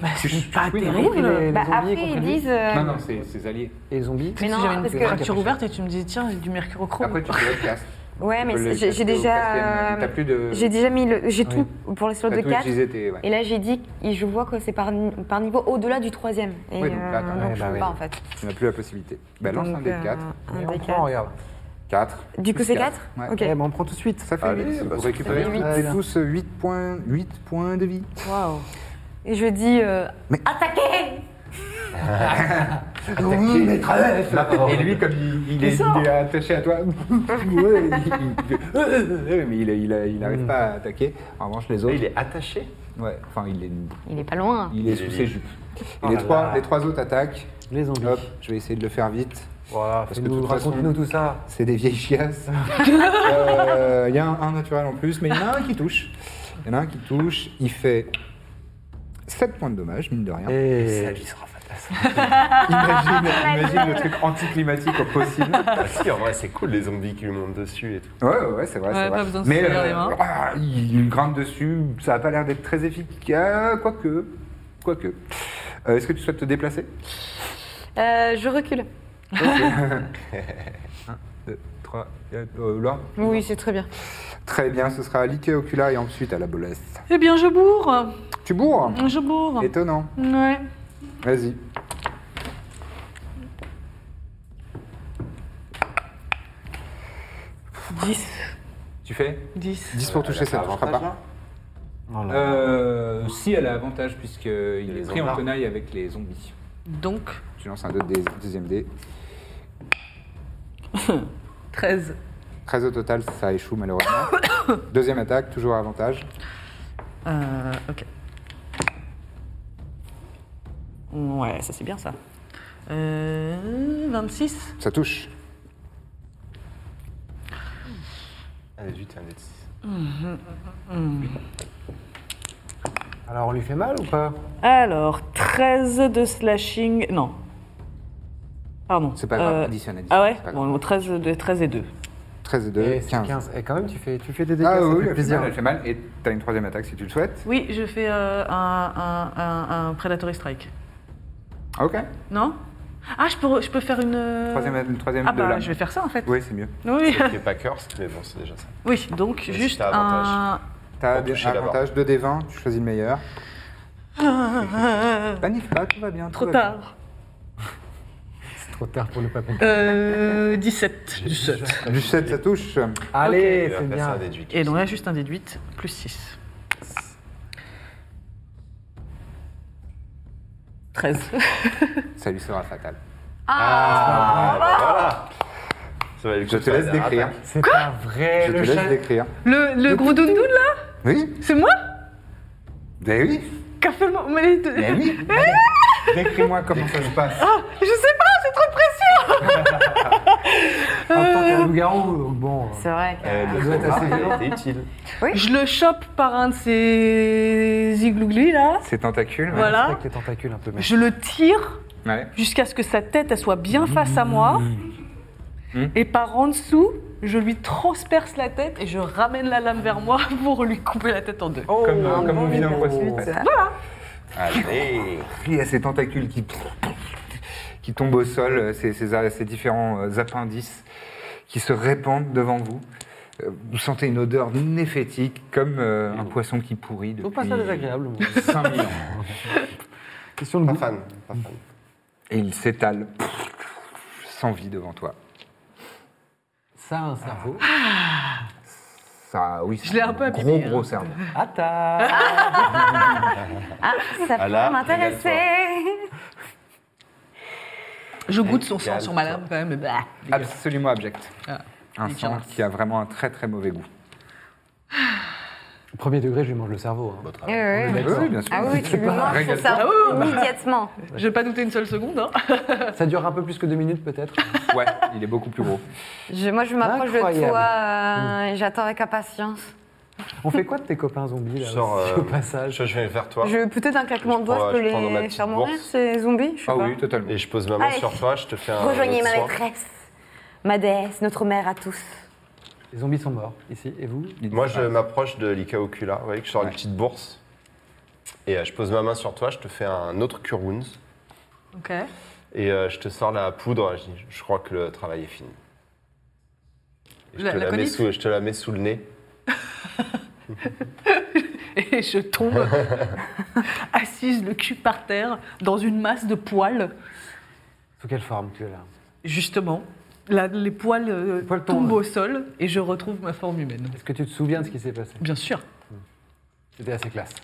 [SPEAKER 4] Bah, c'est pas
[SPEAKER 3] Oui,
[SPEAKER 4] terrible.
[SPEAKER 3] compris les- les
[SPEAKER 5] bah,
[SPEAKER 3] zombies,
[SPEAKER 5] après,
[SPEAKER 3] y compris
[SPEAKER 5] ils
[SPEAKER 3] lui.
[SPEAKER 5] disent. euh,
[SPEAKER 1] Non, non, c'est ses alliés.
[SPEAKER 3] Et les zombies
[SPEAKER 5] Mais
[SPEAKER 4] Si
[SPEAKER 5] non,
[SPEAKER 4] j'avais une
[SPEAKER 5] parce que-
[SPEAKER 4] fracture ouverte et tu me disais, tiens, j'ai du mercure au chrome.
[SPEAKER 1] Après, tu peux le cast.
[SPEAKER 5] Ouais,
[SPEAKER 1] Tu
[SPEAKER 5] mais
[SPEAKER 1] peux le
[SPEAKER 5] c'est- j'ai- j'ai
[SPEAKER 1] caster au
[SPEAKER 5] déjà,
[SPEAKER 1] quatrième.
[SPEAKER 5] euh,
[SPEAKER 1] T'as plus de.
[SPEAKER 5] J'ai déjà mis le. J'ai
[SPEAKER 3] Oui.
[SPEAKER 5] tout pour les slots
[SPEAKER 1] t'as
[SPEAKER 5] de
[SPEAKER 1] tout
[SPEAKER 5] 4.
[SPEAKER 1] utilisé tes- ouais.
[SPEAKER 5] Et là, j'ai dit, et je vois que c'est par, ni- par niveau au-delà du troisième. Et
[SPEAKER 1] Oui, donc là, t'as-
[SPEAKER 5] euh,
[SPEAKER 1] ouais,
[SPEAKER 5] donc je
[SPEAKER 3] bah
[SPEAKER 5] peux
[SPEAKER 3] oui.
[SPEAKER 5] pas, en fait.
[SPEAKER 1] Tu n'as plus la possibilité. Bah, lance un
[SPEAKER 5] Donc,
[SPEAKER 1] des
[SPEAKER 5] euh,
[SPEAKER 1] 4.
[SPEAKER 5] un
[SPEAKER 3] Et
[SPEAKER 5] des
[SPEAKER 3] on
[SPEAKER 5] quatre.
[SPEAKER 3] prend, regarde.
[SPEAKER 1] 4.
[SPEAKER 5] Du coup, c'est 4
[SPEAKER 1] Ouais.
[SPEAKER 5] Ok.
[SPEAKER 3] Eh ben, on prend tout de suite.
[SPEAKER 1] Ça fait
[SPEAKER 8] Allez,
[SPEAKER 1] 8.
[SPEAKER 8] bah,
[SPEAKER 1] vous
[SPEAKER 8] ça
[SPEAKER 1] récupérez
[SPEAKER 5] fait huit.
[SPEAKER 1] toutes et tous 8 points, 8 points de vie.
[SPEAKER 3] Eh,
[SPEAKER 4] Waouh.
[SPEAKER 5] Et je dis, euh,
[SPEAKER 1] Mais-
[SPEAKER 5] attaquez
[SPEAKER 1] Et lui, comme il, il est, il est attaché à toi, ouais, il- il- mais il il- il n'arrive pas à attaquer. En revanche, les autres,
[SPEAKER 8] Il est attaché
[SPEAKER 1] ouais, enfin, il est,
[SPEAKER 5] Il est pas loin.
[SPEAKER 1] il est sous ses jupes. Ah Et les,
[SPEAKER 3] là
[SPEAKER 1] trois,
[SPEAKER 3] là.
[SPEAKER 1] les trois autres attaquent.
[SPEAKER 3] Les zombies.
[SPEAKER 1] Hop, je vais essayer de le faire vite.
[SPEAKER 3] Voilà,
[SPEAKER 1] que de
[SPEAKER 3] fais-nous,
[SPEAKER 1] toute façon-
[SPEAKER 3] raconte-nous tout ça.
[SPEAKER 1] C'est des vieilles chiasses. Euh, Il y a un, un naturel en plus, mais il y en a un qui touche. Il y en a un qui touche. Il fait 7 points de dommage, mine de rien.
[SPEAKER 3] Et...
[SPEAKER 1] Imagine, imagine le truc anticlimatique au possible.
[SPEAKER 2] Ah,
[SPEAKER 8] Bah si, en vrai, c'est cool les zombies qui lui montent dessus et tout.
[SPEAKER 1] Ouais, ouais, ouais, c'est vrai.
[SPEAKER 4] Ouais,
[SPEAKER 1] c'est
[SPEAKER 4] pas
[SPEAKER 1] vrai.
[SPEAKER 4] besoin de se
[SPEAKER 1] Mais
[SPEAKER 4] salir
[SPEAKER 1] euh,
[SPEAKER 4] les mains.
[SPEAKER 1] ah, il grimpe dessus, ça a pas l'air d'être très efficace, quoique. Quoique. Euh, Est-ce que tu souhaites te déplacer
[SPEAKER 5] Euh, je recule.
[SPEAKER 1] 3, euh, là
[SPEAKER 5] Oui, c'est très bien.
[SPEAKER 1] Très bien, ce sera à l'Ike Ocula et ensuite à la Bolesse.
[SPEAKER 4] Eh bien, je bourre.
[SPEAKER 1] Tu bourres
[SPEAKER 4] Je bourre.
[SPEAKER 1] Étonnant.
[SPEAKER 4] Ouais.
[SPEAKER 1] Vas-y. Tu fais
[SPEAKER 4] 10.
[SPEAKER 1] 10 pour
[SPEAKER 3] Euh,
[SPEAKER 1] toucher, ça ne touchera
[SPEAKER 2] hein.
[SPEAKER 1] pas.
[SPEAKER 3] Oh là.
[SPEAKER 1] Euh, si, elle a avantage puisqu'il est pris en tenaille avec les zombies.
[SPEAKER 4] Donc,
[SPEAKER 1] Tu lances un deux- dé- deuxième dé.
[SPEAKER 4] 13.
[SPEAKER 1] 13 au total, ça échoue malheureusement. Deuxième attaque, toujours avantage.
[SPEAKER 4] Euh, ok. Ouais, ça c'est bien ça. Euh, 26
[SPEAKER 1] Ça touche.
[SPEAKER 2] Allez, vite, Ah, un des six.
[SPEAKER 3] Alors on lui fait mal ou pas
[SPEAKER 4] Alors, 13 de slashing. Non. Pardon.
[SPEAKER 1] C'est pas grave, additionne, additionne,
[SPEAKER 4] Ah ouais
[SPEAKER 1] c'est pas grave.
[SPEAKER 4] bon, 13, de, 13 et 2.
[SPEAKER 1] 13 et 2,
[SPEAKER 3] Et
[SPEAKER 1] 15.
[SPEAKER 3] 15. 15. Et quand même, tu fais, tu fais des dégâts,
[SPEAKER 1] Ah
[SPEAKER 3] Eh, ça
[SPEAKER 1] oui,
[SPEAKER 3] fait
[SPEAKER 1] elle fait,
[SPEAKER 3] plaisir.
[SPEAKER 1] mal, elle fait mal. Et t'as une troisième attaque si tu le souhaites.
[SPEAKER 4] Oui, je fais euh, un, un, un- un Predatory Strike.
[SPEAKER 1] Ok.
[SPEAKER 4] Euh, Non Ah, je peux, re- je peux faire une. euh,
[SPEAKER 1] Troisième, une troisième
[SPEAKER 4] Ah
[SPEAKER 1] de
[SPEAKER 4] bah,
[SPEAKER 1] lame.
[SPEAKER 4] je vais faire ça en fait.
[SPEAKER 1] Oui, c'est mieux.
[SPEAKER 4] Oui,
[SPEAKER 2] T'es pas curse, mais bon, c'est déjà ça.
[SPEAKER 4] oui donc
[SPEAKER 2] si
[SPEAKER 4] juste
[SPEAKER 2] t'as
[SPEAKER 4] un.
[SPEAKER 2] avantage.
[SPEAKER 1] T'as
[SPEAKER 2] Pour
[SPEAKER 1] des
[SPEAKER 2] toucher d'abord.
[SPEAKER 1] avantages, 2 des 20, tu choisis le meilleur. Panique pas, tout va bien. tout
[SPEAKER 4] Ah. Trop
[SPEAKER 1] va bien.
[SPEAKER 4] tard.
[SPEAKER 3] C'est trop tard pour ne pas compter.
[SPEAKER 4] Euh, 17. 17.
[SPEAKER 1] Du 7, ça touche.
[SPEAKER 3] Allez,
[SPEAKER 2] Il va
[SPEAKER 3] c'est
[SPEAKER 2] passer
[SPEAKER 3] bien.
[SPEAKER 2] un déduit.
[SPEAKER 4] Et donc là, juste un déduite, plus 6. 13.
[SPEAKER 1] Ça lui sera fatal.
[SPEAKER 2] Ah, bah voilà Ça va être
[SPEAKER 1] Je te laisse décrire.
[SPEAKER 3] C'est pas vrai,
[SPEAKER 1] Je te
[SPEAKER 3] le
[SPEAKER 1] laisse
[SPEAKER 3] chat.
[SPEAKER 1] décrire.
[SPEAKER 4] Le, le gros doudou là
[SPEAKER 1] Oui
[SPEAKER 4] C'est moi
[SPEAKER 1] Ben oui
[SPEAKER 4] Qu'a fait mon- mais les deux-
[SPEAKER 1] Ben oui Décris-moi comment ça se passe.
[SPEAKER 4] Ah, je sais pas, c'est trop de pression
[SPEAKER 3] En tant qu'un loup-garou, donc bon.
[SPEAKER 5] C'est vrai. que-
[SPEAKER 3] Ah,
[SPEAKER 2] Elle doit être assez utile.
[SPEAKER 4] Je le chope par un de ces ziglouglis là,
[SPEAKER 1] Ces tentacules. ouais.
[SPEAKER 4] Voilà.
[SPEAKER 3] Avec les tentacules un peu, mais.
[SPEAKER 4] je le tire
[SPEAKER 1] Ouais.
[SPEAKER 4] jusqu'à ce que sa tête elle soit bien face à moi,
[SPEAKER 1] Mmh.
[SPEAKER 4] et par en dessous, je lui transperce la tête et je ramène la lame vers moi pour lui couper la tête en deux.
[SPEAKER 3] Oh,
[SPEAKER 1] Comme, euh, comme on vit dans le poisson. en fait.
[SPEAKER 2] Allez
[SPEAKER 1] Il y a ces tentacules qui, qui tombent au sol, euh, ces, ces, a- ces différents euh, appendices qui se répandent devant vous. Euh, Vous sentez une odeur néfétique comme euh, un poisson qui pourrit depuis
[SPEAKER 3] Faut pas ça désagréable. moi.
[SPEAKER 1] 5000 ans.
[SPEAKER 3] Question de
[SPEAKER 2] Pas
[SPEAKER 3] goût.
[SPEAKER 2] fan, pas fan.
[SPEAKER 1] Et il s'étale sans vie devant toi.
[SPEAKER 3] Ça a un cerveau.
[SPEAKER 2] Ah.
[SPEAKER 1] Ça, oui, c'est
[SPEAKER 4] l'ai un
[SPEAKER 1] un
[SPEAKER 4] peu abîmé,
[SPEAKER 1] gros,
[SPEAKER 4] hein.
[SPEAKER 1] gros cerveau.
[SPEAKER 3] Attaque
[SPEAKER 5] Ça
[SPEAKER 2] Ah
[SPEAKER 5] peut
[SPEAKER 2] là,
[SPEAKER 5] m'intéresser.
[SPEAKER 4] Je goûte son sang sur ma lame quand même, mais bah, dégueulasse.
[SPEAKER 1] Absolument abject.
[SPEAKER 4] Ah,
[SPEAKER 1] Un
[SPEAKER 4] dégueulasse.
[SPEAKER 1] sang qui a vraiment un très très mauvais goût.
[SPEAKER 3] Premier degré, je lui mange le cerveau. hein.
[SPEAKER 5] Eh ouais.
[SPEAKER 1] Oui, bien sûr.
[SPEAKER 5] Ah oui, tu lui manges son
[SPEAKER 1] Régale-toi.
[SPEAKER 5] cerveau
[SPEAKER 4] Ah oui,
[SPEAKER 5] immédiatement.
[SPEAKER 4] J'ai pas douté une seule seconde. Hein.
[SPEAKER 3] Ça dure un peu plus que deux minutes, peut-être.
[SPEAKER 1] Ouais, il est beaucoup plus gros.
[SPEAKER 5] Je- moi, je m'approche de
[SPEAKER 3] Incroyable.
[SPEAKER 5] toi euh, et j'attends avec impatience.
[SPEAKER 3] On fait quoi de tes copains zombies, là,
[SPEAKER 2] Je sors,
[SPEAKER 3] aussi,
[SPEAKER 2] euh,
[SPEAKER 3] au passage
[SPEAKER 2] Je je vais vers toi.
[SPEAKER 5] Je peut-être un
[SPEAKER 2] Bah.
[SPEAKER 5] claquement
[SPEAKER 2] Je
[SPEAKER 5] de doigts,
[SPEAKER 2] prends-
[SPEAKER 5] je peux
[SPEAKER 2] je prends dans ma
[SPEAKER 5] les
[SPEAKER 2] petite
[SPEAKER 5] faire mourir,
[SPEAKER 2] bourse. Euh,
[SPEAKER 5] ces zombies, je sais
[SPEAKER 1] Ah
[SPEAKER 5] pas.
[SPEAKER 1] oui, totalement.
[SPEAKER 2] Et je pose ma main
[SPEAKER 5] Allez.
[SPEAKER 2] sur toi, je te fais un.
[SPEAKER 5] Rejoignez ma
[SPEAKER 2] soin.
[SPEAKER 5] maîtresse, ma déesse, notre mère à tous.
[SPEAKER 3] Les zombies sont morts, ici. Et vous
[SPEAKER 2] Moi, je m'approche de l'Ika Ocula, vous voyez, que je sors une petite bourse. Et euh, je pose ma main sur toi, je te fais un autre Cure Wounds.
[SPEAKER 4] Ok.
[SPEAKER 2] Et euh, je te sors la poudre, je, dis, je crois que le travail est fini. Et je,
[SPEAKER 4] La-
[SPEAKER 2] te
[SPEAKER 4] la
[SPEAKER 2] la mets
[SPEAKER 4] conife
[SPEAKER 2] sous, je te la mets sous le nez.
[SPEAKER 4] Et je tombe assise le cul par terre dans une masse de poils.
[SPEAKER 3] Sous quelle forme tu es là
[SPEAKER 4] Justement, là, les poils, euh,
[SPEAKER 3] Les poils
[SPEAKER 4] tombent
[SPEAKER 3] tombent.
[SPEAKER 4] au sol et je retrouve ma forme humaine.
[SPEAKER 3] Est-ce que tu te souviens de ce qui s'est passé
[SPEAKER 4] Bien sûr.
[SPEAKER 3] C'était assez classe.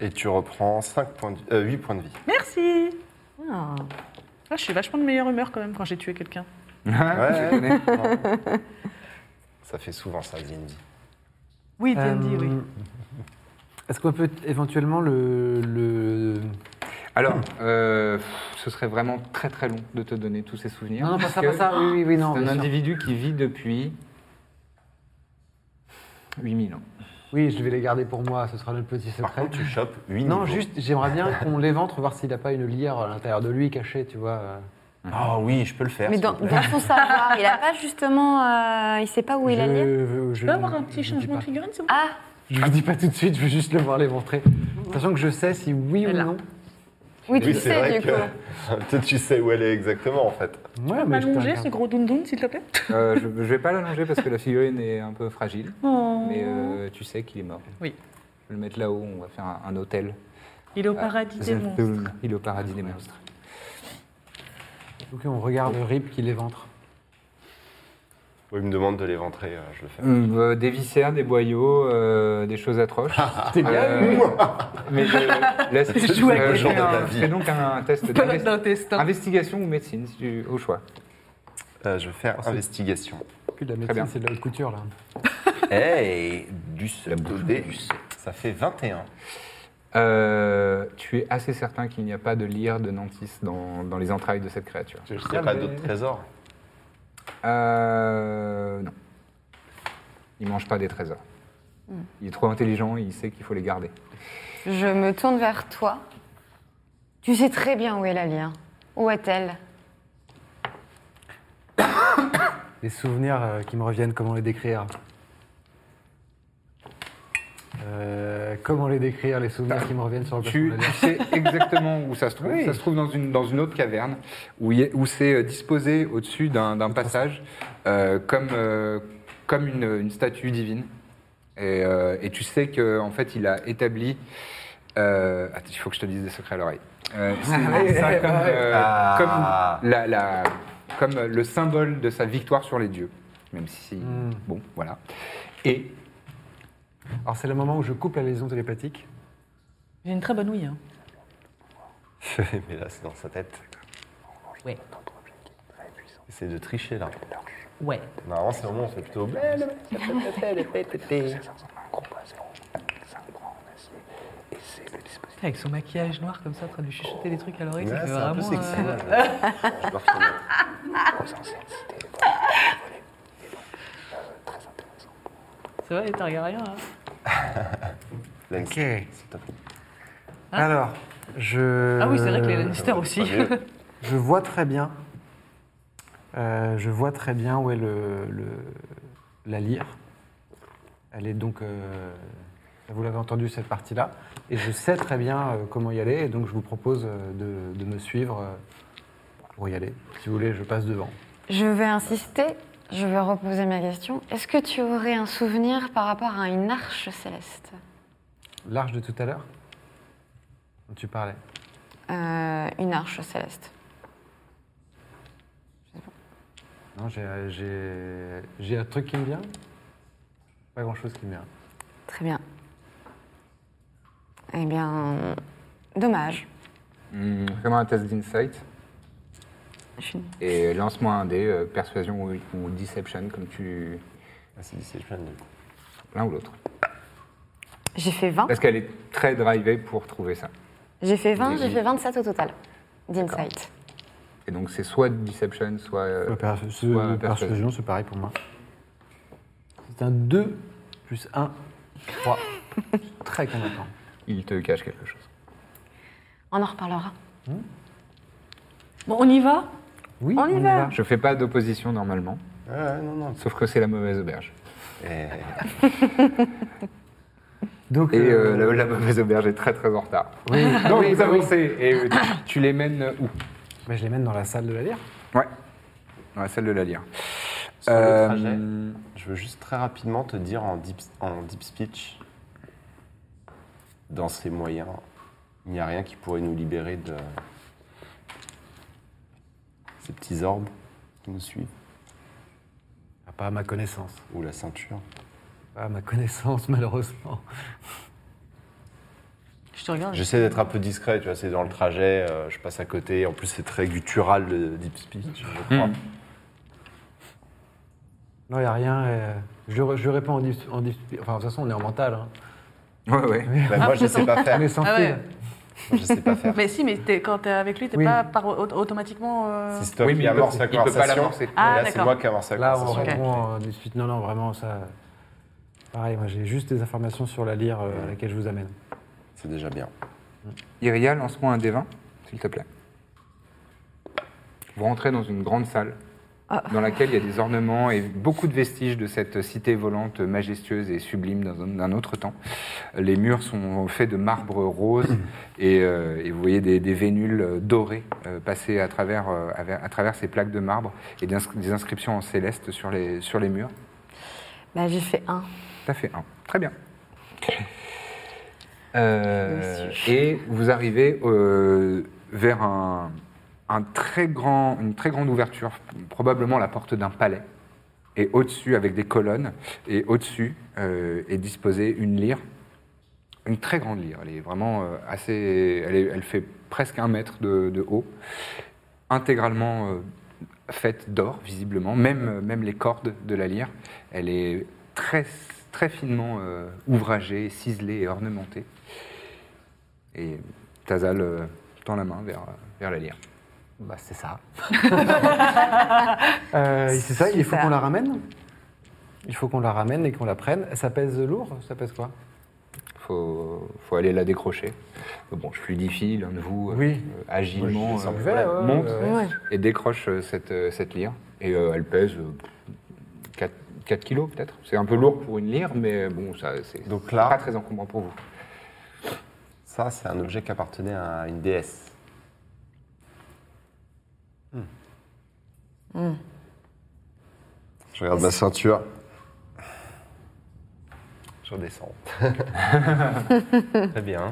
[SPEAKER 2] Et tu reprends 5 points de- euh, 8 points de vie.
[SPEAKER 4] Merci.
[SPEAKER 5] Ah.
[SPEAKER 4] Ah, je suis vachement de meilleure humeur quand même quand j'ai tué quelqu'un.
[SPEAKER 1] Ah, Je connais.
[SPEAKER 2] Ça fait souvent ça, Zindy.
[SPEAKER 4] Oui, D&D,
[SPEAKER 3] Euh,
[SPEAKER 4] oui.
[SPEAKER 3] Est-ce qu'on peut éventuellement le. le...
[SPEAKER 1] Alors, euh, pff, ce serait vraiment très très long de te donner tous ces souvenirs.
[SPEAKER 3] Non, non, pas
[SPEAKER 1] parce
[SPEAKER 3] ça,
[SPEAKER 1] que
[SPEAKER 3] pas ça. Oui, oui, oui, non.
[SPEAKER 1] C'est un
[SPEAKER 3] bien sûr.
[SPEAKER 1] individu qui vit depuis 8000 ans.
[SPEAKER 3] Oui, je vais les garder pour moi, ce sera notre petit
[SPEAKER 2] Par
[SPEAKER 3] secret.
[SPEAKER 2] contre, tu chopes 8
[SPEAKER 3] Non, juste, j'aimerais bien qu'on l'éventre, voir s'il n'a pas une lyre à l'intérieur de lui cachée, tu vois. euh.
[SPEAKER 2] Ah oui, je peux le faire.
[SPEAKER 5] Mais
[SPEAKER 2] s'il
[SPEAKER 5] dans,
[SPEAKER 2] vous plaît.
[SPEAKER 5] dans son savoir, il a pas justement. euh, il sait pas où il allait
[SPEAKER 3] je,
[SPEAKER 4] Je peux avoir un petit changement de
[SPEAKER 3] je vous dis
[SPEAKER 4] figurine, c'est bon
[SPEAKER 5] Ah,
[SPEAKER 3] pas- Je vous dis pas tout de suite, je veux juste le voir l'éventrer. Sachant que je sais si oui ou
[SPEAKER 4] Elle a-
[SPEAKER 3] non.
[SPEAKER 5] oui, tu
[SPEAKER 2] Oui,
[SPEAKER 5] le
[SPEAKER 2] c'est vrai
[SPEAKER 5] sais, du coup.
[SPEAKER 2] que peut-être tu sais où elle est exactement en fait.
[SPEAKER 3] Ouais, mais je peux
[SPEAKER 4] M'allonger
[SPEAKER 3] regarder.
[SPEAKER 4] ce gros doundoun, s'il te plaît
[SPEAKER 1] Euh, je ne vais pas l'allonger parce que la figurine est un peu fragile,
[SPEAKER 4] Oh.
[SPEAKER 1] mais euh, tu sais qu'il est mort.
[SPEAKER 4] Oui.
[SPEAKER 1] Je vais le mettre là-haut, on va faire un, un hôtel.
[SPEAKER 4] Il est au paradis des monstres.
[SPEAKER 1] Il est au paradis des monstres.
[SPEAKER 3] Ok, on regarde Rip qui l'éventre.
[SPEAKER 2] Ou il me demande de l'éventrer, euh, je le fais.
[SPEAKER 1] Hum, euh, des viscères, des boyaux, euh, des choses atroces.
[SPEAKER 3] Ah, T'es bien
[SPEAKER 1] Euh, mais je laisse
[SPEAKER 4] Je joue avec
[SPEAKER 1] euh,
[SPEAKER 4] les
[SPEAKER 1] fais
[SPEAKER 4] gens.
[SPEAKER 1] un- fais donc un test
[SPEAKER 4] Palette Ah.
[SPEAKER 1] d'investi-
[SPEAKER 4] d'intestin.
[SPEAKER 1] investigation ou médecine, si tu- au choix.
[SPEAKER 2] Euh, je vais faire investigation.
[SPEAKER 3] plus de la
[SPEAKER 1] bien.
[SPEAKER 3] médecine, c'est de la haute couture, là.
[SPEAKER 2] Hey, du seul
[SPEAKER 1] bouche
[SPEAKER 2] dé.
[SPEAKER 1] du
[SPEAKER 2] Ça fait 21.
[SPEAKER 1] Euh, tu es assez certain qu'il n'y a pas de lyre de Nantis dans, dans les entrailles de cette créature
[SPEAKER 2] Il n'y a pas d'autres trésors.
[SPEAKER 1] Euh, Non. Il mange pas des trésors. Il est trop intelligent, il sait qu'il faut les garder.
[SPEAKER 5] Je me tourne vers toi. Tu sais très bien où est la lien. Où est-elle
[SPEAKER 3] Les souvenirs euh, qui me reviennent, comment les décrire Euh, Comment les décrire, les souvenirs qui me reviennent sur le
[SPEAKER 1] Tu,
[SPEAKER 3] personnage
[SPEAKER 1] tu sais exactement où ça se trouve.
[SPEAKER 3] Oui.
[SPEAKER 1] Ça se trouve dans une, dans une autre caverne où, il y a- où c'est euh, disposé au-dessus d'un d'un passage euh, comme, euh, comme une, une statue divine. Et, euh, et tu sais qu'en en fait, il a établi. euh, attends, il faut que je te dise des secrets à l'oreille. Euh, c'est ça comme, euh,
[SPEAKER 2] Ah.
[SPEAKER 1] comme la- la- comme le symbole de sa victoire sur les dieux. Même si. Bon, voilà. Et.
[SPEAKER 3] Alors, c'est le moment où je coupe la liaison télépathique.
[SPEAKER 4] J'ai une très bonne ouïe. hein.
[SPEAKER 2] Mais là, c'est dans sa tête.
[SPEAKER 4] Ouais.
[SPEAKER 2] Essaye de tricher là.
[SPEAKER 4] Ouais.
[SPEAKER 2] Normalement, c'est vraiment, on fait plutôt.
[SPEAKER 4] Avec son maquillage noir comme ça, en train de lui chuchoter des trucs à l'oreille, ça
[SPEAKER 2] Ouais, Ah,
[SPEAKER 4] fait
[SPEAKER 2] c'est un peu
[SPEAKER 4] vraiment.
[SPEAKER 2] sexy.
[SPEAKER 4] euh,
[SPEAKER 2] Je dois reconnaître.
[SPEAKER 4] C'est vrai, les Targaryens. hein.
[SPEAKER 2] Lance,
[SPEAKER 3] Ok.
[SPEAKER 2] s'il te plaît.
[SPEAKER 3] Alors, je.
[SPEAKER 2] Euh,
[SPEAKER 4] Ah oui, c'est vrai que les Lannister aussi.
[SPEAKER 2] Pas mieux.
[SPEAKER 3] Je vois très bien. Euh, je vois très bien où est le, le- la lyre. Elle est donc. euh, vous l'avez entendu cette partie-là. Et je sais très bien euh, comment y aller. Et donc je vous propose euh, de, de me suivre euh, pour y aller. Si vous voulez, je passe devant.
[SPEAKER 5] Je vais insister, je vais reposer ma question. Est-ce que tu aurais un souvenir par rapport à une arche céleste
[SPEAKER 3] L'arche de tout à l'heure dont tu parlais.
[SPEAKER 5] Euh, Une arche céleste.
[SPEAKER 3] Non, j'ai- j'ai j'ai un truc qui me vient. Pas grand-chose qui me vient.
[SPEAKER 5] Très bien. Eh bien, dommage.
[SPEAKER 1] Hmm, Fais-moi un test d'insight.
[SPEAKER 5] Je suis-
[SPEAKER 1] Et lance-moi un dé, euh, persuasion ou, ou deception, comme tu.
[SPEAKER 2] Ah, c'est Deception, du coup.
[SPEAKER 1] l'un ou l'autre.
[SPEAKER 5] J'ai fait 20.
[SPEAKER 1] Parce qu'elle est très drivée pour trouver ça.
[SPEAKER 5] J'ai fait 20, j'ai fait 27 au total d'insight.
[SPEAKER 1] Et donc c'est soit deception, soit. euh,
[SPEAKER 3] Ouais, per- ce-
[SPEAKER 1] ouais,
[SPEAKER 3] persuasion, c'est pareil pour moi. C'est un 2 plus 1, 3. Très convaincant.
[SPEAKER 1] il te cache quelque chose.
[SPEAKER 5] On en reparlera.
[SPEAKER 4] Bon, on y va
[SPEAKER 3] Oui, on, y va.
[SPEAKER 1] Je fais pas d'opposition normalement,
[SPEAKER 2] Ouais, ouais, non, non.
[SPEAKER 1] sauf que c'est la mauvaise auberge.
[SPEAKER 2] Eh,
[SPEAKER 3] Donc,
[SPEAKER 1] Et euh,
[SPEAKER 3] euh,
[SPEAKER 1] la, la mauvaise auberge est très très en retard.
[SPEAKER 3] oui.
[SPEAKER 1] Donc vous avancez et euh, tu- tu les mènes où
[SPEAKER 3] Bah, je les mène dans la salle de la lire.
[SPEAKER 1] Ouais. Dans la salle de la lire.
[SPEAKER 2] Sur le
[SPEAKER 1] Euh,
[SPEAKER 2] trajet, je veux juste très rapidement te dire en deep, en deep speech, dans ses moyens, il n'y a rien qui pourrait nous libérer de ces petits orbes qui nous suivent,
[SPEAKER 3] Ah, Pas à ma connaissance.
[SPEAKER 2] ou la ceinture.
[SPEAKER 3] Pas à ma connaissance, malheureusement.
[SPEAKER 4] Je te regarde.
[SPEAKER 2] J'essaie d'être un peu discret, tu vois, c'est dans le trajet, euh, je passe à côté, en plus c'est très guttural le deep speech, je crois.
[SPEAKER 1] Hmm.
[SPEAKER 3] Non, il n'y a rien. euh, je, le- je le réponds en dis- en dis- Enfin, de toute façon, on est en mental. hein.
[SPEAKER 1] Ouais, ouais.
[SPEAKER 2] Bah, moi je ne sais pas faire,
[SPEAKER 3] On est sans
[SPEAKER 4] Ah
[SPEAKER 3] fil.
[SPEAKER 4] ouais.
[SPEAKER 2] Moi, je sais pas faire.
[SPEAKER 4] Mais si, mais t'es- quand t'es avec lui, t'es
[SPEAKER 3] Oui.
[SPEAKER 4] pas par- au- automatiquement. euh,
[SPEAKER 2] C'est toi
[SPEAKER 1] Oui, mais
[SPEAKER 2] qui
[SPEAKER 1] il
[SPEAKER 2] amorce
[SPEAKER 1] peut-
[SPEAKER 2] la
[SPEAKER 1] il peut pas
[SPEAKER 2] conversation,
[SPEAKER 1] l'amorcer.
[SPEAKER 2] et
[SPEAKER 4] Ah,
[SPEAKER 2] là c'est
[SPEAKER 4] d'accord.
[SPEAKER 2] moi qui amorce la
[SPEAKER 3] Là, on
[SPEAKER 2] conversation.
[SPEAKER 3] répond en dis- Non, non, vraiment, ça. Pareil, moi, j'ai juste des informations sur la lire euh, à laquelle je vous amène.
[SPEAKER 2] C'est déjà bien.
[SPEAKER 1] Iria, lance-moi un D20, s'il te plaît. Vous rentrez dans une grande salle dans laquelle il y a des ornements et beaucoup de vestiges de cette cité volante majestueuse et sublime dans un- d'un autre temps. Les murs sont faits de marbre rose et, euh, et vous voyez des, des vénules euh, dorées euh, passer à travers, euh, à, ver- à travers ces plaques de marbre et des, ins- des inscriptions en céleste sur les, sur les murs.
[SPEAKER 5] Bah, j'ai fait 1.
[SPEAKER 1] T'as fait un. Très bien. Euh, et vous arrivez euh, vers un, un très grand, une très grande ouverture, probablement la porte d'un palais. Et au-dessus, avec des colonnes, et au-dessus euh, est disposée une lyre, une très grande lyre. Elle est vraiment euh, assez. Elle, est- elle fait presque un mètre de, de haut, intégralement euh, faite d'or, visiblement. Même, euh, même les cordes de la lyre, elle est très, très finement euh, ouvragée, ciselée et ornementée. Et Tazal euh, tend la main vers, euh, vers la lyre.
[SPEAKER 3] Bah, c'est ça. Euh, c'est ça, il faut
[SPEAKER 5] Super.
[SPEAKER 3] qu'on la ramène Il faut qu'on la ramène et qu'on la prenne. Ça pèse lourd Ça pèse quoi
[SPEAKER 1] Faut, faut aller la décrocher. Euh, Bon, je fluidifie, l'un de vous, euh,
[SPEAKER 3] Oui.
[SPEAKER 1] euh, agilement,
[SPEAKER 3] Moi, je
[SPEAKER 1] euh,
[SPEAKER 3] vais,
[SPEAKER 1] voilà,
[SPEAKER 3] ouais,
[SPEAKER 1] monte
[SPEAKER 3] ouais,
[SPEAKER 5] ouais.
[SPEAKER 1] et décroche euh, cette, euh, cette lyre. Et euh, elle pèse 4, kilos peut-être. C'est un peu lourd pour une lyre, mais euh, bon, ça, c'est
[SPEAKER 2] Donc là-
[SPEAKER 1] pas très encombrant pour vous.
[SPEAKER 2] Ça, c'est un objet qui appartenait à une déesse.
[SPEAKER 4] Hmm.
[SPEAKER 2] Je regarde ma ceinture. Je redescends. Très bien.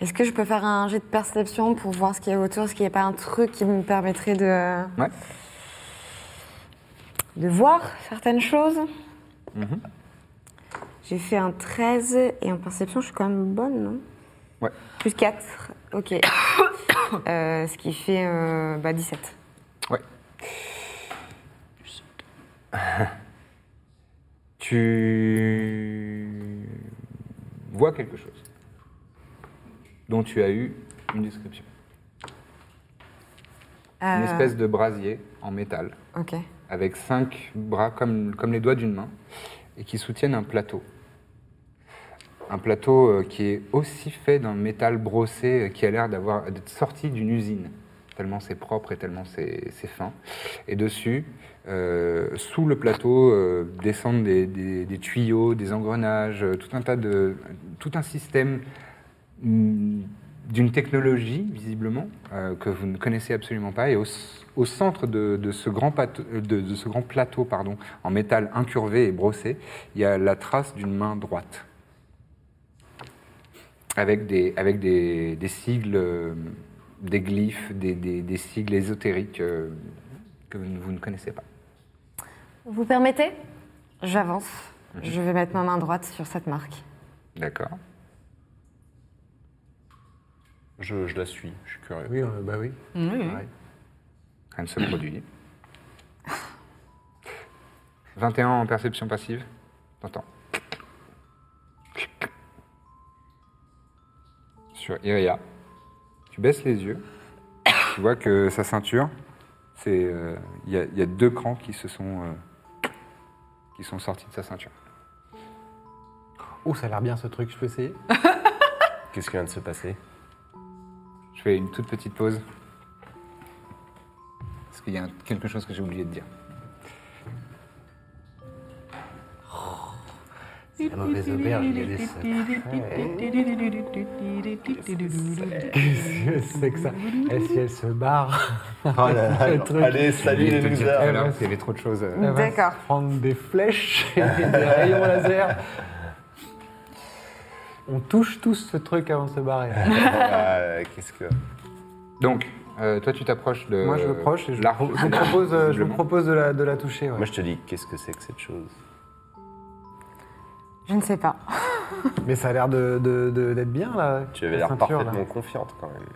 [SPEAKER 5] Est-ce que je peux faire un jet de perception pour voir ce qu'il y a autour, ce qu'il n'y a pas un truc qui me permettrait de,
[SPEAKER 1] Ouais.
[SPEAKER 5] de voir certaines choses J'ai fait un 13 et en perception, je suis quand même bonne, non
[SPEAKER 1] Ouais.
[SPEAKER 5] Plus 4, ok. Euh, ce qui fait euh, bah, 17.
[SPEAKER 1] Ouais. tu vois quelque chose dont tu as eu une description. Une
[SPEAKER 5] Euh,
[SPEAKER 1] espèce de brasier en métal
[SPEAKER 5] Ok.
[SPEAKER 1] avec cinq bras comme, comme les doigts d'une main et qui soutiennent un plateau. Un plateau euh, qui est aussi fait d'un métal brossé euh, qui a l'air d'avoir d'être sorti d'une usine, tellement c'est propre et tellement c'est c'est fin. Et dessus, euh, sous le plateau, euh, descendent des, des- des tuyaux, des engrenages, euh, tout un tas de tout un système mm, d'une technologie, visiblement, euh, que vous ne connaissez absolument pas. Et au, s- au centre de, de ce grand pate- euh, de, de ce grand plateau pardon, en métal incurvé et brossé, il y a la trace d'une main droite. Avec des, avec des, des sigles, euh, des glyphes, des, des- des sigles ésotériques euh, que vous ne- vous ne connaissez pas.
[SPEAKER 5] Vous permettez J'avance. Je vais mettre ma main droite sur cette marque.
[SPEAKER 1] D'accord.
[SPEAKER 2] Je, je la suis, je suis curieux.
[SPEAKER 3] Oui, euh, bah oui. Pareil.
[SPEAKER 1] Rien ne se produit. 21 en perception passive. T'entends. Sur Iria. Tu baisses les yeux. Tu vois que sa ceinture, c'est. euh, Il y a- il y, a deux crans qui se sont. euh, qui sont sortis de sa ceinture.
[SPEAKER 3] Oh, ça a l'air bien ce truc, je peux essayer
[SPEAKER 2] Qu'est-ce qui vient de se passer
[SPEAKER 1] Je fais une toute petite pause. Parce qu'il y a un- quelque chose que j'ai oublié de dire.
[SPEAKER 4] C'est la mauvaise auberge, il y a des secrets.
[SPEAKER 3] C'est que ça. Eh, si elle se barre,
[SPEAKER 2] Oh là là,
[SPEAKER 3] Le
[SPEAKER 2] non.
[SPEAKER 3] truc.
[SPEAKER 2] Allez,
[SPEAKER 1] J'ai
[SPEAKER 2] salut
[SPEAKER 1] oublié
[SPEAKER 2] les
[SPEAKER 1] de te dire tout
[SPEAKER 2] losers
[SPEAKER 1] à l'heure qu'il y avait trop de choses. euh,
[SPEAKER 3] elle va
[SPEAKER 5] D'accord.
[SPEAKER 3] se prendre des flèches et des rayons laser. On touche tous ce truc avant de se barrer.
[SPEAKER 2] Euh, Qu'est-ce que...
[SPEAKER 1] Donc, euh, toi, tu t'approches de.
[SPEAKER 3] Moi, je me proche et je,
[SPEAKER 1] la
[SPEAKER 3] je vous
[SPEAKER 1] roue-
[SPEAKER 3] propose, euh, je vous
[SPEAKER 1] visiblement.
[SPEAKER 3] propose de, la, de la toucher. ouais.
[SPEAKER 2] Moi je te dis, qu'est-ce que c'est que cette chose
[SPEAKER 5] Je ne sais pas.
[SPEAKER 3] Mais ça a l'air d'être de, de- d'être bien, là.
[SPEAKER 2] Tu avais
[SPEAKER 3] la
[SPEAKER 2] l'air
[SPEAKER 3] ceinture, là.
[SPEAKER 2] parfaitement confiante quand même.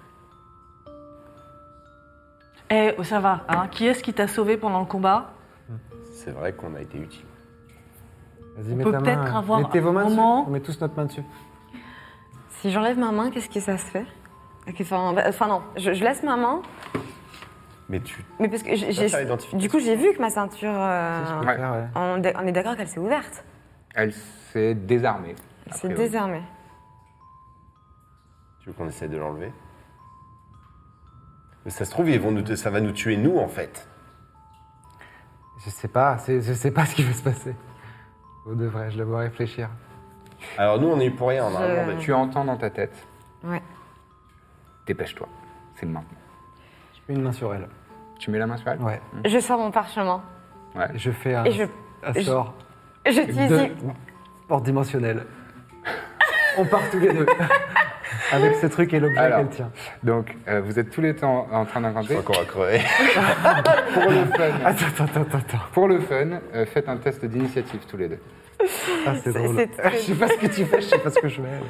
[SPEAKER 4] Eh, oh, ça va, hein Qui est-ce qui t'a sauvé pendant le combat
[SPEAKER 2] C'est vrai qu'on a été utile.
[SPEAKER 3] Vas-y,
[SPEAKER 4] On
[SPEAKER 3] mets
[SPEAKER 4] peut
[SPEAKER 3] ta main,
[SPEAKER 4] peut-être
[SPEAKER 3] hein.
[SPEAKER 4] avoir
[SPEAKER 3] Mettez vos
[SPEAKER 4] un
[SPEAKER 3] mains dessus.
[SPEAKER 4] moment.
[SPEAKER 3] On met tous notre main dessus.
[SPEAKER 5] Si j'enlève ma main, qu'est-ce que ça se fait Ok, Enfin, bah, enfin, non, je, je laisse ma main,
[SPEAKER 2] Mais tu...
[SPEAKER 5] mais parce que j'ai-
[SPEAKER 2] Ça, ça
[SPEAKER 5] j'ai-
[SPEAKER 2] identifie.
[SPEAKER 5] du coup j'ai vu que ma ceinture, euh,
[SPEAKER 3] Je peux
[SPEAKER 1] Ouais.
[SPEAKER 3] faire, ouais.
[SPEAKER 5] on, est- on est d'accord qu'elle s'est ouverte,
[SPEAKER 1] Elle s'est désarmée. a
[SPEAKER 5] c'est
[SPEAKER 1] priori.
[SPEAKER 5] désarmée.
[SPEAKER 2] Tu veux qu'on essaie de l'enlever Mais ça se trouve, ils vont nous... ça va nous tuer nous en fait.
[SPEAKER 3] Je sais pas, c'est- je sais pas ce qui va se passer. Vous devrez, je dois réfléchir.
[SPEAKER 2] Alors nous on est eu pour rien, on a
[SPEAKER 5] Je-
[SPEAKER 2] rien demandé.
[SPEAKER 1] Tu entends dans ta tête
[SPEAKER 5] Ouais.
[SPEAKER 1] Dépêche-toi. C'est maintenant.
[SPEAKER 3] Je mets une main sur elle.
[SPEAKER 1] Tu mets la main sur elle
[SPEAKER 3] Ouais.
[SPEAKER 2] Mm.
[SPEAKER 5] Je sors mon parchemin
[SPEAKER 1] Ouais.
[SPEAKER 3] Et Je fais un,
[SPEAKER 5] et je,
[SPEAKER 3] un
[SPEAKER 5] je-
[SPEAKER 3] sort
[SPEAKER 5] je
[SPEAKER 3] de
[SPEAKER 5] dis
[SPEAKER 3] hors dimensionnel. On part tous les deux avec ce truc et l'objet
[SPEAKER 1] Alors.
[SPEAKER 3] qu'elle tient.
[SPEAKER 1] Donc, euh, vous êtes tous les temps en train
[SPEAKER 2] Je
[SPEAKER 1] d'incanter.
[SPEAKER 2] crois qu'on va crever.
[SPEAKER 1] Pour le fun,
[SPEAKER 3] Attends, attends, attends, attends.
[SPEAKER 1] pour le fun euh, faites un test d'initiative tous les deux.
[SPEAKER 3] Ah, c'est
[SPEAKER 5] C'est-
[SPEAKER 3] drôle.
[SPEAKER 5] c'est très
[SPEAKER 3] Je sais pas ce que tu fais, je sais pas ce que je fais.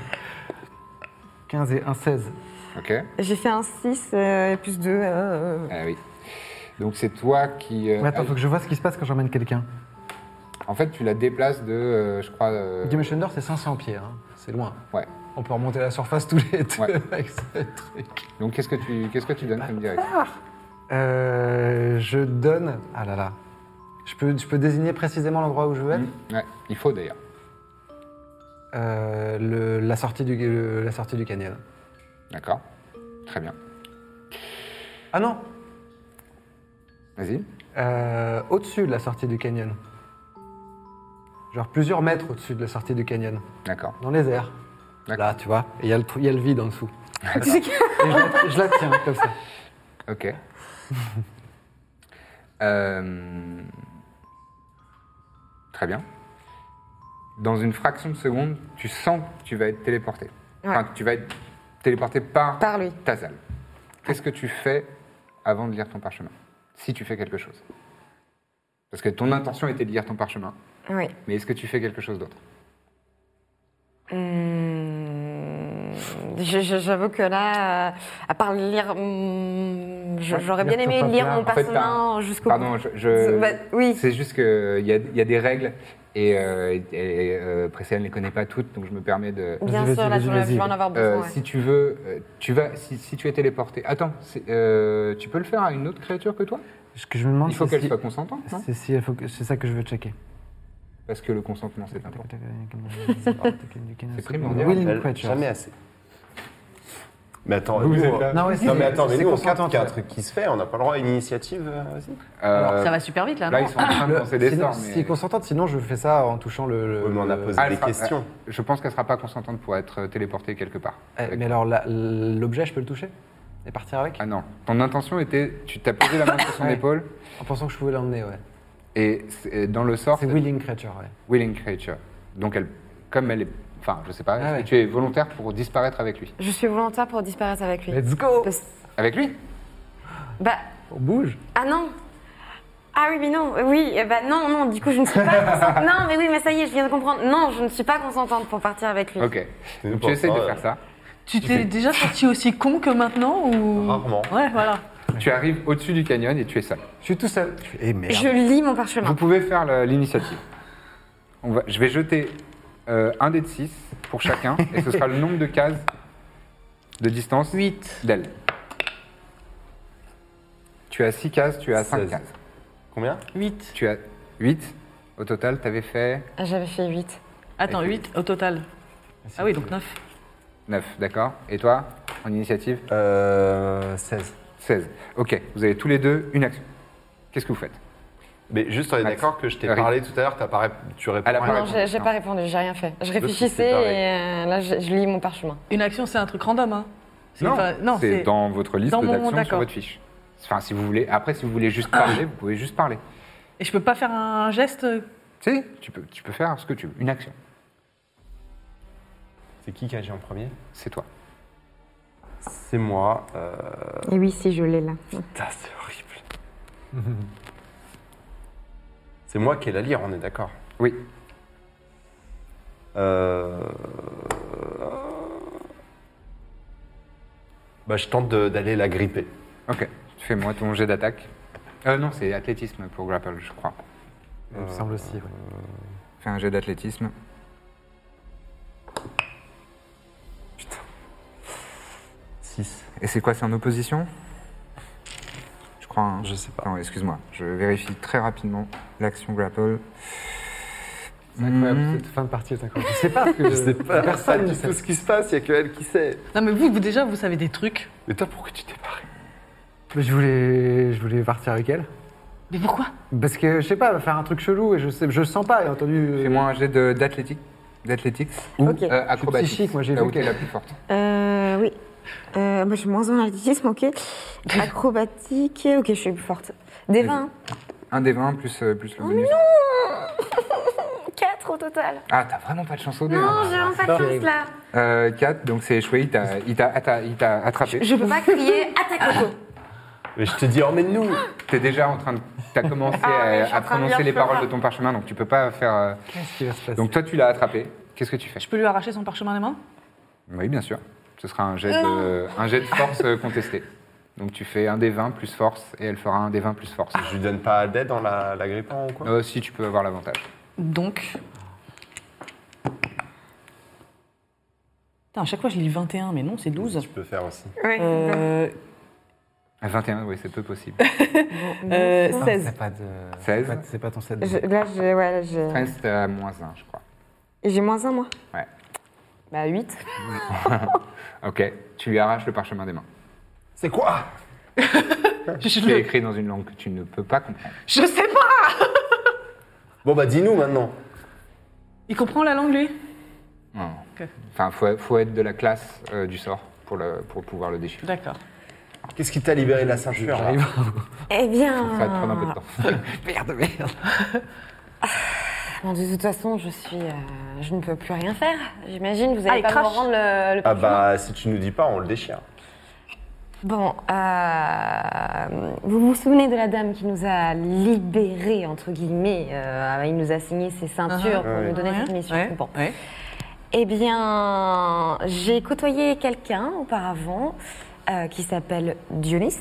[SPEAKER 3] 15 et 1, 16.
[SPEAKER 1] Ok
[SPEAKER 5] j'ai fait un 6 euh, plus 2, euh,
[SPEAKER 1] Ah oui. Donc c'est toi qui. euh,
[SPEAKER 3] Mais attends, faut que je vois ce qui se passe quand j'emmène quelqu'un.
[SPEAKER 1] En fait, tu la déplaces de, euh, je crois. euh,
[SPEAKER 3] Game Thunder, c'est 500 pieds, hein. c'est loin.
[SPEAKER 1] Ouais.
[SPEAKER 3] On peut remonter la surface tous les deux
[SPEAKER 1] Ouais.
[SPEAKER 3] avec ce truc.
[SPEAKER 1] Donc qu'est-ce que tu, qu'est-ce que tu donnes
[SPEAKER 3] Bah.
[SPEAKER 1] comme direct
[SPEAKER 3] Euh, je donne. Ah là là. Je peux, je peux désigner précisément l'endroit où je veux être
[SPEAKER 1] Ouais, il faut d'ailleurs.
[SPEAKER 3] Euh, le- la, sortie du, le- la sortie du canyon.
[SPEAKER 1] D'accord. Très bien.
[SPEAKER 3] Ah non
[SPEAKER 1] Vas-y.
[SPEAKER 3] Euh, Au-dessus de la sortie du canyon. Genre plusieurs mètres au-dessus de la sortie du canyon.
[SPEAKER 1] D'accord.
[SPEAKER 3] Dans les airs.
[SPEAKER 1] D'accord.
[SPEAKER 3] Là, tu vois. Et il y, a le trou- il y a le vide en dessous. Et je, la, je la tiens comme ça.
[SPEAKER 1] Ok. Euh, Très bien. Dans une fraction de seconde, tu sens que tu vas être téléporté. Enfin, que tu vas être téléporté par,
[SPEAKER 5] Par lui.
[SPEAKER 1] ta salle. Qu'est-ce que tu fais avant de lire ton parchemin Si tu fais quelque chose. Parce que ton intention était de lire ton parchemin.
[SPEAKER 5] Oui.
[SPEAKER 1] Mais est-ce que tu fais quelque chose d'autre
[SPEAKER 5] Hum, je- je- J'avoue que là, euh, à part lire, hum, je- j'aurais bien
[SPEAKER 3] Lire ton
[SPEAKER 5] aimé lire
[SPEAKER 3] papier.
[SPEAKER 5] mon
[SPEAKER 1] En fait,
[SPEAKER 5] personnage
[SPEAKER 1] t'as-
[SPEAKER 5] jusqu'au
[SPEAKER 1] Pardon,
[SPEAKER 5] bout.
[SPEAKER 1] je.
[SPEAKER 3] Euh,
[SPEAKER 1] je-
[SPEAKER 5] Bah, oui.
[SPEAKER 1] C'est juste qu'il y a, y a des règles et, euh, et, euh, Priscilla ne les connaît pas toutes, donc je me permets de.
[SPEAKER 5] Bien
[SPEAKER 3] Vas-y,
[SPEAKER 5] sûr, là,
[SPEAKER 3] vas-y,
[SPEAKER 5] je vais-
[SPEAKER 3] vas-y.
[SPEAKER 5] je vais en avoir
[SPEAKER 1] Euh,
[SPEAKER 5] besoin. ouais.
[SPEAKER 1] Si tu veux, euh, tu vas, si, si tu es téléporté. Attends, c'est- euh, tu peux le faire à une autre créature que toi
[SPEAKER 3] Ce que je me demande,
[SPEAKER 1] Il faut
[SPEAKER 3] c'est
[SPEAKER 1] qu'elle
[SPEAKER 3] si-
[SPEAKER 1] soit consentante, non
[SPEAKER 3] c'est si elle faut que- c'est ça que je veux checker.
[SPEAKER 1] Parce que le consentement c'est important.
[SPEAKER 3] C'est
[SPEAKER 1] Ah C'est primordial.
[SPEAKER 3] Willing
[SPEAKER 2] Elle-
[SPEAKER 3] creature.
[SPEAKER 2] Jamais assez. Mais attends,
[SPEAKER 1] Vous
[SPEAKER 2] nous,
[SPEAKER 1] êtes
[SPEAKER 2] on-
[SPEAKER 1] là.
[SPEAKER 3] Non, ouais,
[SPEAKER 2] Non, mais
[SPEAKER 3] c'est-
[SPEAKER 2] attends, mais
[SPEAKER 3] c'est
[SPEAKER 2] nous, on
[SPEAKER 3] consentant,
[SPEAKER 2] capte qu'il y a un
[SPEAKER 3] ouais.
[SPEAKER 2] truc qui se fait, on n'a pas le droit à une initiative euh, aussi.
[SPEAKER 1] Euh,
[SPEAKER 4] Ça va super vite là,
[SPEAKER 1] là,
[SPEAKER 4] non
[SPEAKER 1] ils sont en train de lancer des
[SPEAKER 3] Sinon,
[SPEAKER 1] sorts,
[SPEAKER 3] si
[SPEAKER 1] mais
[SPEAKER 3] consentante, sinon je fais ça en touchant le. le-
[SPEAKER 2] Oui, mais on a
[SPEAKER 3] le-
[SPEAKER 2] posé
[SPEAKER 1] Ah,
[SPEAKER 2] des
[SPEAKER 1] elle fera-
[SPEAKER 2] questions.
[SPEAKER 1] je pense qu'elle sera pas consentante pour être euh, téléportée quelque part.
[SPEAKER 3] Eh, mais alors la- l'objet, je peux le toucher et partir avec
[SPEAKER 1] Ah non, ton intention était, tu t'as posé la main sur son
[SPEAKER 3] Ouais.
[SPEAKER 1] épaule
[SPEAKER 3] En pensant que je pouvais l'emmener, ouais.
[SPEAKER 1] et c'est- et dans le sort,
[SPEAKER 3] C'est willing creature, ouais.
[SPEAKER 1] willing creature. Donc elle, comme elle est, enfin, je sais pas, est-ce
[SPEAKER 3] Ah
[SPEAKER 1] que
[SPEAKER 3] ouais.
[SPEAKER 1] tu es volontaire pour disparaître avec lui
[SPEAKER 5] Je suis volontaire pour disparaître avec lui.
[SPEAKER 3] Let's go
[SPEAKER 5] Parce-
[SPEAKER 1] Avec lui
[SPEAKER 5] Bah,
[SPEAKER 3] On bouge
[SPEAKER 5] ah non Ah oui, mais non, oui, eh bah non, non, du coup, je ne suis pas consentante. Non, mais oui, mais ça y est, je viens de comprendre. Non, je ne suis pas consentante pour partir avec lui.
[SPEAKER 1] Ok.
[SPEAKER 2] C'est
[SPEAKER 1] Donc tu
[SPEAKER 2] pour
[SPEAKER 1] essayes
[SPEAKER 2] ça,
[SPEAKER 1] de
[SPEAKER 2] euh,
[SPEAKER 1] faire ça.
[SPEAKER 4] Tu t'es déjà sorti aussi con que maintenant ou
[SPEAKER 2] Rarement.
[SPEAKER 4] Ouais, voilà.
[SPEAKER 1] Tu arrives au-dessus du canyon et tu es seul.
[SPEAKER 3] Je suis tout seul. Eh merde.
[SPEAKER 5] Je lis mon
[SPEAKER 1] Vous
[SPEAKER 5] parchemin.
[SPEAKER 1] pouvez faire la- l'initiative. On va- Je vais jeter euh, un dé de 6 pour chacun et ce sera le nombre de cases de distance 8 d'elle. Tu as 6 cases, tu as 5
[SPEAKER 2] Seize.
[SPEAKER 1] cases.
[SPEAKER 2] Combien
[SPEAKER 4] 8.
[SPEAKER 1] Tu as 8. Au total, tu avais fait
[SPEAKER 5] Ah, J'avais fait 8.
[SPEAKER 4] Attends, 8 au total. Ah oui, donc 9.
[SPEAKER 1] 9, d'accord Et toi, en initiative
[SPEAKER 2] Euh. 16.
[SPEAKER 1] 16. Ok, vous avez tous les deux une action. Qu'est-ce que vous faites
[SPEAKER 2] Mais juste, on est
[SPEAKER 1] Max.
[SPEAKER 2] d'accord que je t'ai
[SPEAKER 1] Eric.
[SPEAKER 2] parlé tout à l'heure, t'as pas rép- tu réponds
[SPEAKER 1] Elle a
[SPEAKER 2] à
[SPEAKER 1] pas
[SPEAKER 3] Ah
[SPEAKER 2] la-
[SPEAKER 5] Non,
[SPEAKER 1] répondu.
[SPEAKER 5] j'ai j'ai
[SPEAKER 1] Non.
[SPEAKER 5] pas répondu, j'ai rien fait. Je
[SPEAKER 2] c'est
[SPEAKER 5] réfléchissais
[SPEAKER 2] pareil.
[SPEAKER 5] et euh, là, je, je lis mon parchemin.
[SPEAKER 4] Une action, c'est un truc random, hein C'est- enfin,
[SPEAKER 1] c'est dans votre liste
[SPEAKER 4] dans mon-
[SPEAKER 1] d'actions sur
[SPEAKER 4] d'accord.
[SPEAKER 1] votre fiche. Enfin, si vous voulez. Après, si vous voulez juste parler, vous pouvez juste parler.
[SPEAKER 4] Et je peux pas faire un geste euh,
[SPEAKER 1] Tu sais, tu peux, tu peux faire ce que tu veux, une action.
[SPEAKER 2] C'est qui qui agit en premier
[SPEAKER 1] C'est toi.
[SPEAKER 2] C'est moi. euh,
[SPEAKER 5] Et oui, si, je l'ai là.
[SPEAKER 2] Putain, c'est horrible. c'est moi qui ai la lire, on est d'accord.
[SPEAKER 1] Oui.
[SPEAKER 2] Euh... Bah, je tente de- d'aller la gripper.
[SPEAKER 1] Ok. Fais-moi ton jet d'attaque. Euh, non, c'est athlétisme pour grapple, je crois.
[SPEAKER 3] Il me semble aussi, ouais.
[SPEAKER 1] Fais un jet d'athlétisme. Putain.
[SPEAKER 2] 6.
[SPEAKER 1] Et c'est quoi, c'est en opposition Je crois. hein.
[SPEAKER 2] Je sais pas.
[SPEAKER 1] Non, excuse-moi. Je vérifie très rapidement l'action grapple.
[SPEAKER 3] C'est incroyable,
[SPEAKER 1] Mhm.
[SPEAKER 3] cette fin de partie est incroyable. Mm-hmm. Je sais pas, parce que je
[SPEAKER 2] C'est pas
[SPEAKER 3] Personne ne
[SPEAKER 2] du
[SPEAKER 3] sait.
[SPEAKER 2] tout ce qui se passe, il a que elle qui sait.
[SPEAKER 4] Non, mais vous, vous déjà, vous savez des trucs.
[SPEAKER 2] Mais toi, pourquoi tu t'es barré
[SPEAKER 3] Mais je voulais, je voulais partir avec elle.
[SPEAKER 4] Mais pourquoi
[SPEAKER 3] Parce que, je sais pas, elle va faire un truc chelou et je sais, je le sens pas, et entendu. euh,
[SPEAKER 1] Fais-moi un jet de- d'athlétique. D'athlétics ou
[SPEAKER 5] Ok.
[SPEAKER 1] euh, acrobatique.
[SPEAKER 3] psychique, moi, j'ai
[SPEAKER 1] Là
[SPEAKER 3] vu
[SPEAKER 1] où t'es
[SPEAKER 3] que-
[SPEAKER 1] la plus forte.
[SPEAKER 5] Euh, oui. Euh, moi, je suis moins en athlétisme, ok. Acrobatique, ok, je suis plus forte. Des 20,
[SPEAKER 1] Un des 20 plus, euh, plus le bonus.
[SPEAKER 5] 4 au total.
[SPEAKER 1] Ah, t'as vraiment pas de chance au dé.
[SPEAKER 5] Non,
[SPEAKER 1] hein.
[SPEAKER 5] j'ai vraiment pas de chance là.
[SPEAKER 1] Euh, 4, donc c'est échoué, il t'a- il t'a atta- il t'a attrapé.
[SPEAKER 5] Je peux pas crier attaque Coco.
[SPEAKER 2] Mais je te dis, emmène-nous
[SPEAKER 1] T'es déjà en train de. T'as commencé
[SPEAKER 5] Ah ouais, je suis
[SPEAKER 1] à, à
[SPEAKER 5] en train de
[SPEAKER 1] prononcer
[SPEAKER 5] dire,
[SPEAKER 1] les
[SPEAKER 5] je peux
[SPEAKER 1] paroles
[SPEAKER 5] pas.
[SPEAKER 1] de ton parchemin, donc tu peux pas faire. euh,
[SPEAKER 3] Qu'est-ce qui va se passer
[SPEAKER 1] Donc toi, tu l'as attrapé. Qu'est-ce que tu fais
[SPEAKER 4] Je peux lui arracher son parchemin des mains
[SPEAKER 1] Oui, bien sûr. Ce sera un jet de, un jet de force euh, contesté. Donc tu fais un des 20 plus force et elle fera un des 20 plus force.
[SPEAKER 5] Ah.
[SPEAKER 2] Je lui donne pas d'aide dans la, la grippant ou quoi
[SPEAKER 1] Euh, si tu peux avoir l'avantage.
[SPEAKER 4] Donc. Putain, à chaque fois, je lis 21, mais non, c'est 12.
[SPEAKER 2] Tu peux faire aussi.
[SPEAKER 9] Ouais.
[SPEAKER 4] Euh,
[SPEAKER 1] À 21, oui, c'est peu possible.
[SPEAKER 4] euh,
[SPEAKER 3] Non,
[SPEAKER 4] 16.
[SPEAKER 3] c'est pas de-
[SPEAKER 1] 16.
[SPEAKER 3] c'est pas- C'est pas ton 7.
[SPEAKER 9] Je- là, j'ai ouais, là, j'ai-
[SPEAKER 1] 13, t'es à moins 1, je crois.
[SPEAKER 9] et j'ai moins un, moi.
[SPEAKER 1] Ouais.
[SPEAKER 9] Bah, 8.
[SPEAKER 1] Ok, tu lui arraches le parchemin des mains.
[SPEAKER 2] C'est quoi
[SPEAKER 1] Je l'ai écrit dans une langue que tu ne peux pas comprendre.
[SPEAKER 4] Je sais pas
[SPEAKER 2] Bon bah dis-nous maintenant.
[SPEAKER 4] Il comprend la langue, lui
[SPEAKER 1] Non.
[SPEAKER 4] Ok.
[SPEAKER 1] Enfin, faut, faut être de la classe euh, du sort pour, le, pour pouvoir le déchiffrer.
[SPEAKER 4] D'accord.
[SPEAKER 2] Qu'est-ce qui t'a libéré de la ceinture là
[SPEAKER 9] Eh bien.
[SPEAKER 1] Ça va te prendre un peu de temps.
[SPEAKER 4] Merde, merde.
[SPEAKER 5] Bon, de toute façon, je suis, euh, je ne peux plus rien faire. J'imagine, vous allez
[SPEAKER 4] Allez,
[SPEAKER 5] pas
[SPEAKER 4] crache.
[SPEAKER 5] me rendre le, le
[SPEAKER 2] Ah
[SPEAKER 5] parchemin.
[SPEAKER 2] bah si tu nous dis pas, on le déchire.
[SPEAKER 5] Bon, euh, vous vous souvenez de la dame qui nous a libérés, entre guillemets, euh, il nous a signé ses ceintures pour nous donner cette mission.
[SPEAKER 4] Ouais.
[SPEAKER 5] Bon.
[SPEAKER 4] ouais.
[SPEAKER 5] Eh bien, j'ai côtoyé quelqu'un auparavant euh, qui s'appelle Dionys.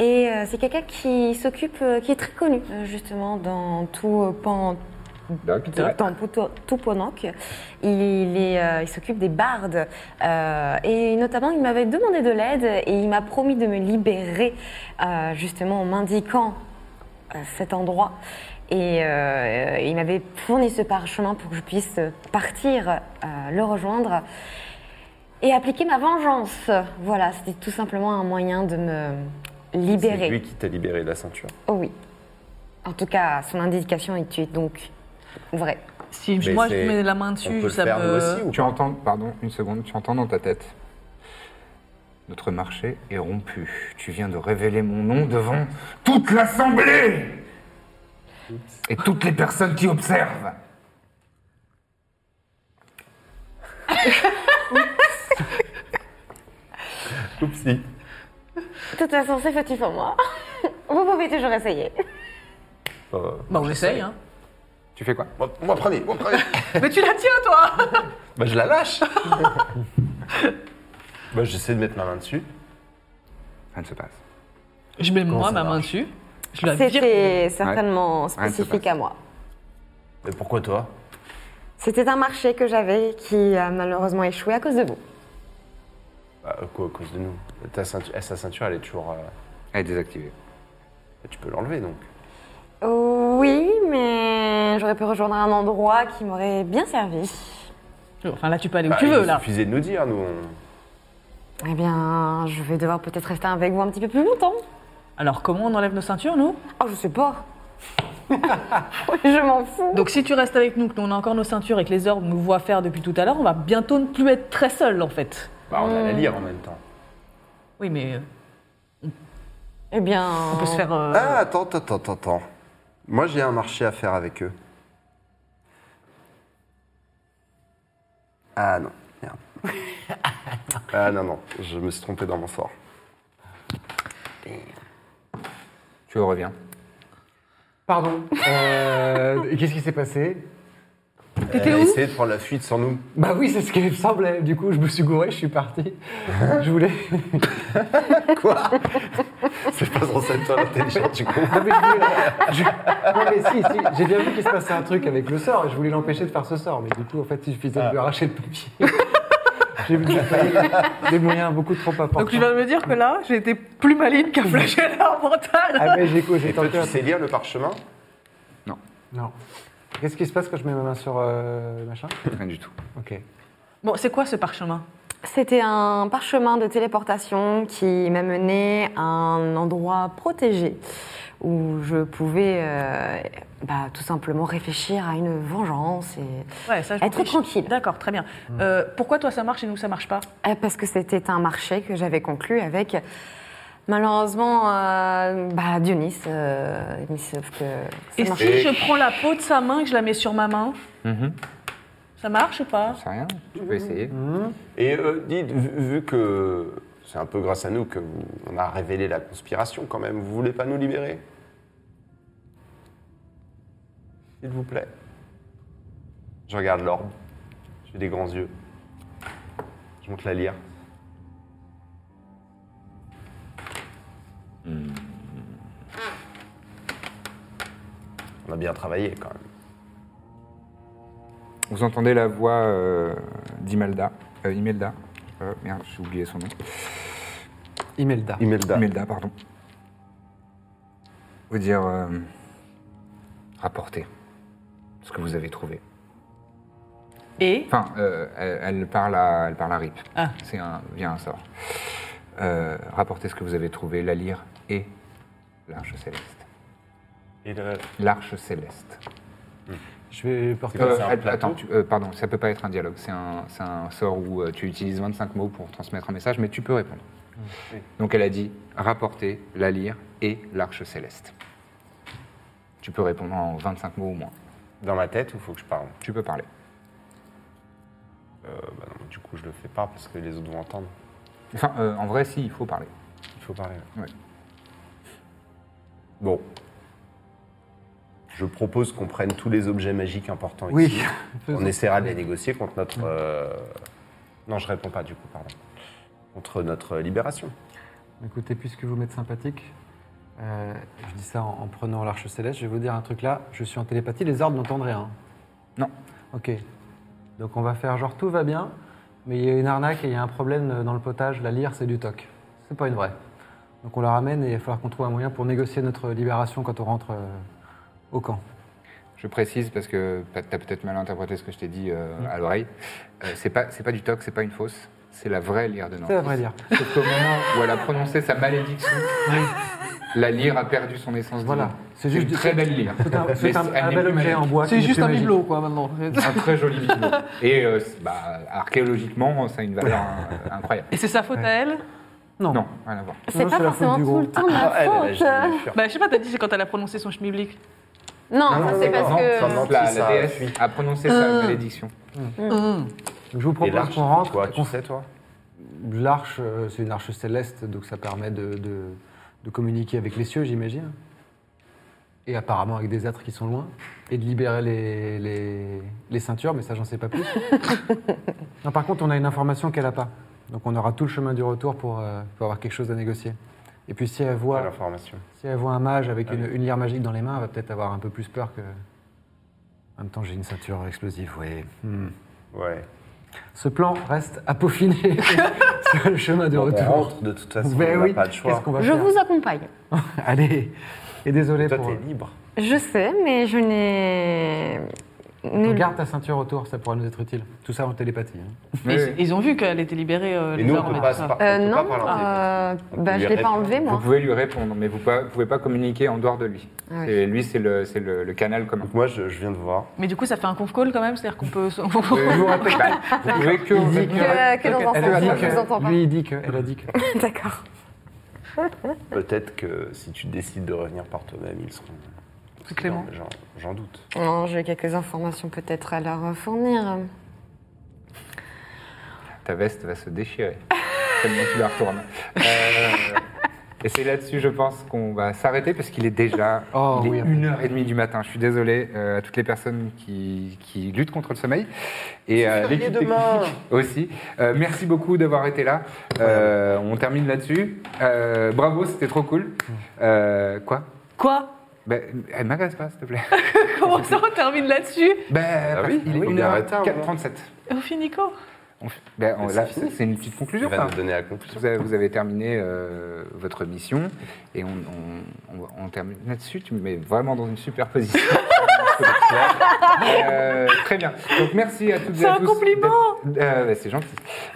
[SPEAKER 5] Et euh, c'est quelqu'un qui s'occupe, euh, qui est très connu, euh, justement, dans tout euh, pan
[SPEAKER 1] Doc, ouais.
[SPEAKER 5] dans Pouto- Touponank. Il, est, euh, il s'occupe des bardes. euh, et notamment, il m'avait demandé de l'aide et il m'a promis de me libérer, euh, justement, en m'indiquant euh, cet endroit. Et euh, il m'avait fourni ce parchemin pour que je puisse partir, euh, le rejoindre et appliquer ma vengeance. Voilà, c'était tout simplement un moyen de me
[SPEAKER 2] C'est
[SPEAKER 5] libérer.
[SPEAKER 2] lui qui t'a libéré de la ceinture.
[SPEAKER 5] Oh oui. En tout cas, son indication est tu es donc vrai.
[SPEAKER 4] Si
[SPEAKER 2] Mais
[SPEAKER 4] moi, je
[SPEAKER 2] c'est-
[SPEAKER 4] mets la main
[SPEAKER 2] on peut
[SPEAKER 4] dessus,
[SPEAKER 2] le
[SPEAKER 4] ça
[SPEAKER 2] faire nous
[SPEAKER 4] me.
[SPEAKER 2] aussi ou
[SPEAKER 1] Tu
[SPEAKER 2] pas
[SPEAKER 1] entends, pardon, une seconde, tu entends dans ta tête. Notre marché est rompu. Tu viens de révéler mon nom devant toute l'assemblée et toutes les personnes qui observent.
[SPEAKER 2] Oupsie.
[SPEAKER 5] De toute façon, c'est fautif pour moi. Vous pouvez toujours essayer.
[SPEAKER 2] Euh,
[SPEAKER 4] Bah, on essaye, hein.
[SPEAKER 1] Tu fais quoi
[SPEAKER 2] moi, moi, prenez, moi, prenez.
[SPEAKER 4] Mais tu la tiens, toi
[SPEAKER 2] bah je la lâche. bah j'essaie de mettre ma main dessus.
[SPEAKER 1] Rien ne se passe.
[SPEAKER 4] Je mets moi
[SPEAKER 2] ça
[SPEAKER 4] ma main
[SPEAKER 2] marche
[SPEAKER 4] dessus. Je la vire.
[SPEAKER 5] C'était certainement
[SPEAKER 1] Ouais, c'est
[SPEAKER 5] spécifique
[SPEAKER 1] pas-
[SPEAKER 5] à moi.
[SPEAKER 2] Mais pourquoi toi
[SPEAKER 5] C'était un marché que j'avais qui a malheureusement échoué à cause de vous.
[SPEAKER 2] Bah euh, quoi, à cause de nous Ta ceinture, eh, sa ceinture elle est toujours... euh,
[SPEAKER 1] Elle est désactivée.
[SPEAKER 2] tu peux l'enlever donc.
[SPEAKER 5] Oui, mais j'aurais pu rejoindre un endroit qui m'aurait bien servi.
[SPEAKER 4] Enfin, là, tu peux aller où
[SPEAKER 2] Bah,
[SPEAKER 4] tu veux,
[SPEAKER 2] il
[SPEAKER 4] là.
[SPEAKER 2] suffisait de nous dire, nous on-
[SPEAKER 5] Eh bien, je vais devoir peut-être rester avec vous un petit peu plus longtemps.
[SPEAKER 4] Alors, comment on enlève nos ceintures, nous
[SPEAKER 5] Oh, je sais pas. je m'en fous.
[SPEAKER 4] Donc, si tu restes avec nous, que nous on a encore nos ceintures et que les orbes nous voient faire depuis tout à l'heure, on va bientôt ne plus être très seuls, en fait.
[SPEAKER 2] Bah on a
[SPEAKER 4] Hmm.
[SPEAKER 2] la lire en même temps.
[SPEAKER 4] Oui, mais euh,
[SPEAKER 5] Eh bien,
[SPEAKER 4] on peut se faire. euh,
[SPEAKER 2] Ah, attends, attends, attends, attends. Moi, j'ai un marché à faire avec eux. Ah non, merde. ah non, non, je me suis trompé dans mon sort.
[SPEAKER 1] Tu reviens.
[SPEAKER 3] Pardon. euh, et Qu'est-ce qui s'est passé
[SPEAKER 2] T'étais où Essayez de prendre la fuite sans nous.
[SPEAKER 3] Bah oui, c'est ce qui me semblait. Du coup, je me suis gouré, je suis parti. je voulais.
[SPEAKER 2] C'est pas trop ça de toi l'intelligent, tu
[SPEAKER 4] Ah
[SPEAKER 2] comprends
[SPEAKER 3] Non mais, je voulais- je- non, mais si, si, j'ai bien vu qu'il se passait un truc avec le sort et je voulais l'empêcher de faire ce sort, mais du coup en fait il suffisait
[SPEAKER 2] Ah.
[SPEAKER 3] de lui arracher le papier. j'ai vu que j'ai failli- des moyens beaucoup trop importants.
[SPEAKER 4] Donc, tu viens de me dire que là, j'ai été plus maligne qu'un flageolet mental.
[SPEAKER 3] Ah mais j'ai quoi, j'ai
[SPEAKER 2] Et toi,
[SPEAKER 3] tenté.
[SPEAKER 2] tu
[SPEAKER 3] un-
[SPEAKER 2] sais lire le parchemin
[SPEAKER 3] Non. Qu'est-ce qui se passe quand je mets ma main sur euh, machin
[SPEAKER 1] Rien du tout.
[SPEAKER 3] Ok.
[SPEAKER 4] Bon, c'est quoi ce parchemin
[SPEAKER 5] C'était un parchemin de téléportation qui m'a mené à un endroit protégé où je pouvais euh, bah, tout simplement réfléchir à une vengeance. Et...
[SPEAKER 4] Ouais, ça, je
[SPEAKER 5] Être
[SPEAKER 4] m'en fiche.
[SPEAKER 5] tranquille.
[SPEAKER 4] D'accord, très bien.
[SPEAKER 2] Hmm.
[SPEAKER 4] Euh, pourquoi toi ça marche et nous ça marche pas
[SPEAKER 5] Eh, Parce que c'était un marché que j'avais conclu avec malheureusement euh, bah, Dionys. euh, mais sauf que ça
[SPEAKER 4] Et si
[SPEAKER 5] marche-
[SPEAKER 4] je prends la peau de sa main et que je la mets sur ma main,
[SPEAKER 2] Mm-hmm.
[SPEAKER 4] ça marche ou pas
[SPEAKER 1] C'est rien. Tu peux essayer.
[SPEAKER 2] Et euh, dites, vu, vu que c'est un peu grâce à nous que vous- on a révélé la conspiration quand même, vous voulez pas nous libérer S'il vous plaît. Je regarde l'orbe. J'ai des grands yeux. Je monte la lire.
[SPEAKER 8] bien travaillé quand même.
[SPEAKER 1] Vous entendez la voix euh, d'Imelda. euh, Imelda. Euh, merde, j'ai oublié son nom.
[SPEAKER 3] Imelda.
[SPEAKER 2] Imelda.
[SPEAKER 1] Imelda, Ah, pardon. Vous dire euh, rapportez ce que vous avez trouvé.
[SPEAKER 4] Et
[SPEAKER 1] Enfin, euh, elle, elle parle à, elle parle à Rip.
[SPEAKER 4] Ah.
[SPEAKER 1] C'est un, via un sort. Euh, rapportez ce que vous avez trouvé, la lyre et l'arche céleste.
[SPEAKER 8] Et
[SPEAKER 2] euh,
[SPEAKER 8] le-
[SPEAKER 1] L'arche céleste.
[SPEAKER 3] Je vais porter.
[SPEAKER 1] Euh,
[SPEAKER 8] c'est un
[SPEAKER 1] att-
[SPEAKER 8] plateau
[SPEAKER 1] attends, tu- euh, pardon, ça peut pas être un dialogue. C'est un, c'est un sort où euh, tu utilises 25 mots pour transmettre un message, mais tu peux répondre. Donc elle a dit rapporter, la lyre et l'arche céleste. Tu peux répondre en 25 mots ou moins.
[SPEAKER 8] Dans ma tête ou faut que je parle
[SPEAKER 1] Tu peux parler.
[SPEAKER 8] Euh, bah non, Du coup, je le fais pas parce que les autres vont entendre.
[SPEAKER 1] Enfin, euh, en vrai, si, il faut parler.
[SPEAKER 8] Il faut parler.
[SPEAKER 1] Ouais.
[SPEAKER 2] Bon. Je propose qu'on prenne tous les objets magiques importants
[SPEAKER 3] Oui.
[SPEAKER 2] ici. On essaiera de les négocier contre notre. euh, Non, je réponds pas du coup, pardon. Contre notre libération.
[SPEAKER 3] Écoutez, puisque vous m'êtes sympathique, euh, je dis ça en, en prenant l'arche céleste, je vais vous dire un truc là, je suis en télépathie, les ordres n'entendent rien.
[SPEAKER 1] Non.
[SPEAKER 3] Ok. Donc on va faire genre tout va bien, mais il y a une arnaque et il y a un problème euh, dans le potage, la lyre c'est du toc. C'est pas une vraie. Donc on la ramène et il va falloir qu'on trouve un moyen pour négocier notre libération quand on rentre euh, au camp.
[SPEAKER 1] Je précise parce que tu as peut-être mal interprété ce que je t'ai dit euh, à l'oreille. Euh, c'est pas, c'est pas du toc, c'est pas une fausse. C'est la vraie lyre de Nantes.
[SPEAKER 3] C'est la vraie lyre. Sauf qu'au moment-
[SPEAKER 1] Où elle a prononcé sa malédiction, la lyre a perdu son essence.
[SPEAKER 3] Voilà.
[SPEAKER 1] divine.
[SPEAKER 3] C'est juste
[SPEAKER 1] une
[SPEAKER 3] du-
[SPEAKER 1] très belle lyre.
[SPEAKER 3] C'est un, c'est
[SPEAKER 1] Mais
[SPEAKER 3] un-
[SPEAKER 1] elle
[SPEAKER 3] un
[SPEAKER 1] n'est
[SPEAKER 3] bel
[SPEAKER 1] plus
[SPEAKER 3] objet en
[SPEAKER 1] magique.
[SPEAKER 3] bois. qui
[SPEAKER 4] c'est
[SPEAKER 3] n'est
[SPEAKER 4] juste
[SPEAKER 3] plus
[SPEAKER 4] un
[SPEAKER 3] magique.
[SPEAKER 4] bibelot, quoi, maintenant.
[SPEAKER 1] Un très joli bibelot. Et euh, c'est- bah, archéologiquement, ça a une valeur euh, incroyable.
[SPEAKER 4] Et c'est sa faute à elle
[SPEAKER 3] Non.
[SPEAKER 1] Non, rien à voir.
[SPEAKER 5] C'est
[SPEAKER 3] Non,
[SPEAKER 5] pas
[SPEAKER 3] c'est la faute
[SPEAKER 5] forcément
[SPEAKER 3] du
[SPEAKER 5] tout
[SPEAKER 3] gros.
[SPEAKER 5] le temps de
[SPEAKER 2] Ah,
[SPEAKER 5] ma faute.
[SPEAKER 4] Bah, je sais pas, t'as dit, c'est quand elle a prononcé son schmilblick.
[SPEAKER 5] Non, ça, c'est parce
[SPEAKER 1] non,
[SPEAKER 5] que. Euh.
[SPEAKER 1] non, la, la
[SPEAKER 8] ça,
[SPEAKER 1] déesse
[SPEAKER 8] oui.
[SPEAKER 1] a prononcé sa malédiction.
[SPEAKER 3] Donc je vous
[SPEAKER 8] Et
[SPEAKER 3] propose
[SPEAKER 8] l'arche,
[SPEAKER 3] qu'on rentre.
[SPEAKER 8] Toi,
[SPEAKER 3] et
[SPEAKER 8] tu
[SPEAKER 3] qu'on
[SPEAKER 8] sais, toi
[SPEAKER 3] L'arche, euh, c'est une arche céleste, donc ça permet de, de- de communiquer avec les cieux, j'imagine. Et apparemment avec des êtres qui sont loin. Et de libérer les, les- les ceintures, mais ça, j'en sais pas plus. non, par contre, on a une information qu'elle n'a pas. Donc on aura tout le chemin du retour pour, euh, pour avoir quelque chose à négocier. Et puis si elle
[SPEAKER 8] Pas
[SPEAKER 3] voit,
[SPEAKER 8] l'information.
[SPEAKER 3] si elle voit un mage avec une, une lyre magique dans les mains, elle va peut-être avoir un peu plus peur que... En même temps, j'ai une ceinture explosive, oui.
[SPEAKER 8] Ouais.
[SPEAKER 3] Ce plan reste à peaufiner sur le chemin de
[SPEAKER 2] On
[SPEAKER 3] retour.
[SPEAKER 2] ben, rentre de toute façon,
[SPEAKER 3] Ben
[SPEAKER 2] on n'a
[SPEAKER 3] oui,
[SPEAKER 2] pas de choix.
[SPEAKER 3] qu'est-ce qu'on va
[SPEAKER 5] Je
[SPEAKER 3] faire
[SPEAKER 5] vous accompagne.
[SPEAKER 3] Allez, et désolé
[SPEAKER 8] Toi,
[SPEAKER 3] pour...
[SPEAKER 8] t'es libre.
[SPEAKER 5] Je sais, mais je n'ai. ne-
[SPEAKER 3] euh, Garde ta ceinture autour, ça pourra nous être utile. Tout ça en télépathie. hein.
[SPEAKER 4] Ils, ils ont vu qu'elle était libérée. euh,
[SPEAKER 2] Et
[SPEAKER 4] les
[SPEAKER 2] nous, on
[SPEAKER 4] armes
[SPEAKER 2] peut
[SPEAKER 4] et
[SPEAKER 2] pas se
[SPEAKER 4] tout ça.
[SPEAKER 2] par- on
[SPEAKER 5] Euh,
[SPEAKER 2] peut pas
[SPEAKER 5] non,
[SPEAKER 2] parler en
[SPEAKER 5] euh,
[SPEAKER 2] télépathie. On
[SPEAKER 5] bah,
[SPEAKER 2] peut
[SPEAKER 5] je
[SPEAKER 2] lui
[SPEAKER 5] l'ai pas
[SPEAKER 2] répondre.
[SPEAKER 5] enlevé,
[SPEAKER 1] Vous
[SPEAKER 5] moi.
[SPEAKER 1] pouvez lui répondre, mais vous ne pouvez pas communiquer en dehors de lui.
[SPEAKER 5] Ah oui.
[SPEAKER 1] Et lui, c'est le, c'est le, le canal commun.
[SPEAKER 2] Moi, je, je viens de voir.
[SPEAKER 4] Mais du coup, ça fait un conf call quand même, c'est-à-dire qu'on peut.
[SPEAKER 1] Euh, vous pouvez que
[SPEAKER 3] Il dit
[SPEAKER 1] répondre-
[SPEAKER 5] que- que dans un
[SPEAKER 3] Elle a
[SPEAKER 5] sens,
[SPEAKER 3] dit
[SPEAKER 5] je
[SPEAKER 3] que-
[SPEAKER 5] vous entends pas.
[SPEAKER 3] Lui, il dit que... Elle a dit que...
[SPEAKER 5] D'accord.
[SPEAKER 8] Peut-être que si tu décides de revenir par toi-même, ils seront.
[SPEAKER 4] Plus clément.
[SPEAKER 8] J'en- J'en doute.
[SPEAKER 5] Non, j'ai quelques informations peut-être à leur fournir.
[SPEAKER 1] Ta veste va se déchirer. Tellement tu la retournes. Euh, et c'est là-dessus, je pense, qu'on va s'arrêter parce qu'il est déjà
[SPEAKER 3] Oh,
[SPEAKER 1] il est
[SPEAKER 3] oui.
[SPEAKER 1] 1h30 du matin. Je suis désolé euh, à toutes les personnes qui, qui luttent contre le sommeil. Et euh, l'équipe technique aussi. Euh, merci beaucoup d'avoir été là. Euh, on termine là-dessus. Euh, bravo, c'était trop cool. Euh, quoi
[SPEAKER 4] Quoi
[SPEAKER 1] ben, Elle m'agresse pas, s'il te plaît.
[SPEAKER 4] Comment ça, on termine là-dessus
[SPEAKER 1] Ben, parce
[SPEAKER 8] oui,
[SPEAKER 1] qu'il
[SPEAKER 8] oui,
[SPEAKER 1] est
[SPEAKER 8] on arrête un
[SPEAKER 1] 1h37.
[SPEAKER 4] Et On finit quand
[SPEAKER 1] Ben, on-
[SPEAKER 8] Mais
[SPEAKER 1] là,
[SPEAKER 8] c'est fini.
[SPEAKER 1] c'est une petite
[SPEAKER 8] Tu
[SPEAKER 1] conclusion.
[SPEAKER 8] vas
[SPEAKER 1] ça.
[SPEAKER 8] nous donner la conclusion.
[SPEAKER 1] Vous avez, vous avez terminé euh, votre mission et on, on- on- on termine là-dessus. Tu me mets vraiment dans une super position. Euh, très bien. Donc merci à toutes et
[SPEAKER 4] C'est
[SPEAKER 1] à
[SPEAKER 4] un
[SPEAKER 1] tous.
[SPEAKER 4] compliment.
[SPEAKER 1] d'être- euh, ouais, C'est gentil.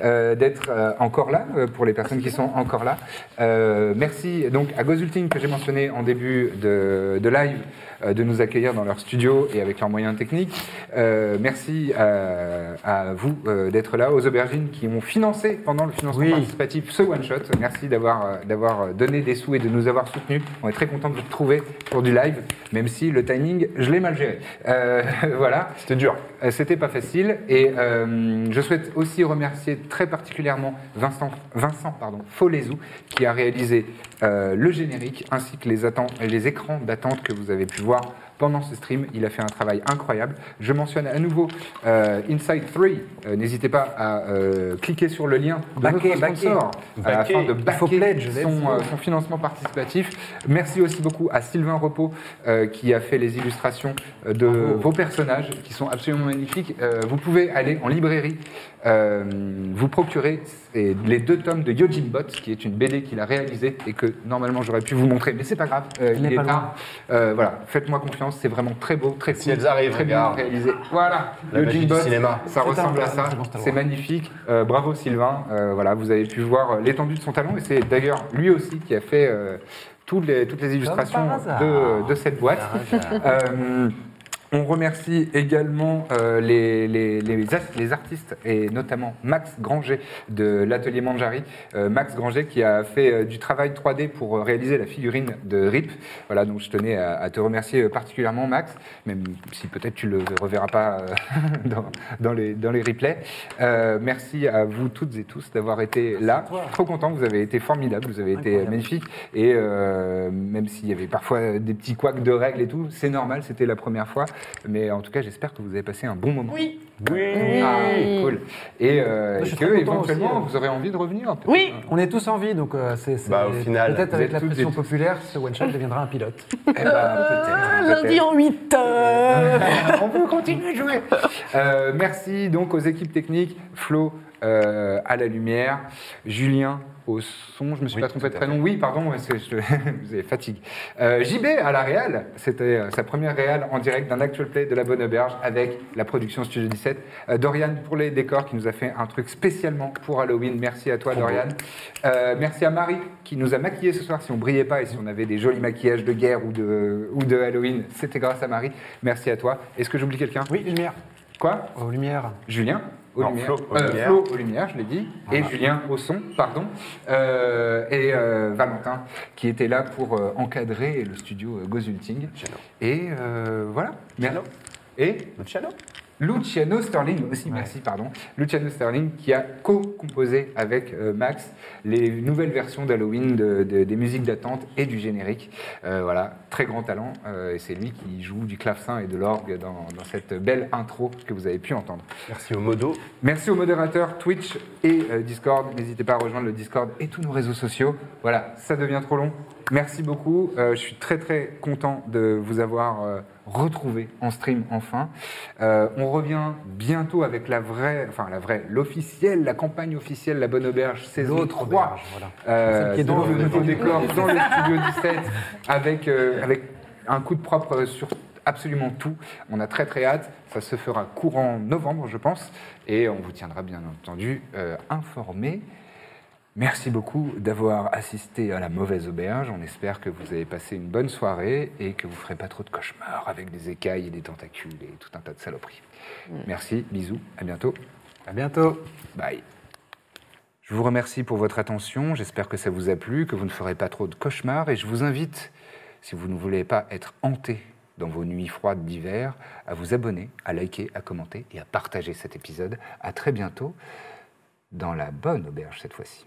[SPEAKER 1] Euh, D'être euh, encore là euh, pour les personnes qui sont encore là. Euh, merci donc à Gozulting que j'ai mentionné en début de, de live euh, de nous accueillir dans leur studio et avec leurs moyens techniques. Euh, merci à, à vous euh, d'être là, aux aubergines qui ont financé pendant le financement
[SPEAKER 3] Oui.
[SPEAKER 1] participatif ce one shot. Merci d'avoir euh, d'avoir donné des sous et de nous avoir soutenus. On est très content de vous retrouver pour du live, même si le timing, je l'ai mal géré. Euh, voilà.
[SPEAKER 8] C'était dur.
[SPEAKER 1] Euh, C'était pas facile. Et euh, je souhaite aussi remercier très particulièrement Vincent, Vincent pardon, Folézou, qui a réalisé euh, le générique ainsi que les, atten- les écrans d'attente que vous avez pu voir pendant ce stream. Il a fait un travail incroyable. Je mentionne à nouveau euh, Inside 3. Euh, N'hésitez pas à euh, cliquer sur le lien de
[SPEAKER 3] Backer,
[SPEAKER 1] notre sponsor
[SPEAKER 8] backer.
[SPEAKER 1] euh, afin de
[SPEAKER 8] Backer.
[SPEAKER 1] backer
[SPEAKER 3] Faut pledge, let's
[SPEAKER 1] son,
[SPEAKER 3] go.
[SPEAKER 1] euh, son financement participatif. Merci aussi beaucoup à Sylvain Repos euh, qui a fait les illustrations euh, de vos personnages qui sont absolument magnifiques. Euh, vous pouvez aller en librairie, euh, vous procurer ces- les deux tomes de Yojin Bot, qui est une BD qu'il a réalisée et que normalement j'aurais pu vous montrer, mais c'est pas grave, euh, il
[SPEAKER 3] n'est
[SPEAKER 1] est
[SPEAKER 3] pas
[SPEAKER 1] tard. Euh, voilà, faites-moi confiance, c'est vraiment très beau, très
[SPEAKER 2] Si
[SPEAKER 1] cool,
[SPEAKER 2] elles arrivent,
[SPEAKER 1] très
[SPEAKER 2] regarde.
[SPEAKER 1] bien réalisé. Voilà,
[SPEAKER 2] La magie
[SPEAKER 1] Yojin
[SPEAKER 2] du
[SPEAKER 1] Bot,
[SPEAKER 2] cinéma.
[SPEAKER 1] ça
[SPEAKER 3] C'est
[SPEAKER 1] ressemble
[SPEAKER 3] un-
[SPEAKER 1] à ça,
[SPEAKER 3] c'est bon, c'est le
[SPEAKER 1] c'est
[SPEAKER 3] droit.
[SPEAKER 1] magnifique. Euh, bravo Sylvain, Euh, voilà, vous avez pu voir euh, l'étendue de son talent et c'est d'ailleurs lui aussi qui a fait euh, toutes, les, toutes les illustrations
[SPEAKER 3] par hasard. Ah,
[SPEAKER 1] de, de cette boîte. Euh, on remercie également euh, les, les- les as- les artistes et notamment Max Granger de l'atelier Manjari. Euh, Max Granger qui a fait euh, du travail 3D pour euh, réaliser la figurine de Rip. Voilà, donc je tenais à, à te remercier euh, particulièrement Max, même si peut-être tu le reverras pas euh, dans, dans les, dans les replays. Euh, merci à vous toutes et tous d'avoir été là. Je suis trop content, vous avez été formidables, vous avez été
[SPEAKER 3] Incroyable.
[SPEAKER 1] magnifiques. Et euh, même s'il y avait parfois des petits couacs de règles et tout, c'est normal, c'était la première fois. Mais en tout cas, j'espère que vous avez passé un bon moment.
[SPEAKER 4] Oui.
[SPEAKER 1] Oui. cool. Et, euh,
[SPEAKER 3] Moi, je
[SPEAKER 1] et
[SPEAKER 3] suis
[SPEAKER 1] que
[SPEAKER 3] très content
[SPEAKER 1] éventuellement,
[SPEAKER 3] aussi, euh.
[SPEAKER 1] vous aurez envie de revenir. peut-être.
[SPEAKER 4] Oui.
[SPEAKER 3] On est tous en vie, donc euh, c'est. c'est-
[SPEAKER 2] Bah, au final,
[SPEAKER 3] Peut-être
[SPEAKER 1] vous
[SPEAKER 3] avec
[SPEAKER 1] êtes
[SPEAKER 3] la
[SPEAKER 1] toutes et
[SPEAKER 3] pression
[SPEAKER 1] tous.
[SPEAKER 3] populaire, ce one-shot deviendra un pilote.
[SPEAKER 1] Eh ben, peut-être,
[SPEAKER 4] Lundi
[SPEAKER 3] Euh,
[SPEAKER 1] peut-être.
[SPEAKER 4] en 8 heures.
[SPEAKER 1] Euh, On peut continuer de jouer. Euh, merci donc aux équipes techniques, Flo euh, à la lumière, Julien au son, je me suis pas trompé de prénom, oui pardon, parce que je, vous avez fatigue. Euh, JB à la Réal, c'était euh, sa première Réal en direct d'un actual play de la Bonne Auberge avec la production Studio 17. Euh, Dorian pour les décors qui nous a fait un truc spécialement pour Halloween, merci à toi Dorian. Euh, merci à Marie qui nous a maquillés ce soir, si on brillait pas et si on avait des jolis maquillages de guerre ou de, ou de Halloween, c'était grâce à Marie, merci à toi. Est-ce que j'oublie quelqu'un
[SPEAKER 3] Oui, lumière.
[SPEAKER 1] Quoi
[SPEAKER 3] Oh, lumière.
[SPEAKER 1] Julien aux
[SPEAKER 2] Non,
[SPEAKER 1] lumières.
[SPEAKER 2] Flo aux
[SPEAKER 1] Euh,
[SPEAKER 2] lumières.
[SPEAKER 1] Flo aux lumières, je l'ai dit, et Julien au son, pardon, Euh, et euh, Valentin qui était là pour euh, encadrer le studio euh, Gozulting. Et euh, voilà. Mer- Et
[SPEAKER 2] Luciano
[SPEAKER 1] Luciano Sterling aussi, merci, pardon. Luciano Sterling qui a co-composé avec euh, Max les nouvelles versions d'Halloween de- de- des musiques d'attente et du générique. Euh, voilà, très grand talent. euh, et c'est lui qui joue du clavecin et de l'orgue dans, dans cette belle intro que vous avez pu entendre.
[SPEAKER 2] Merci au modo.
[SPEAKER 1] Merci aux modérateurs Twitch et euh, Discord. N'hésitez pas à rejoindre le Discord et tous nos réseaux sociaux. Voilà, ça devient trop long. Merci beaucoup. Euh, je suis très très content de vous avoir euh, retrouvé en stream enfin. Euh, on revient bientôt avec la vraie, enfin la vraie, l'officielle, la campagne officielle La Bonne Auberge saison 3.
[SPEAKER 3] L'autre auberge, voilà.
[SPEAKER 1] Euh,
[SPEAKER 3] Celle qui est
[SPEAKER 1] dans
[SPEAKER 3] dans
[SPEAKER 1] le
[SPEAKER 3] le-
[SPEAKER 1] nouveau décor, dans le studio 17, avec, euh, avec un coup de propre euh, sur absolument tout. On a très très hâte. Ça se fera courant novembre, je pense. Et on vous tiendra bien entendu euh, informé. Merci beaucoup d'avoir assisté à la mauvaise auberge. On espère que vous avez passé une bonne soirée et que vous ne ferez pas trop de cauchemars avec des écailles et des tentacules et tout un tas de saloperies. Merci, bisous, à bientôt.
[SPEAKER 3] Mm. À bientôt.
[SPEAKER 1] Bye. Je vous remercie pour votre attention, j'espère que ça vous a plu, que vous ne ferez pas trop de cauchemars et je vous invite, si vous ne voulez pas être hanté dans vos nuits froides d'hiver, à vous abonner, à liker, à commenter et à partager cet épisode. À très bientôt dans la bonne auberge cette fois-ci.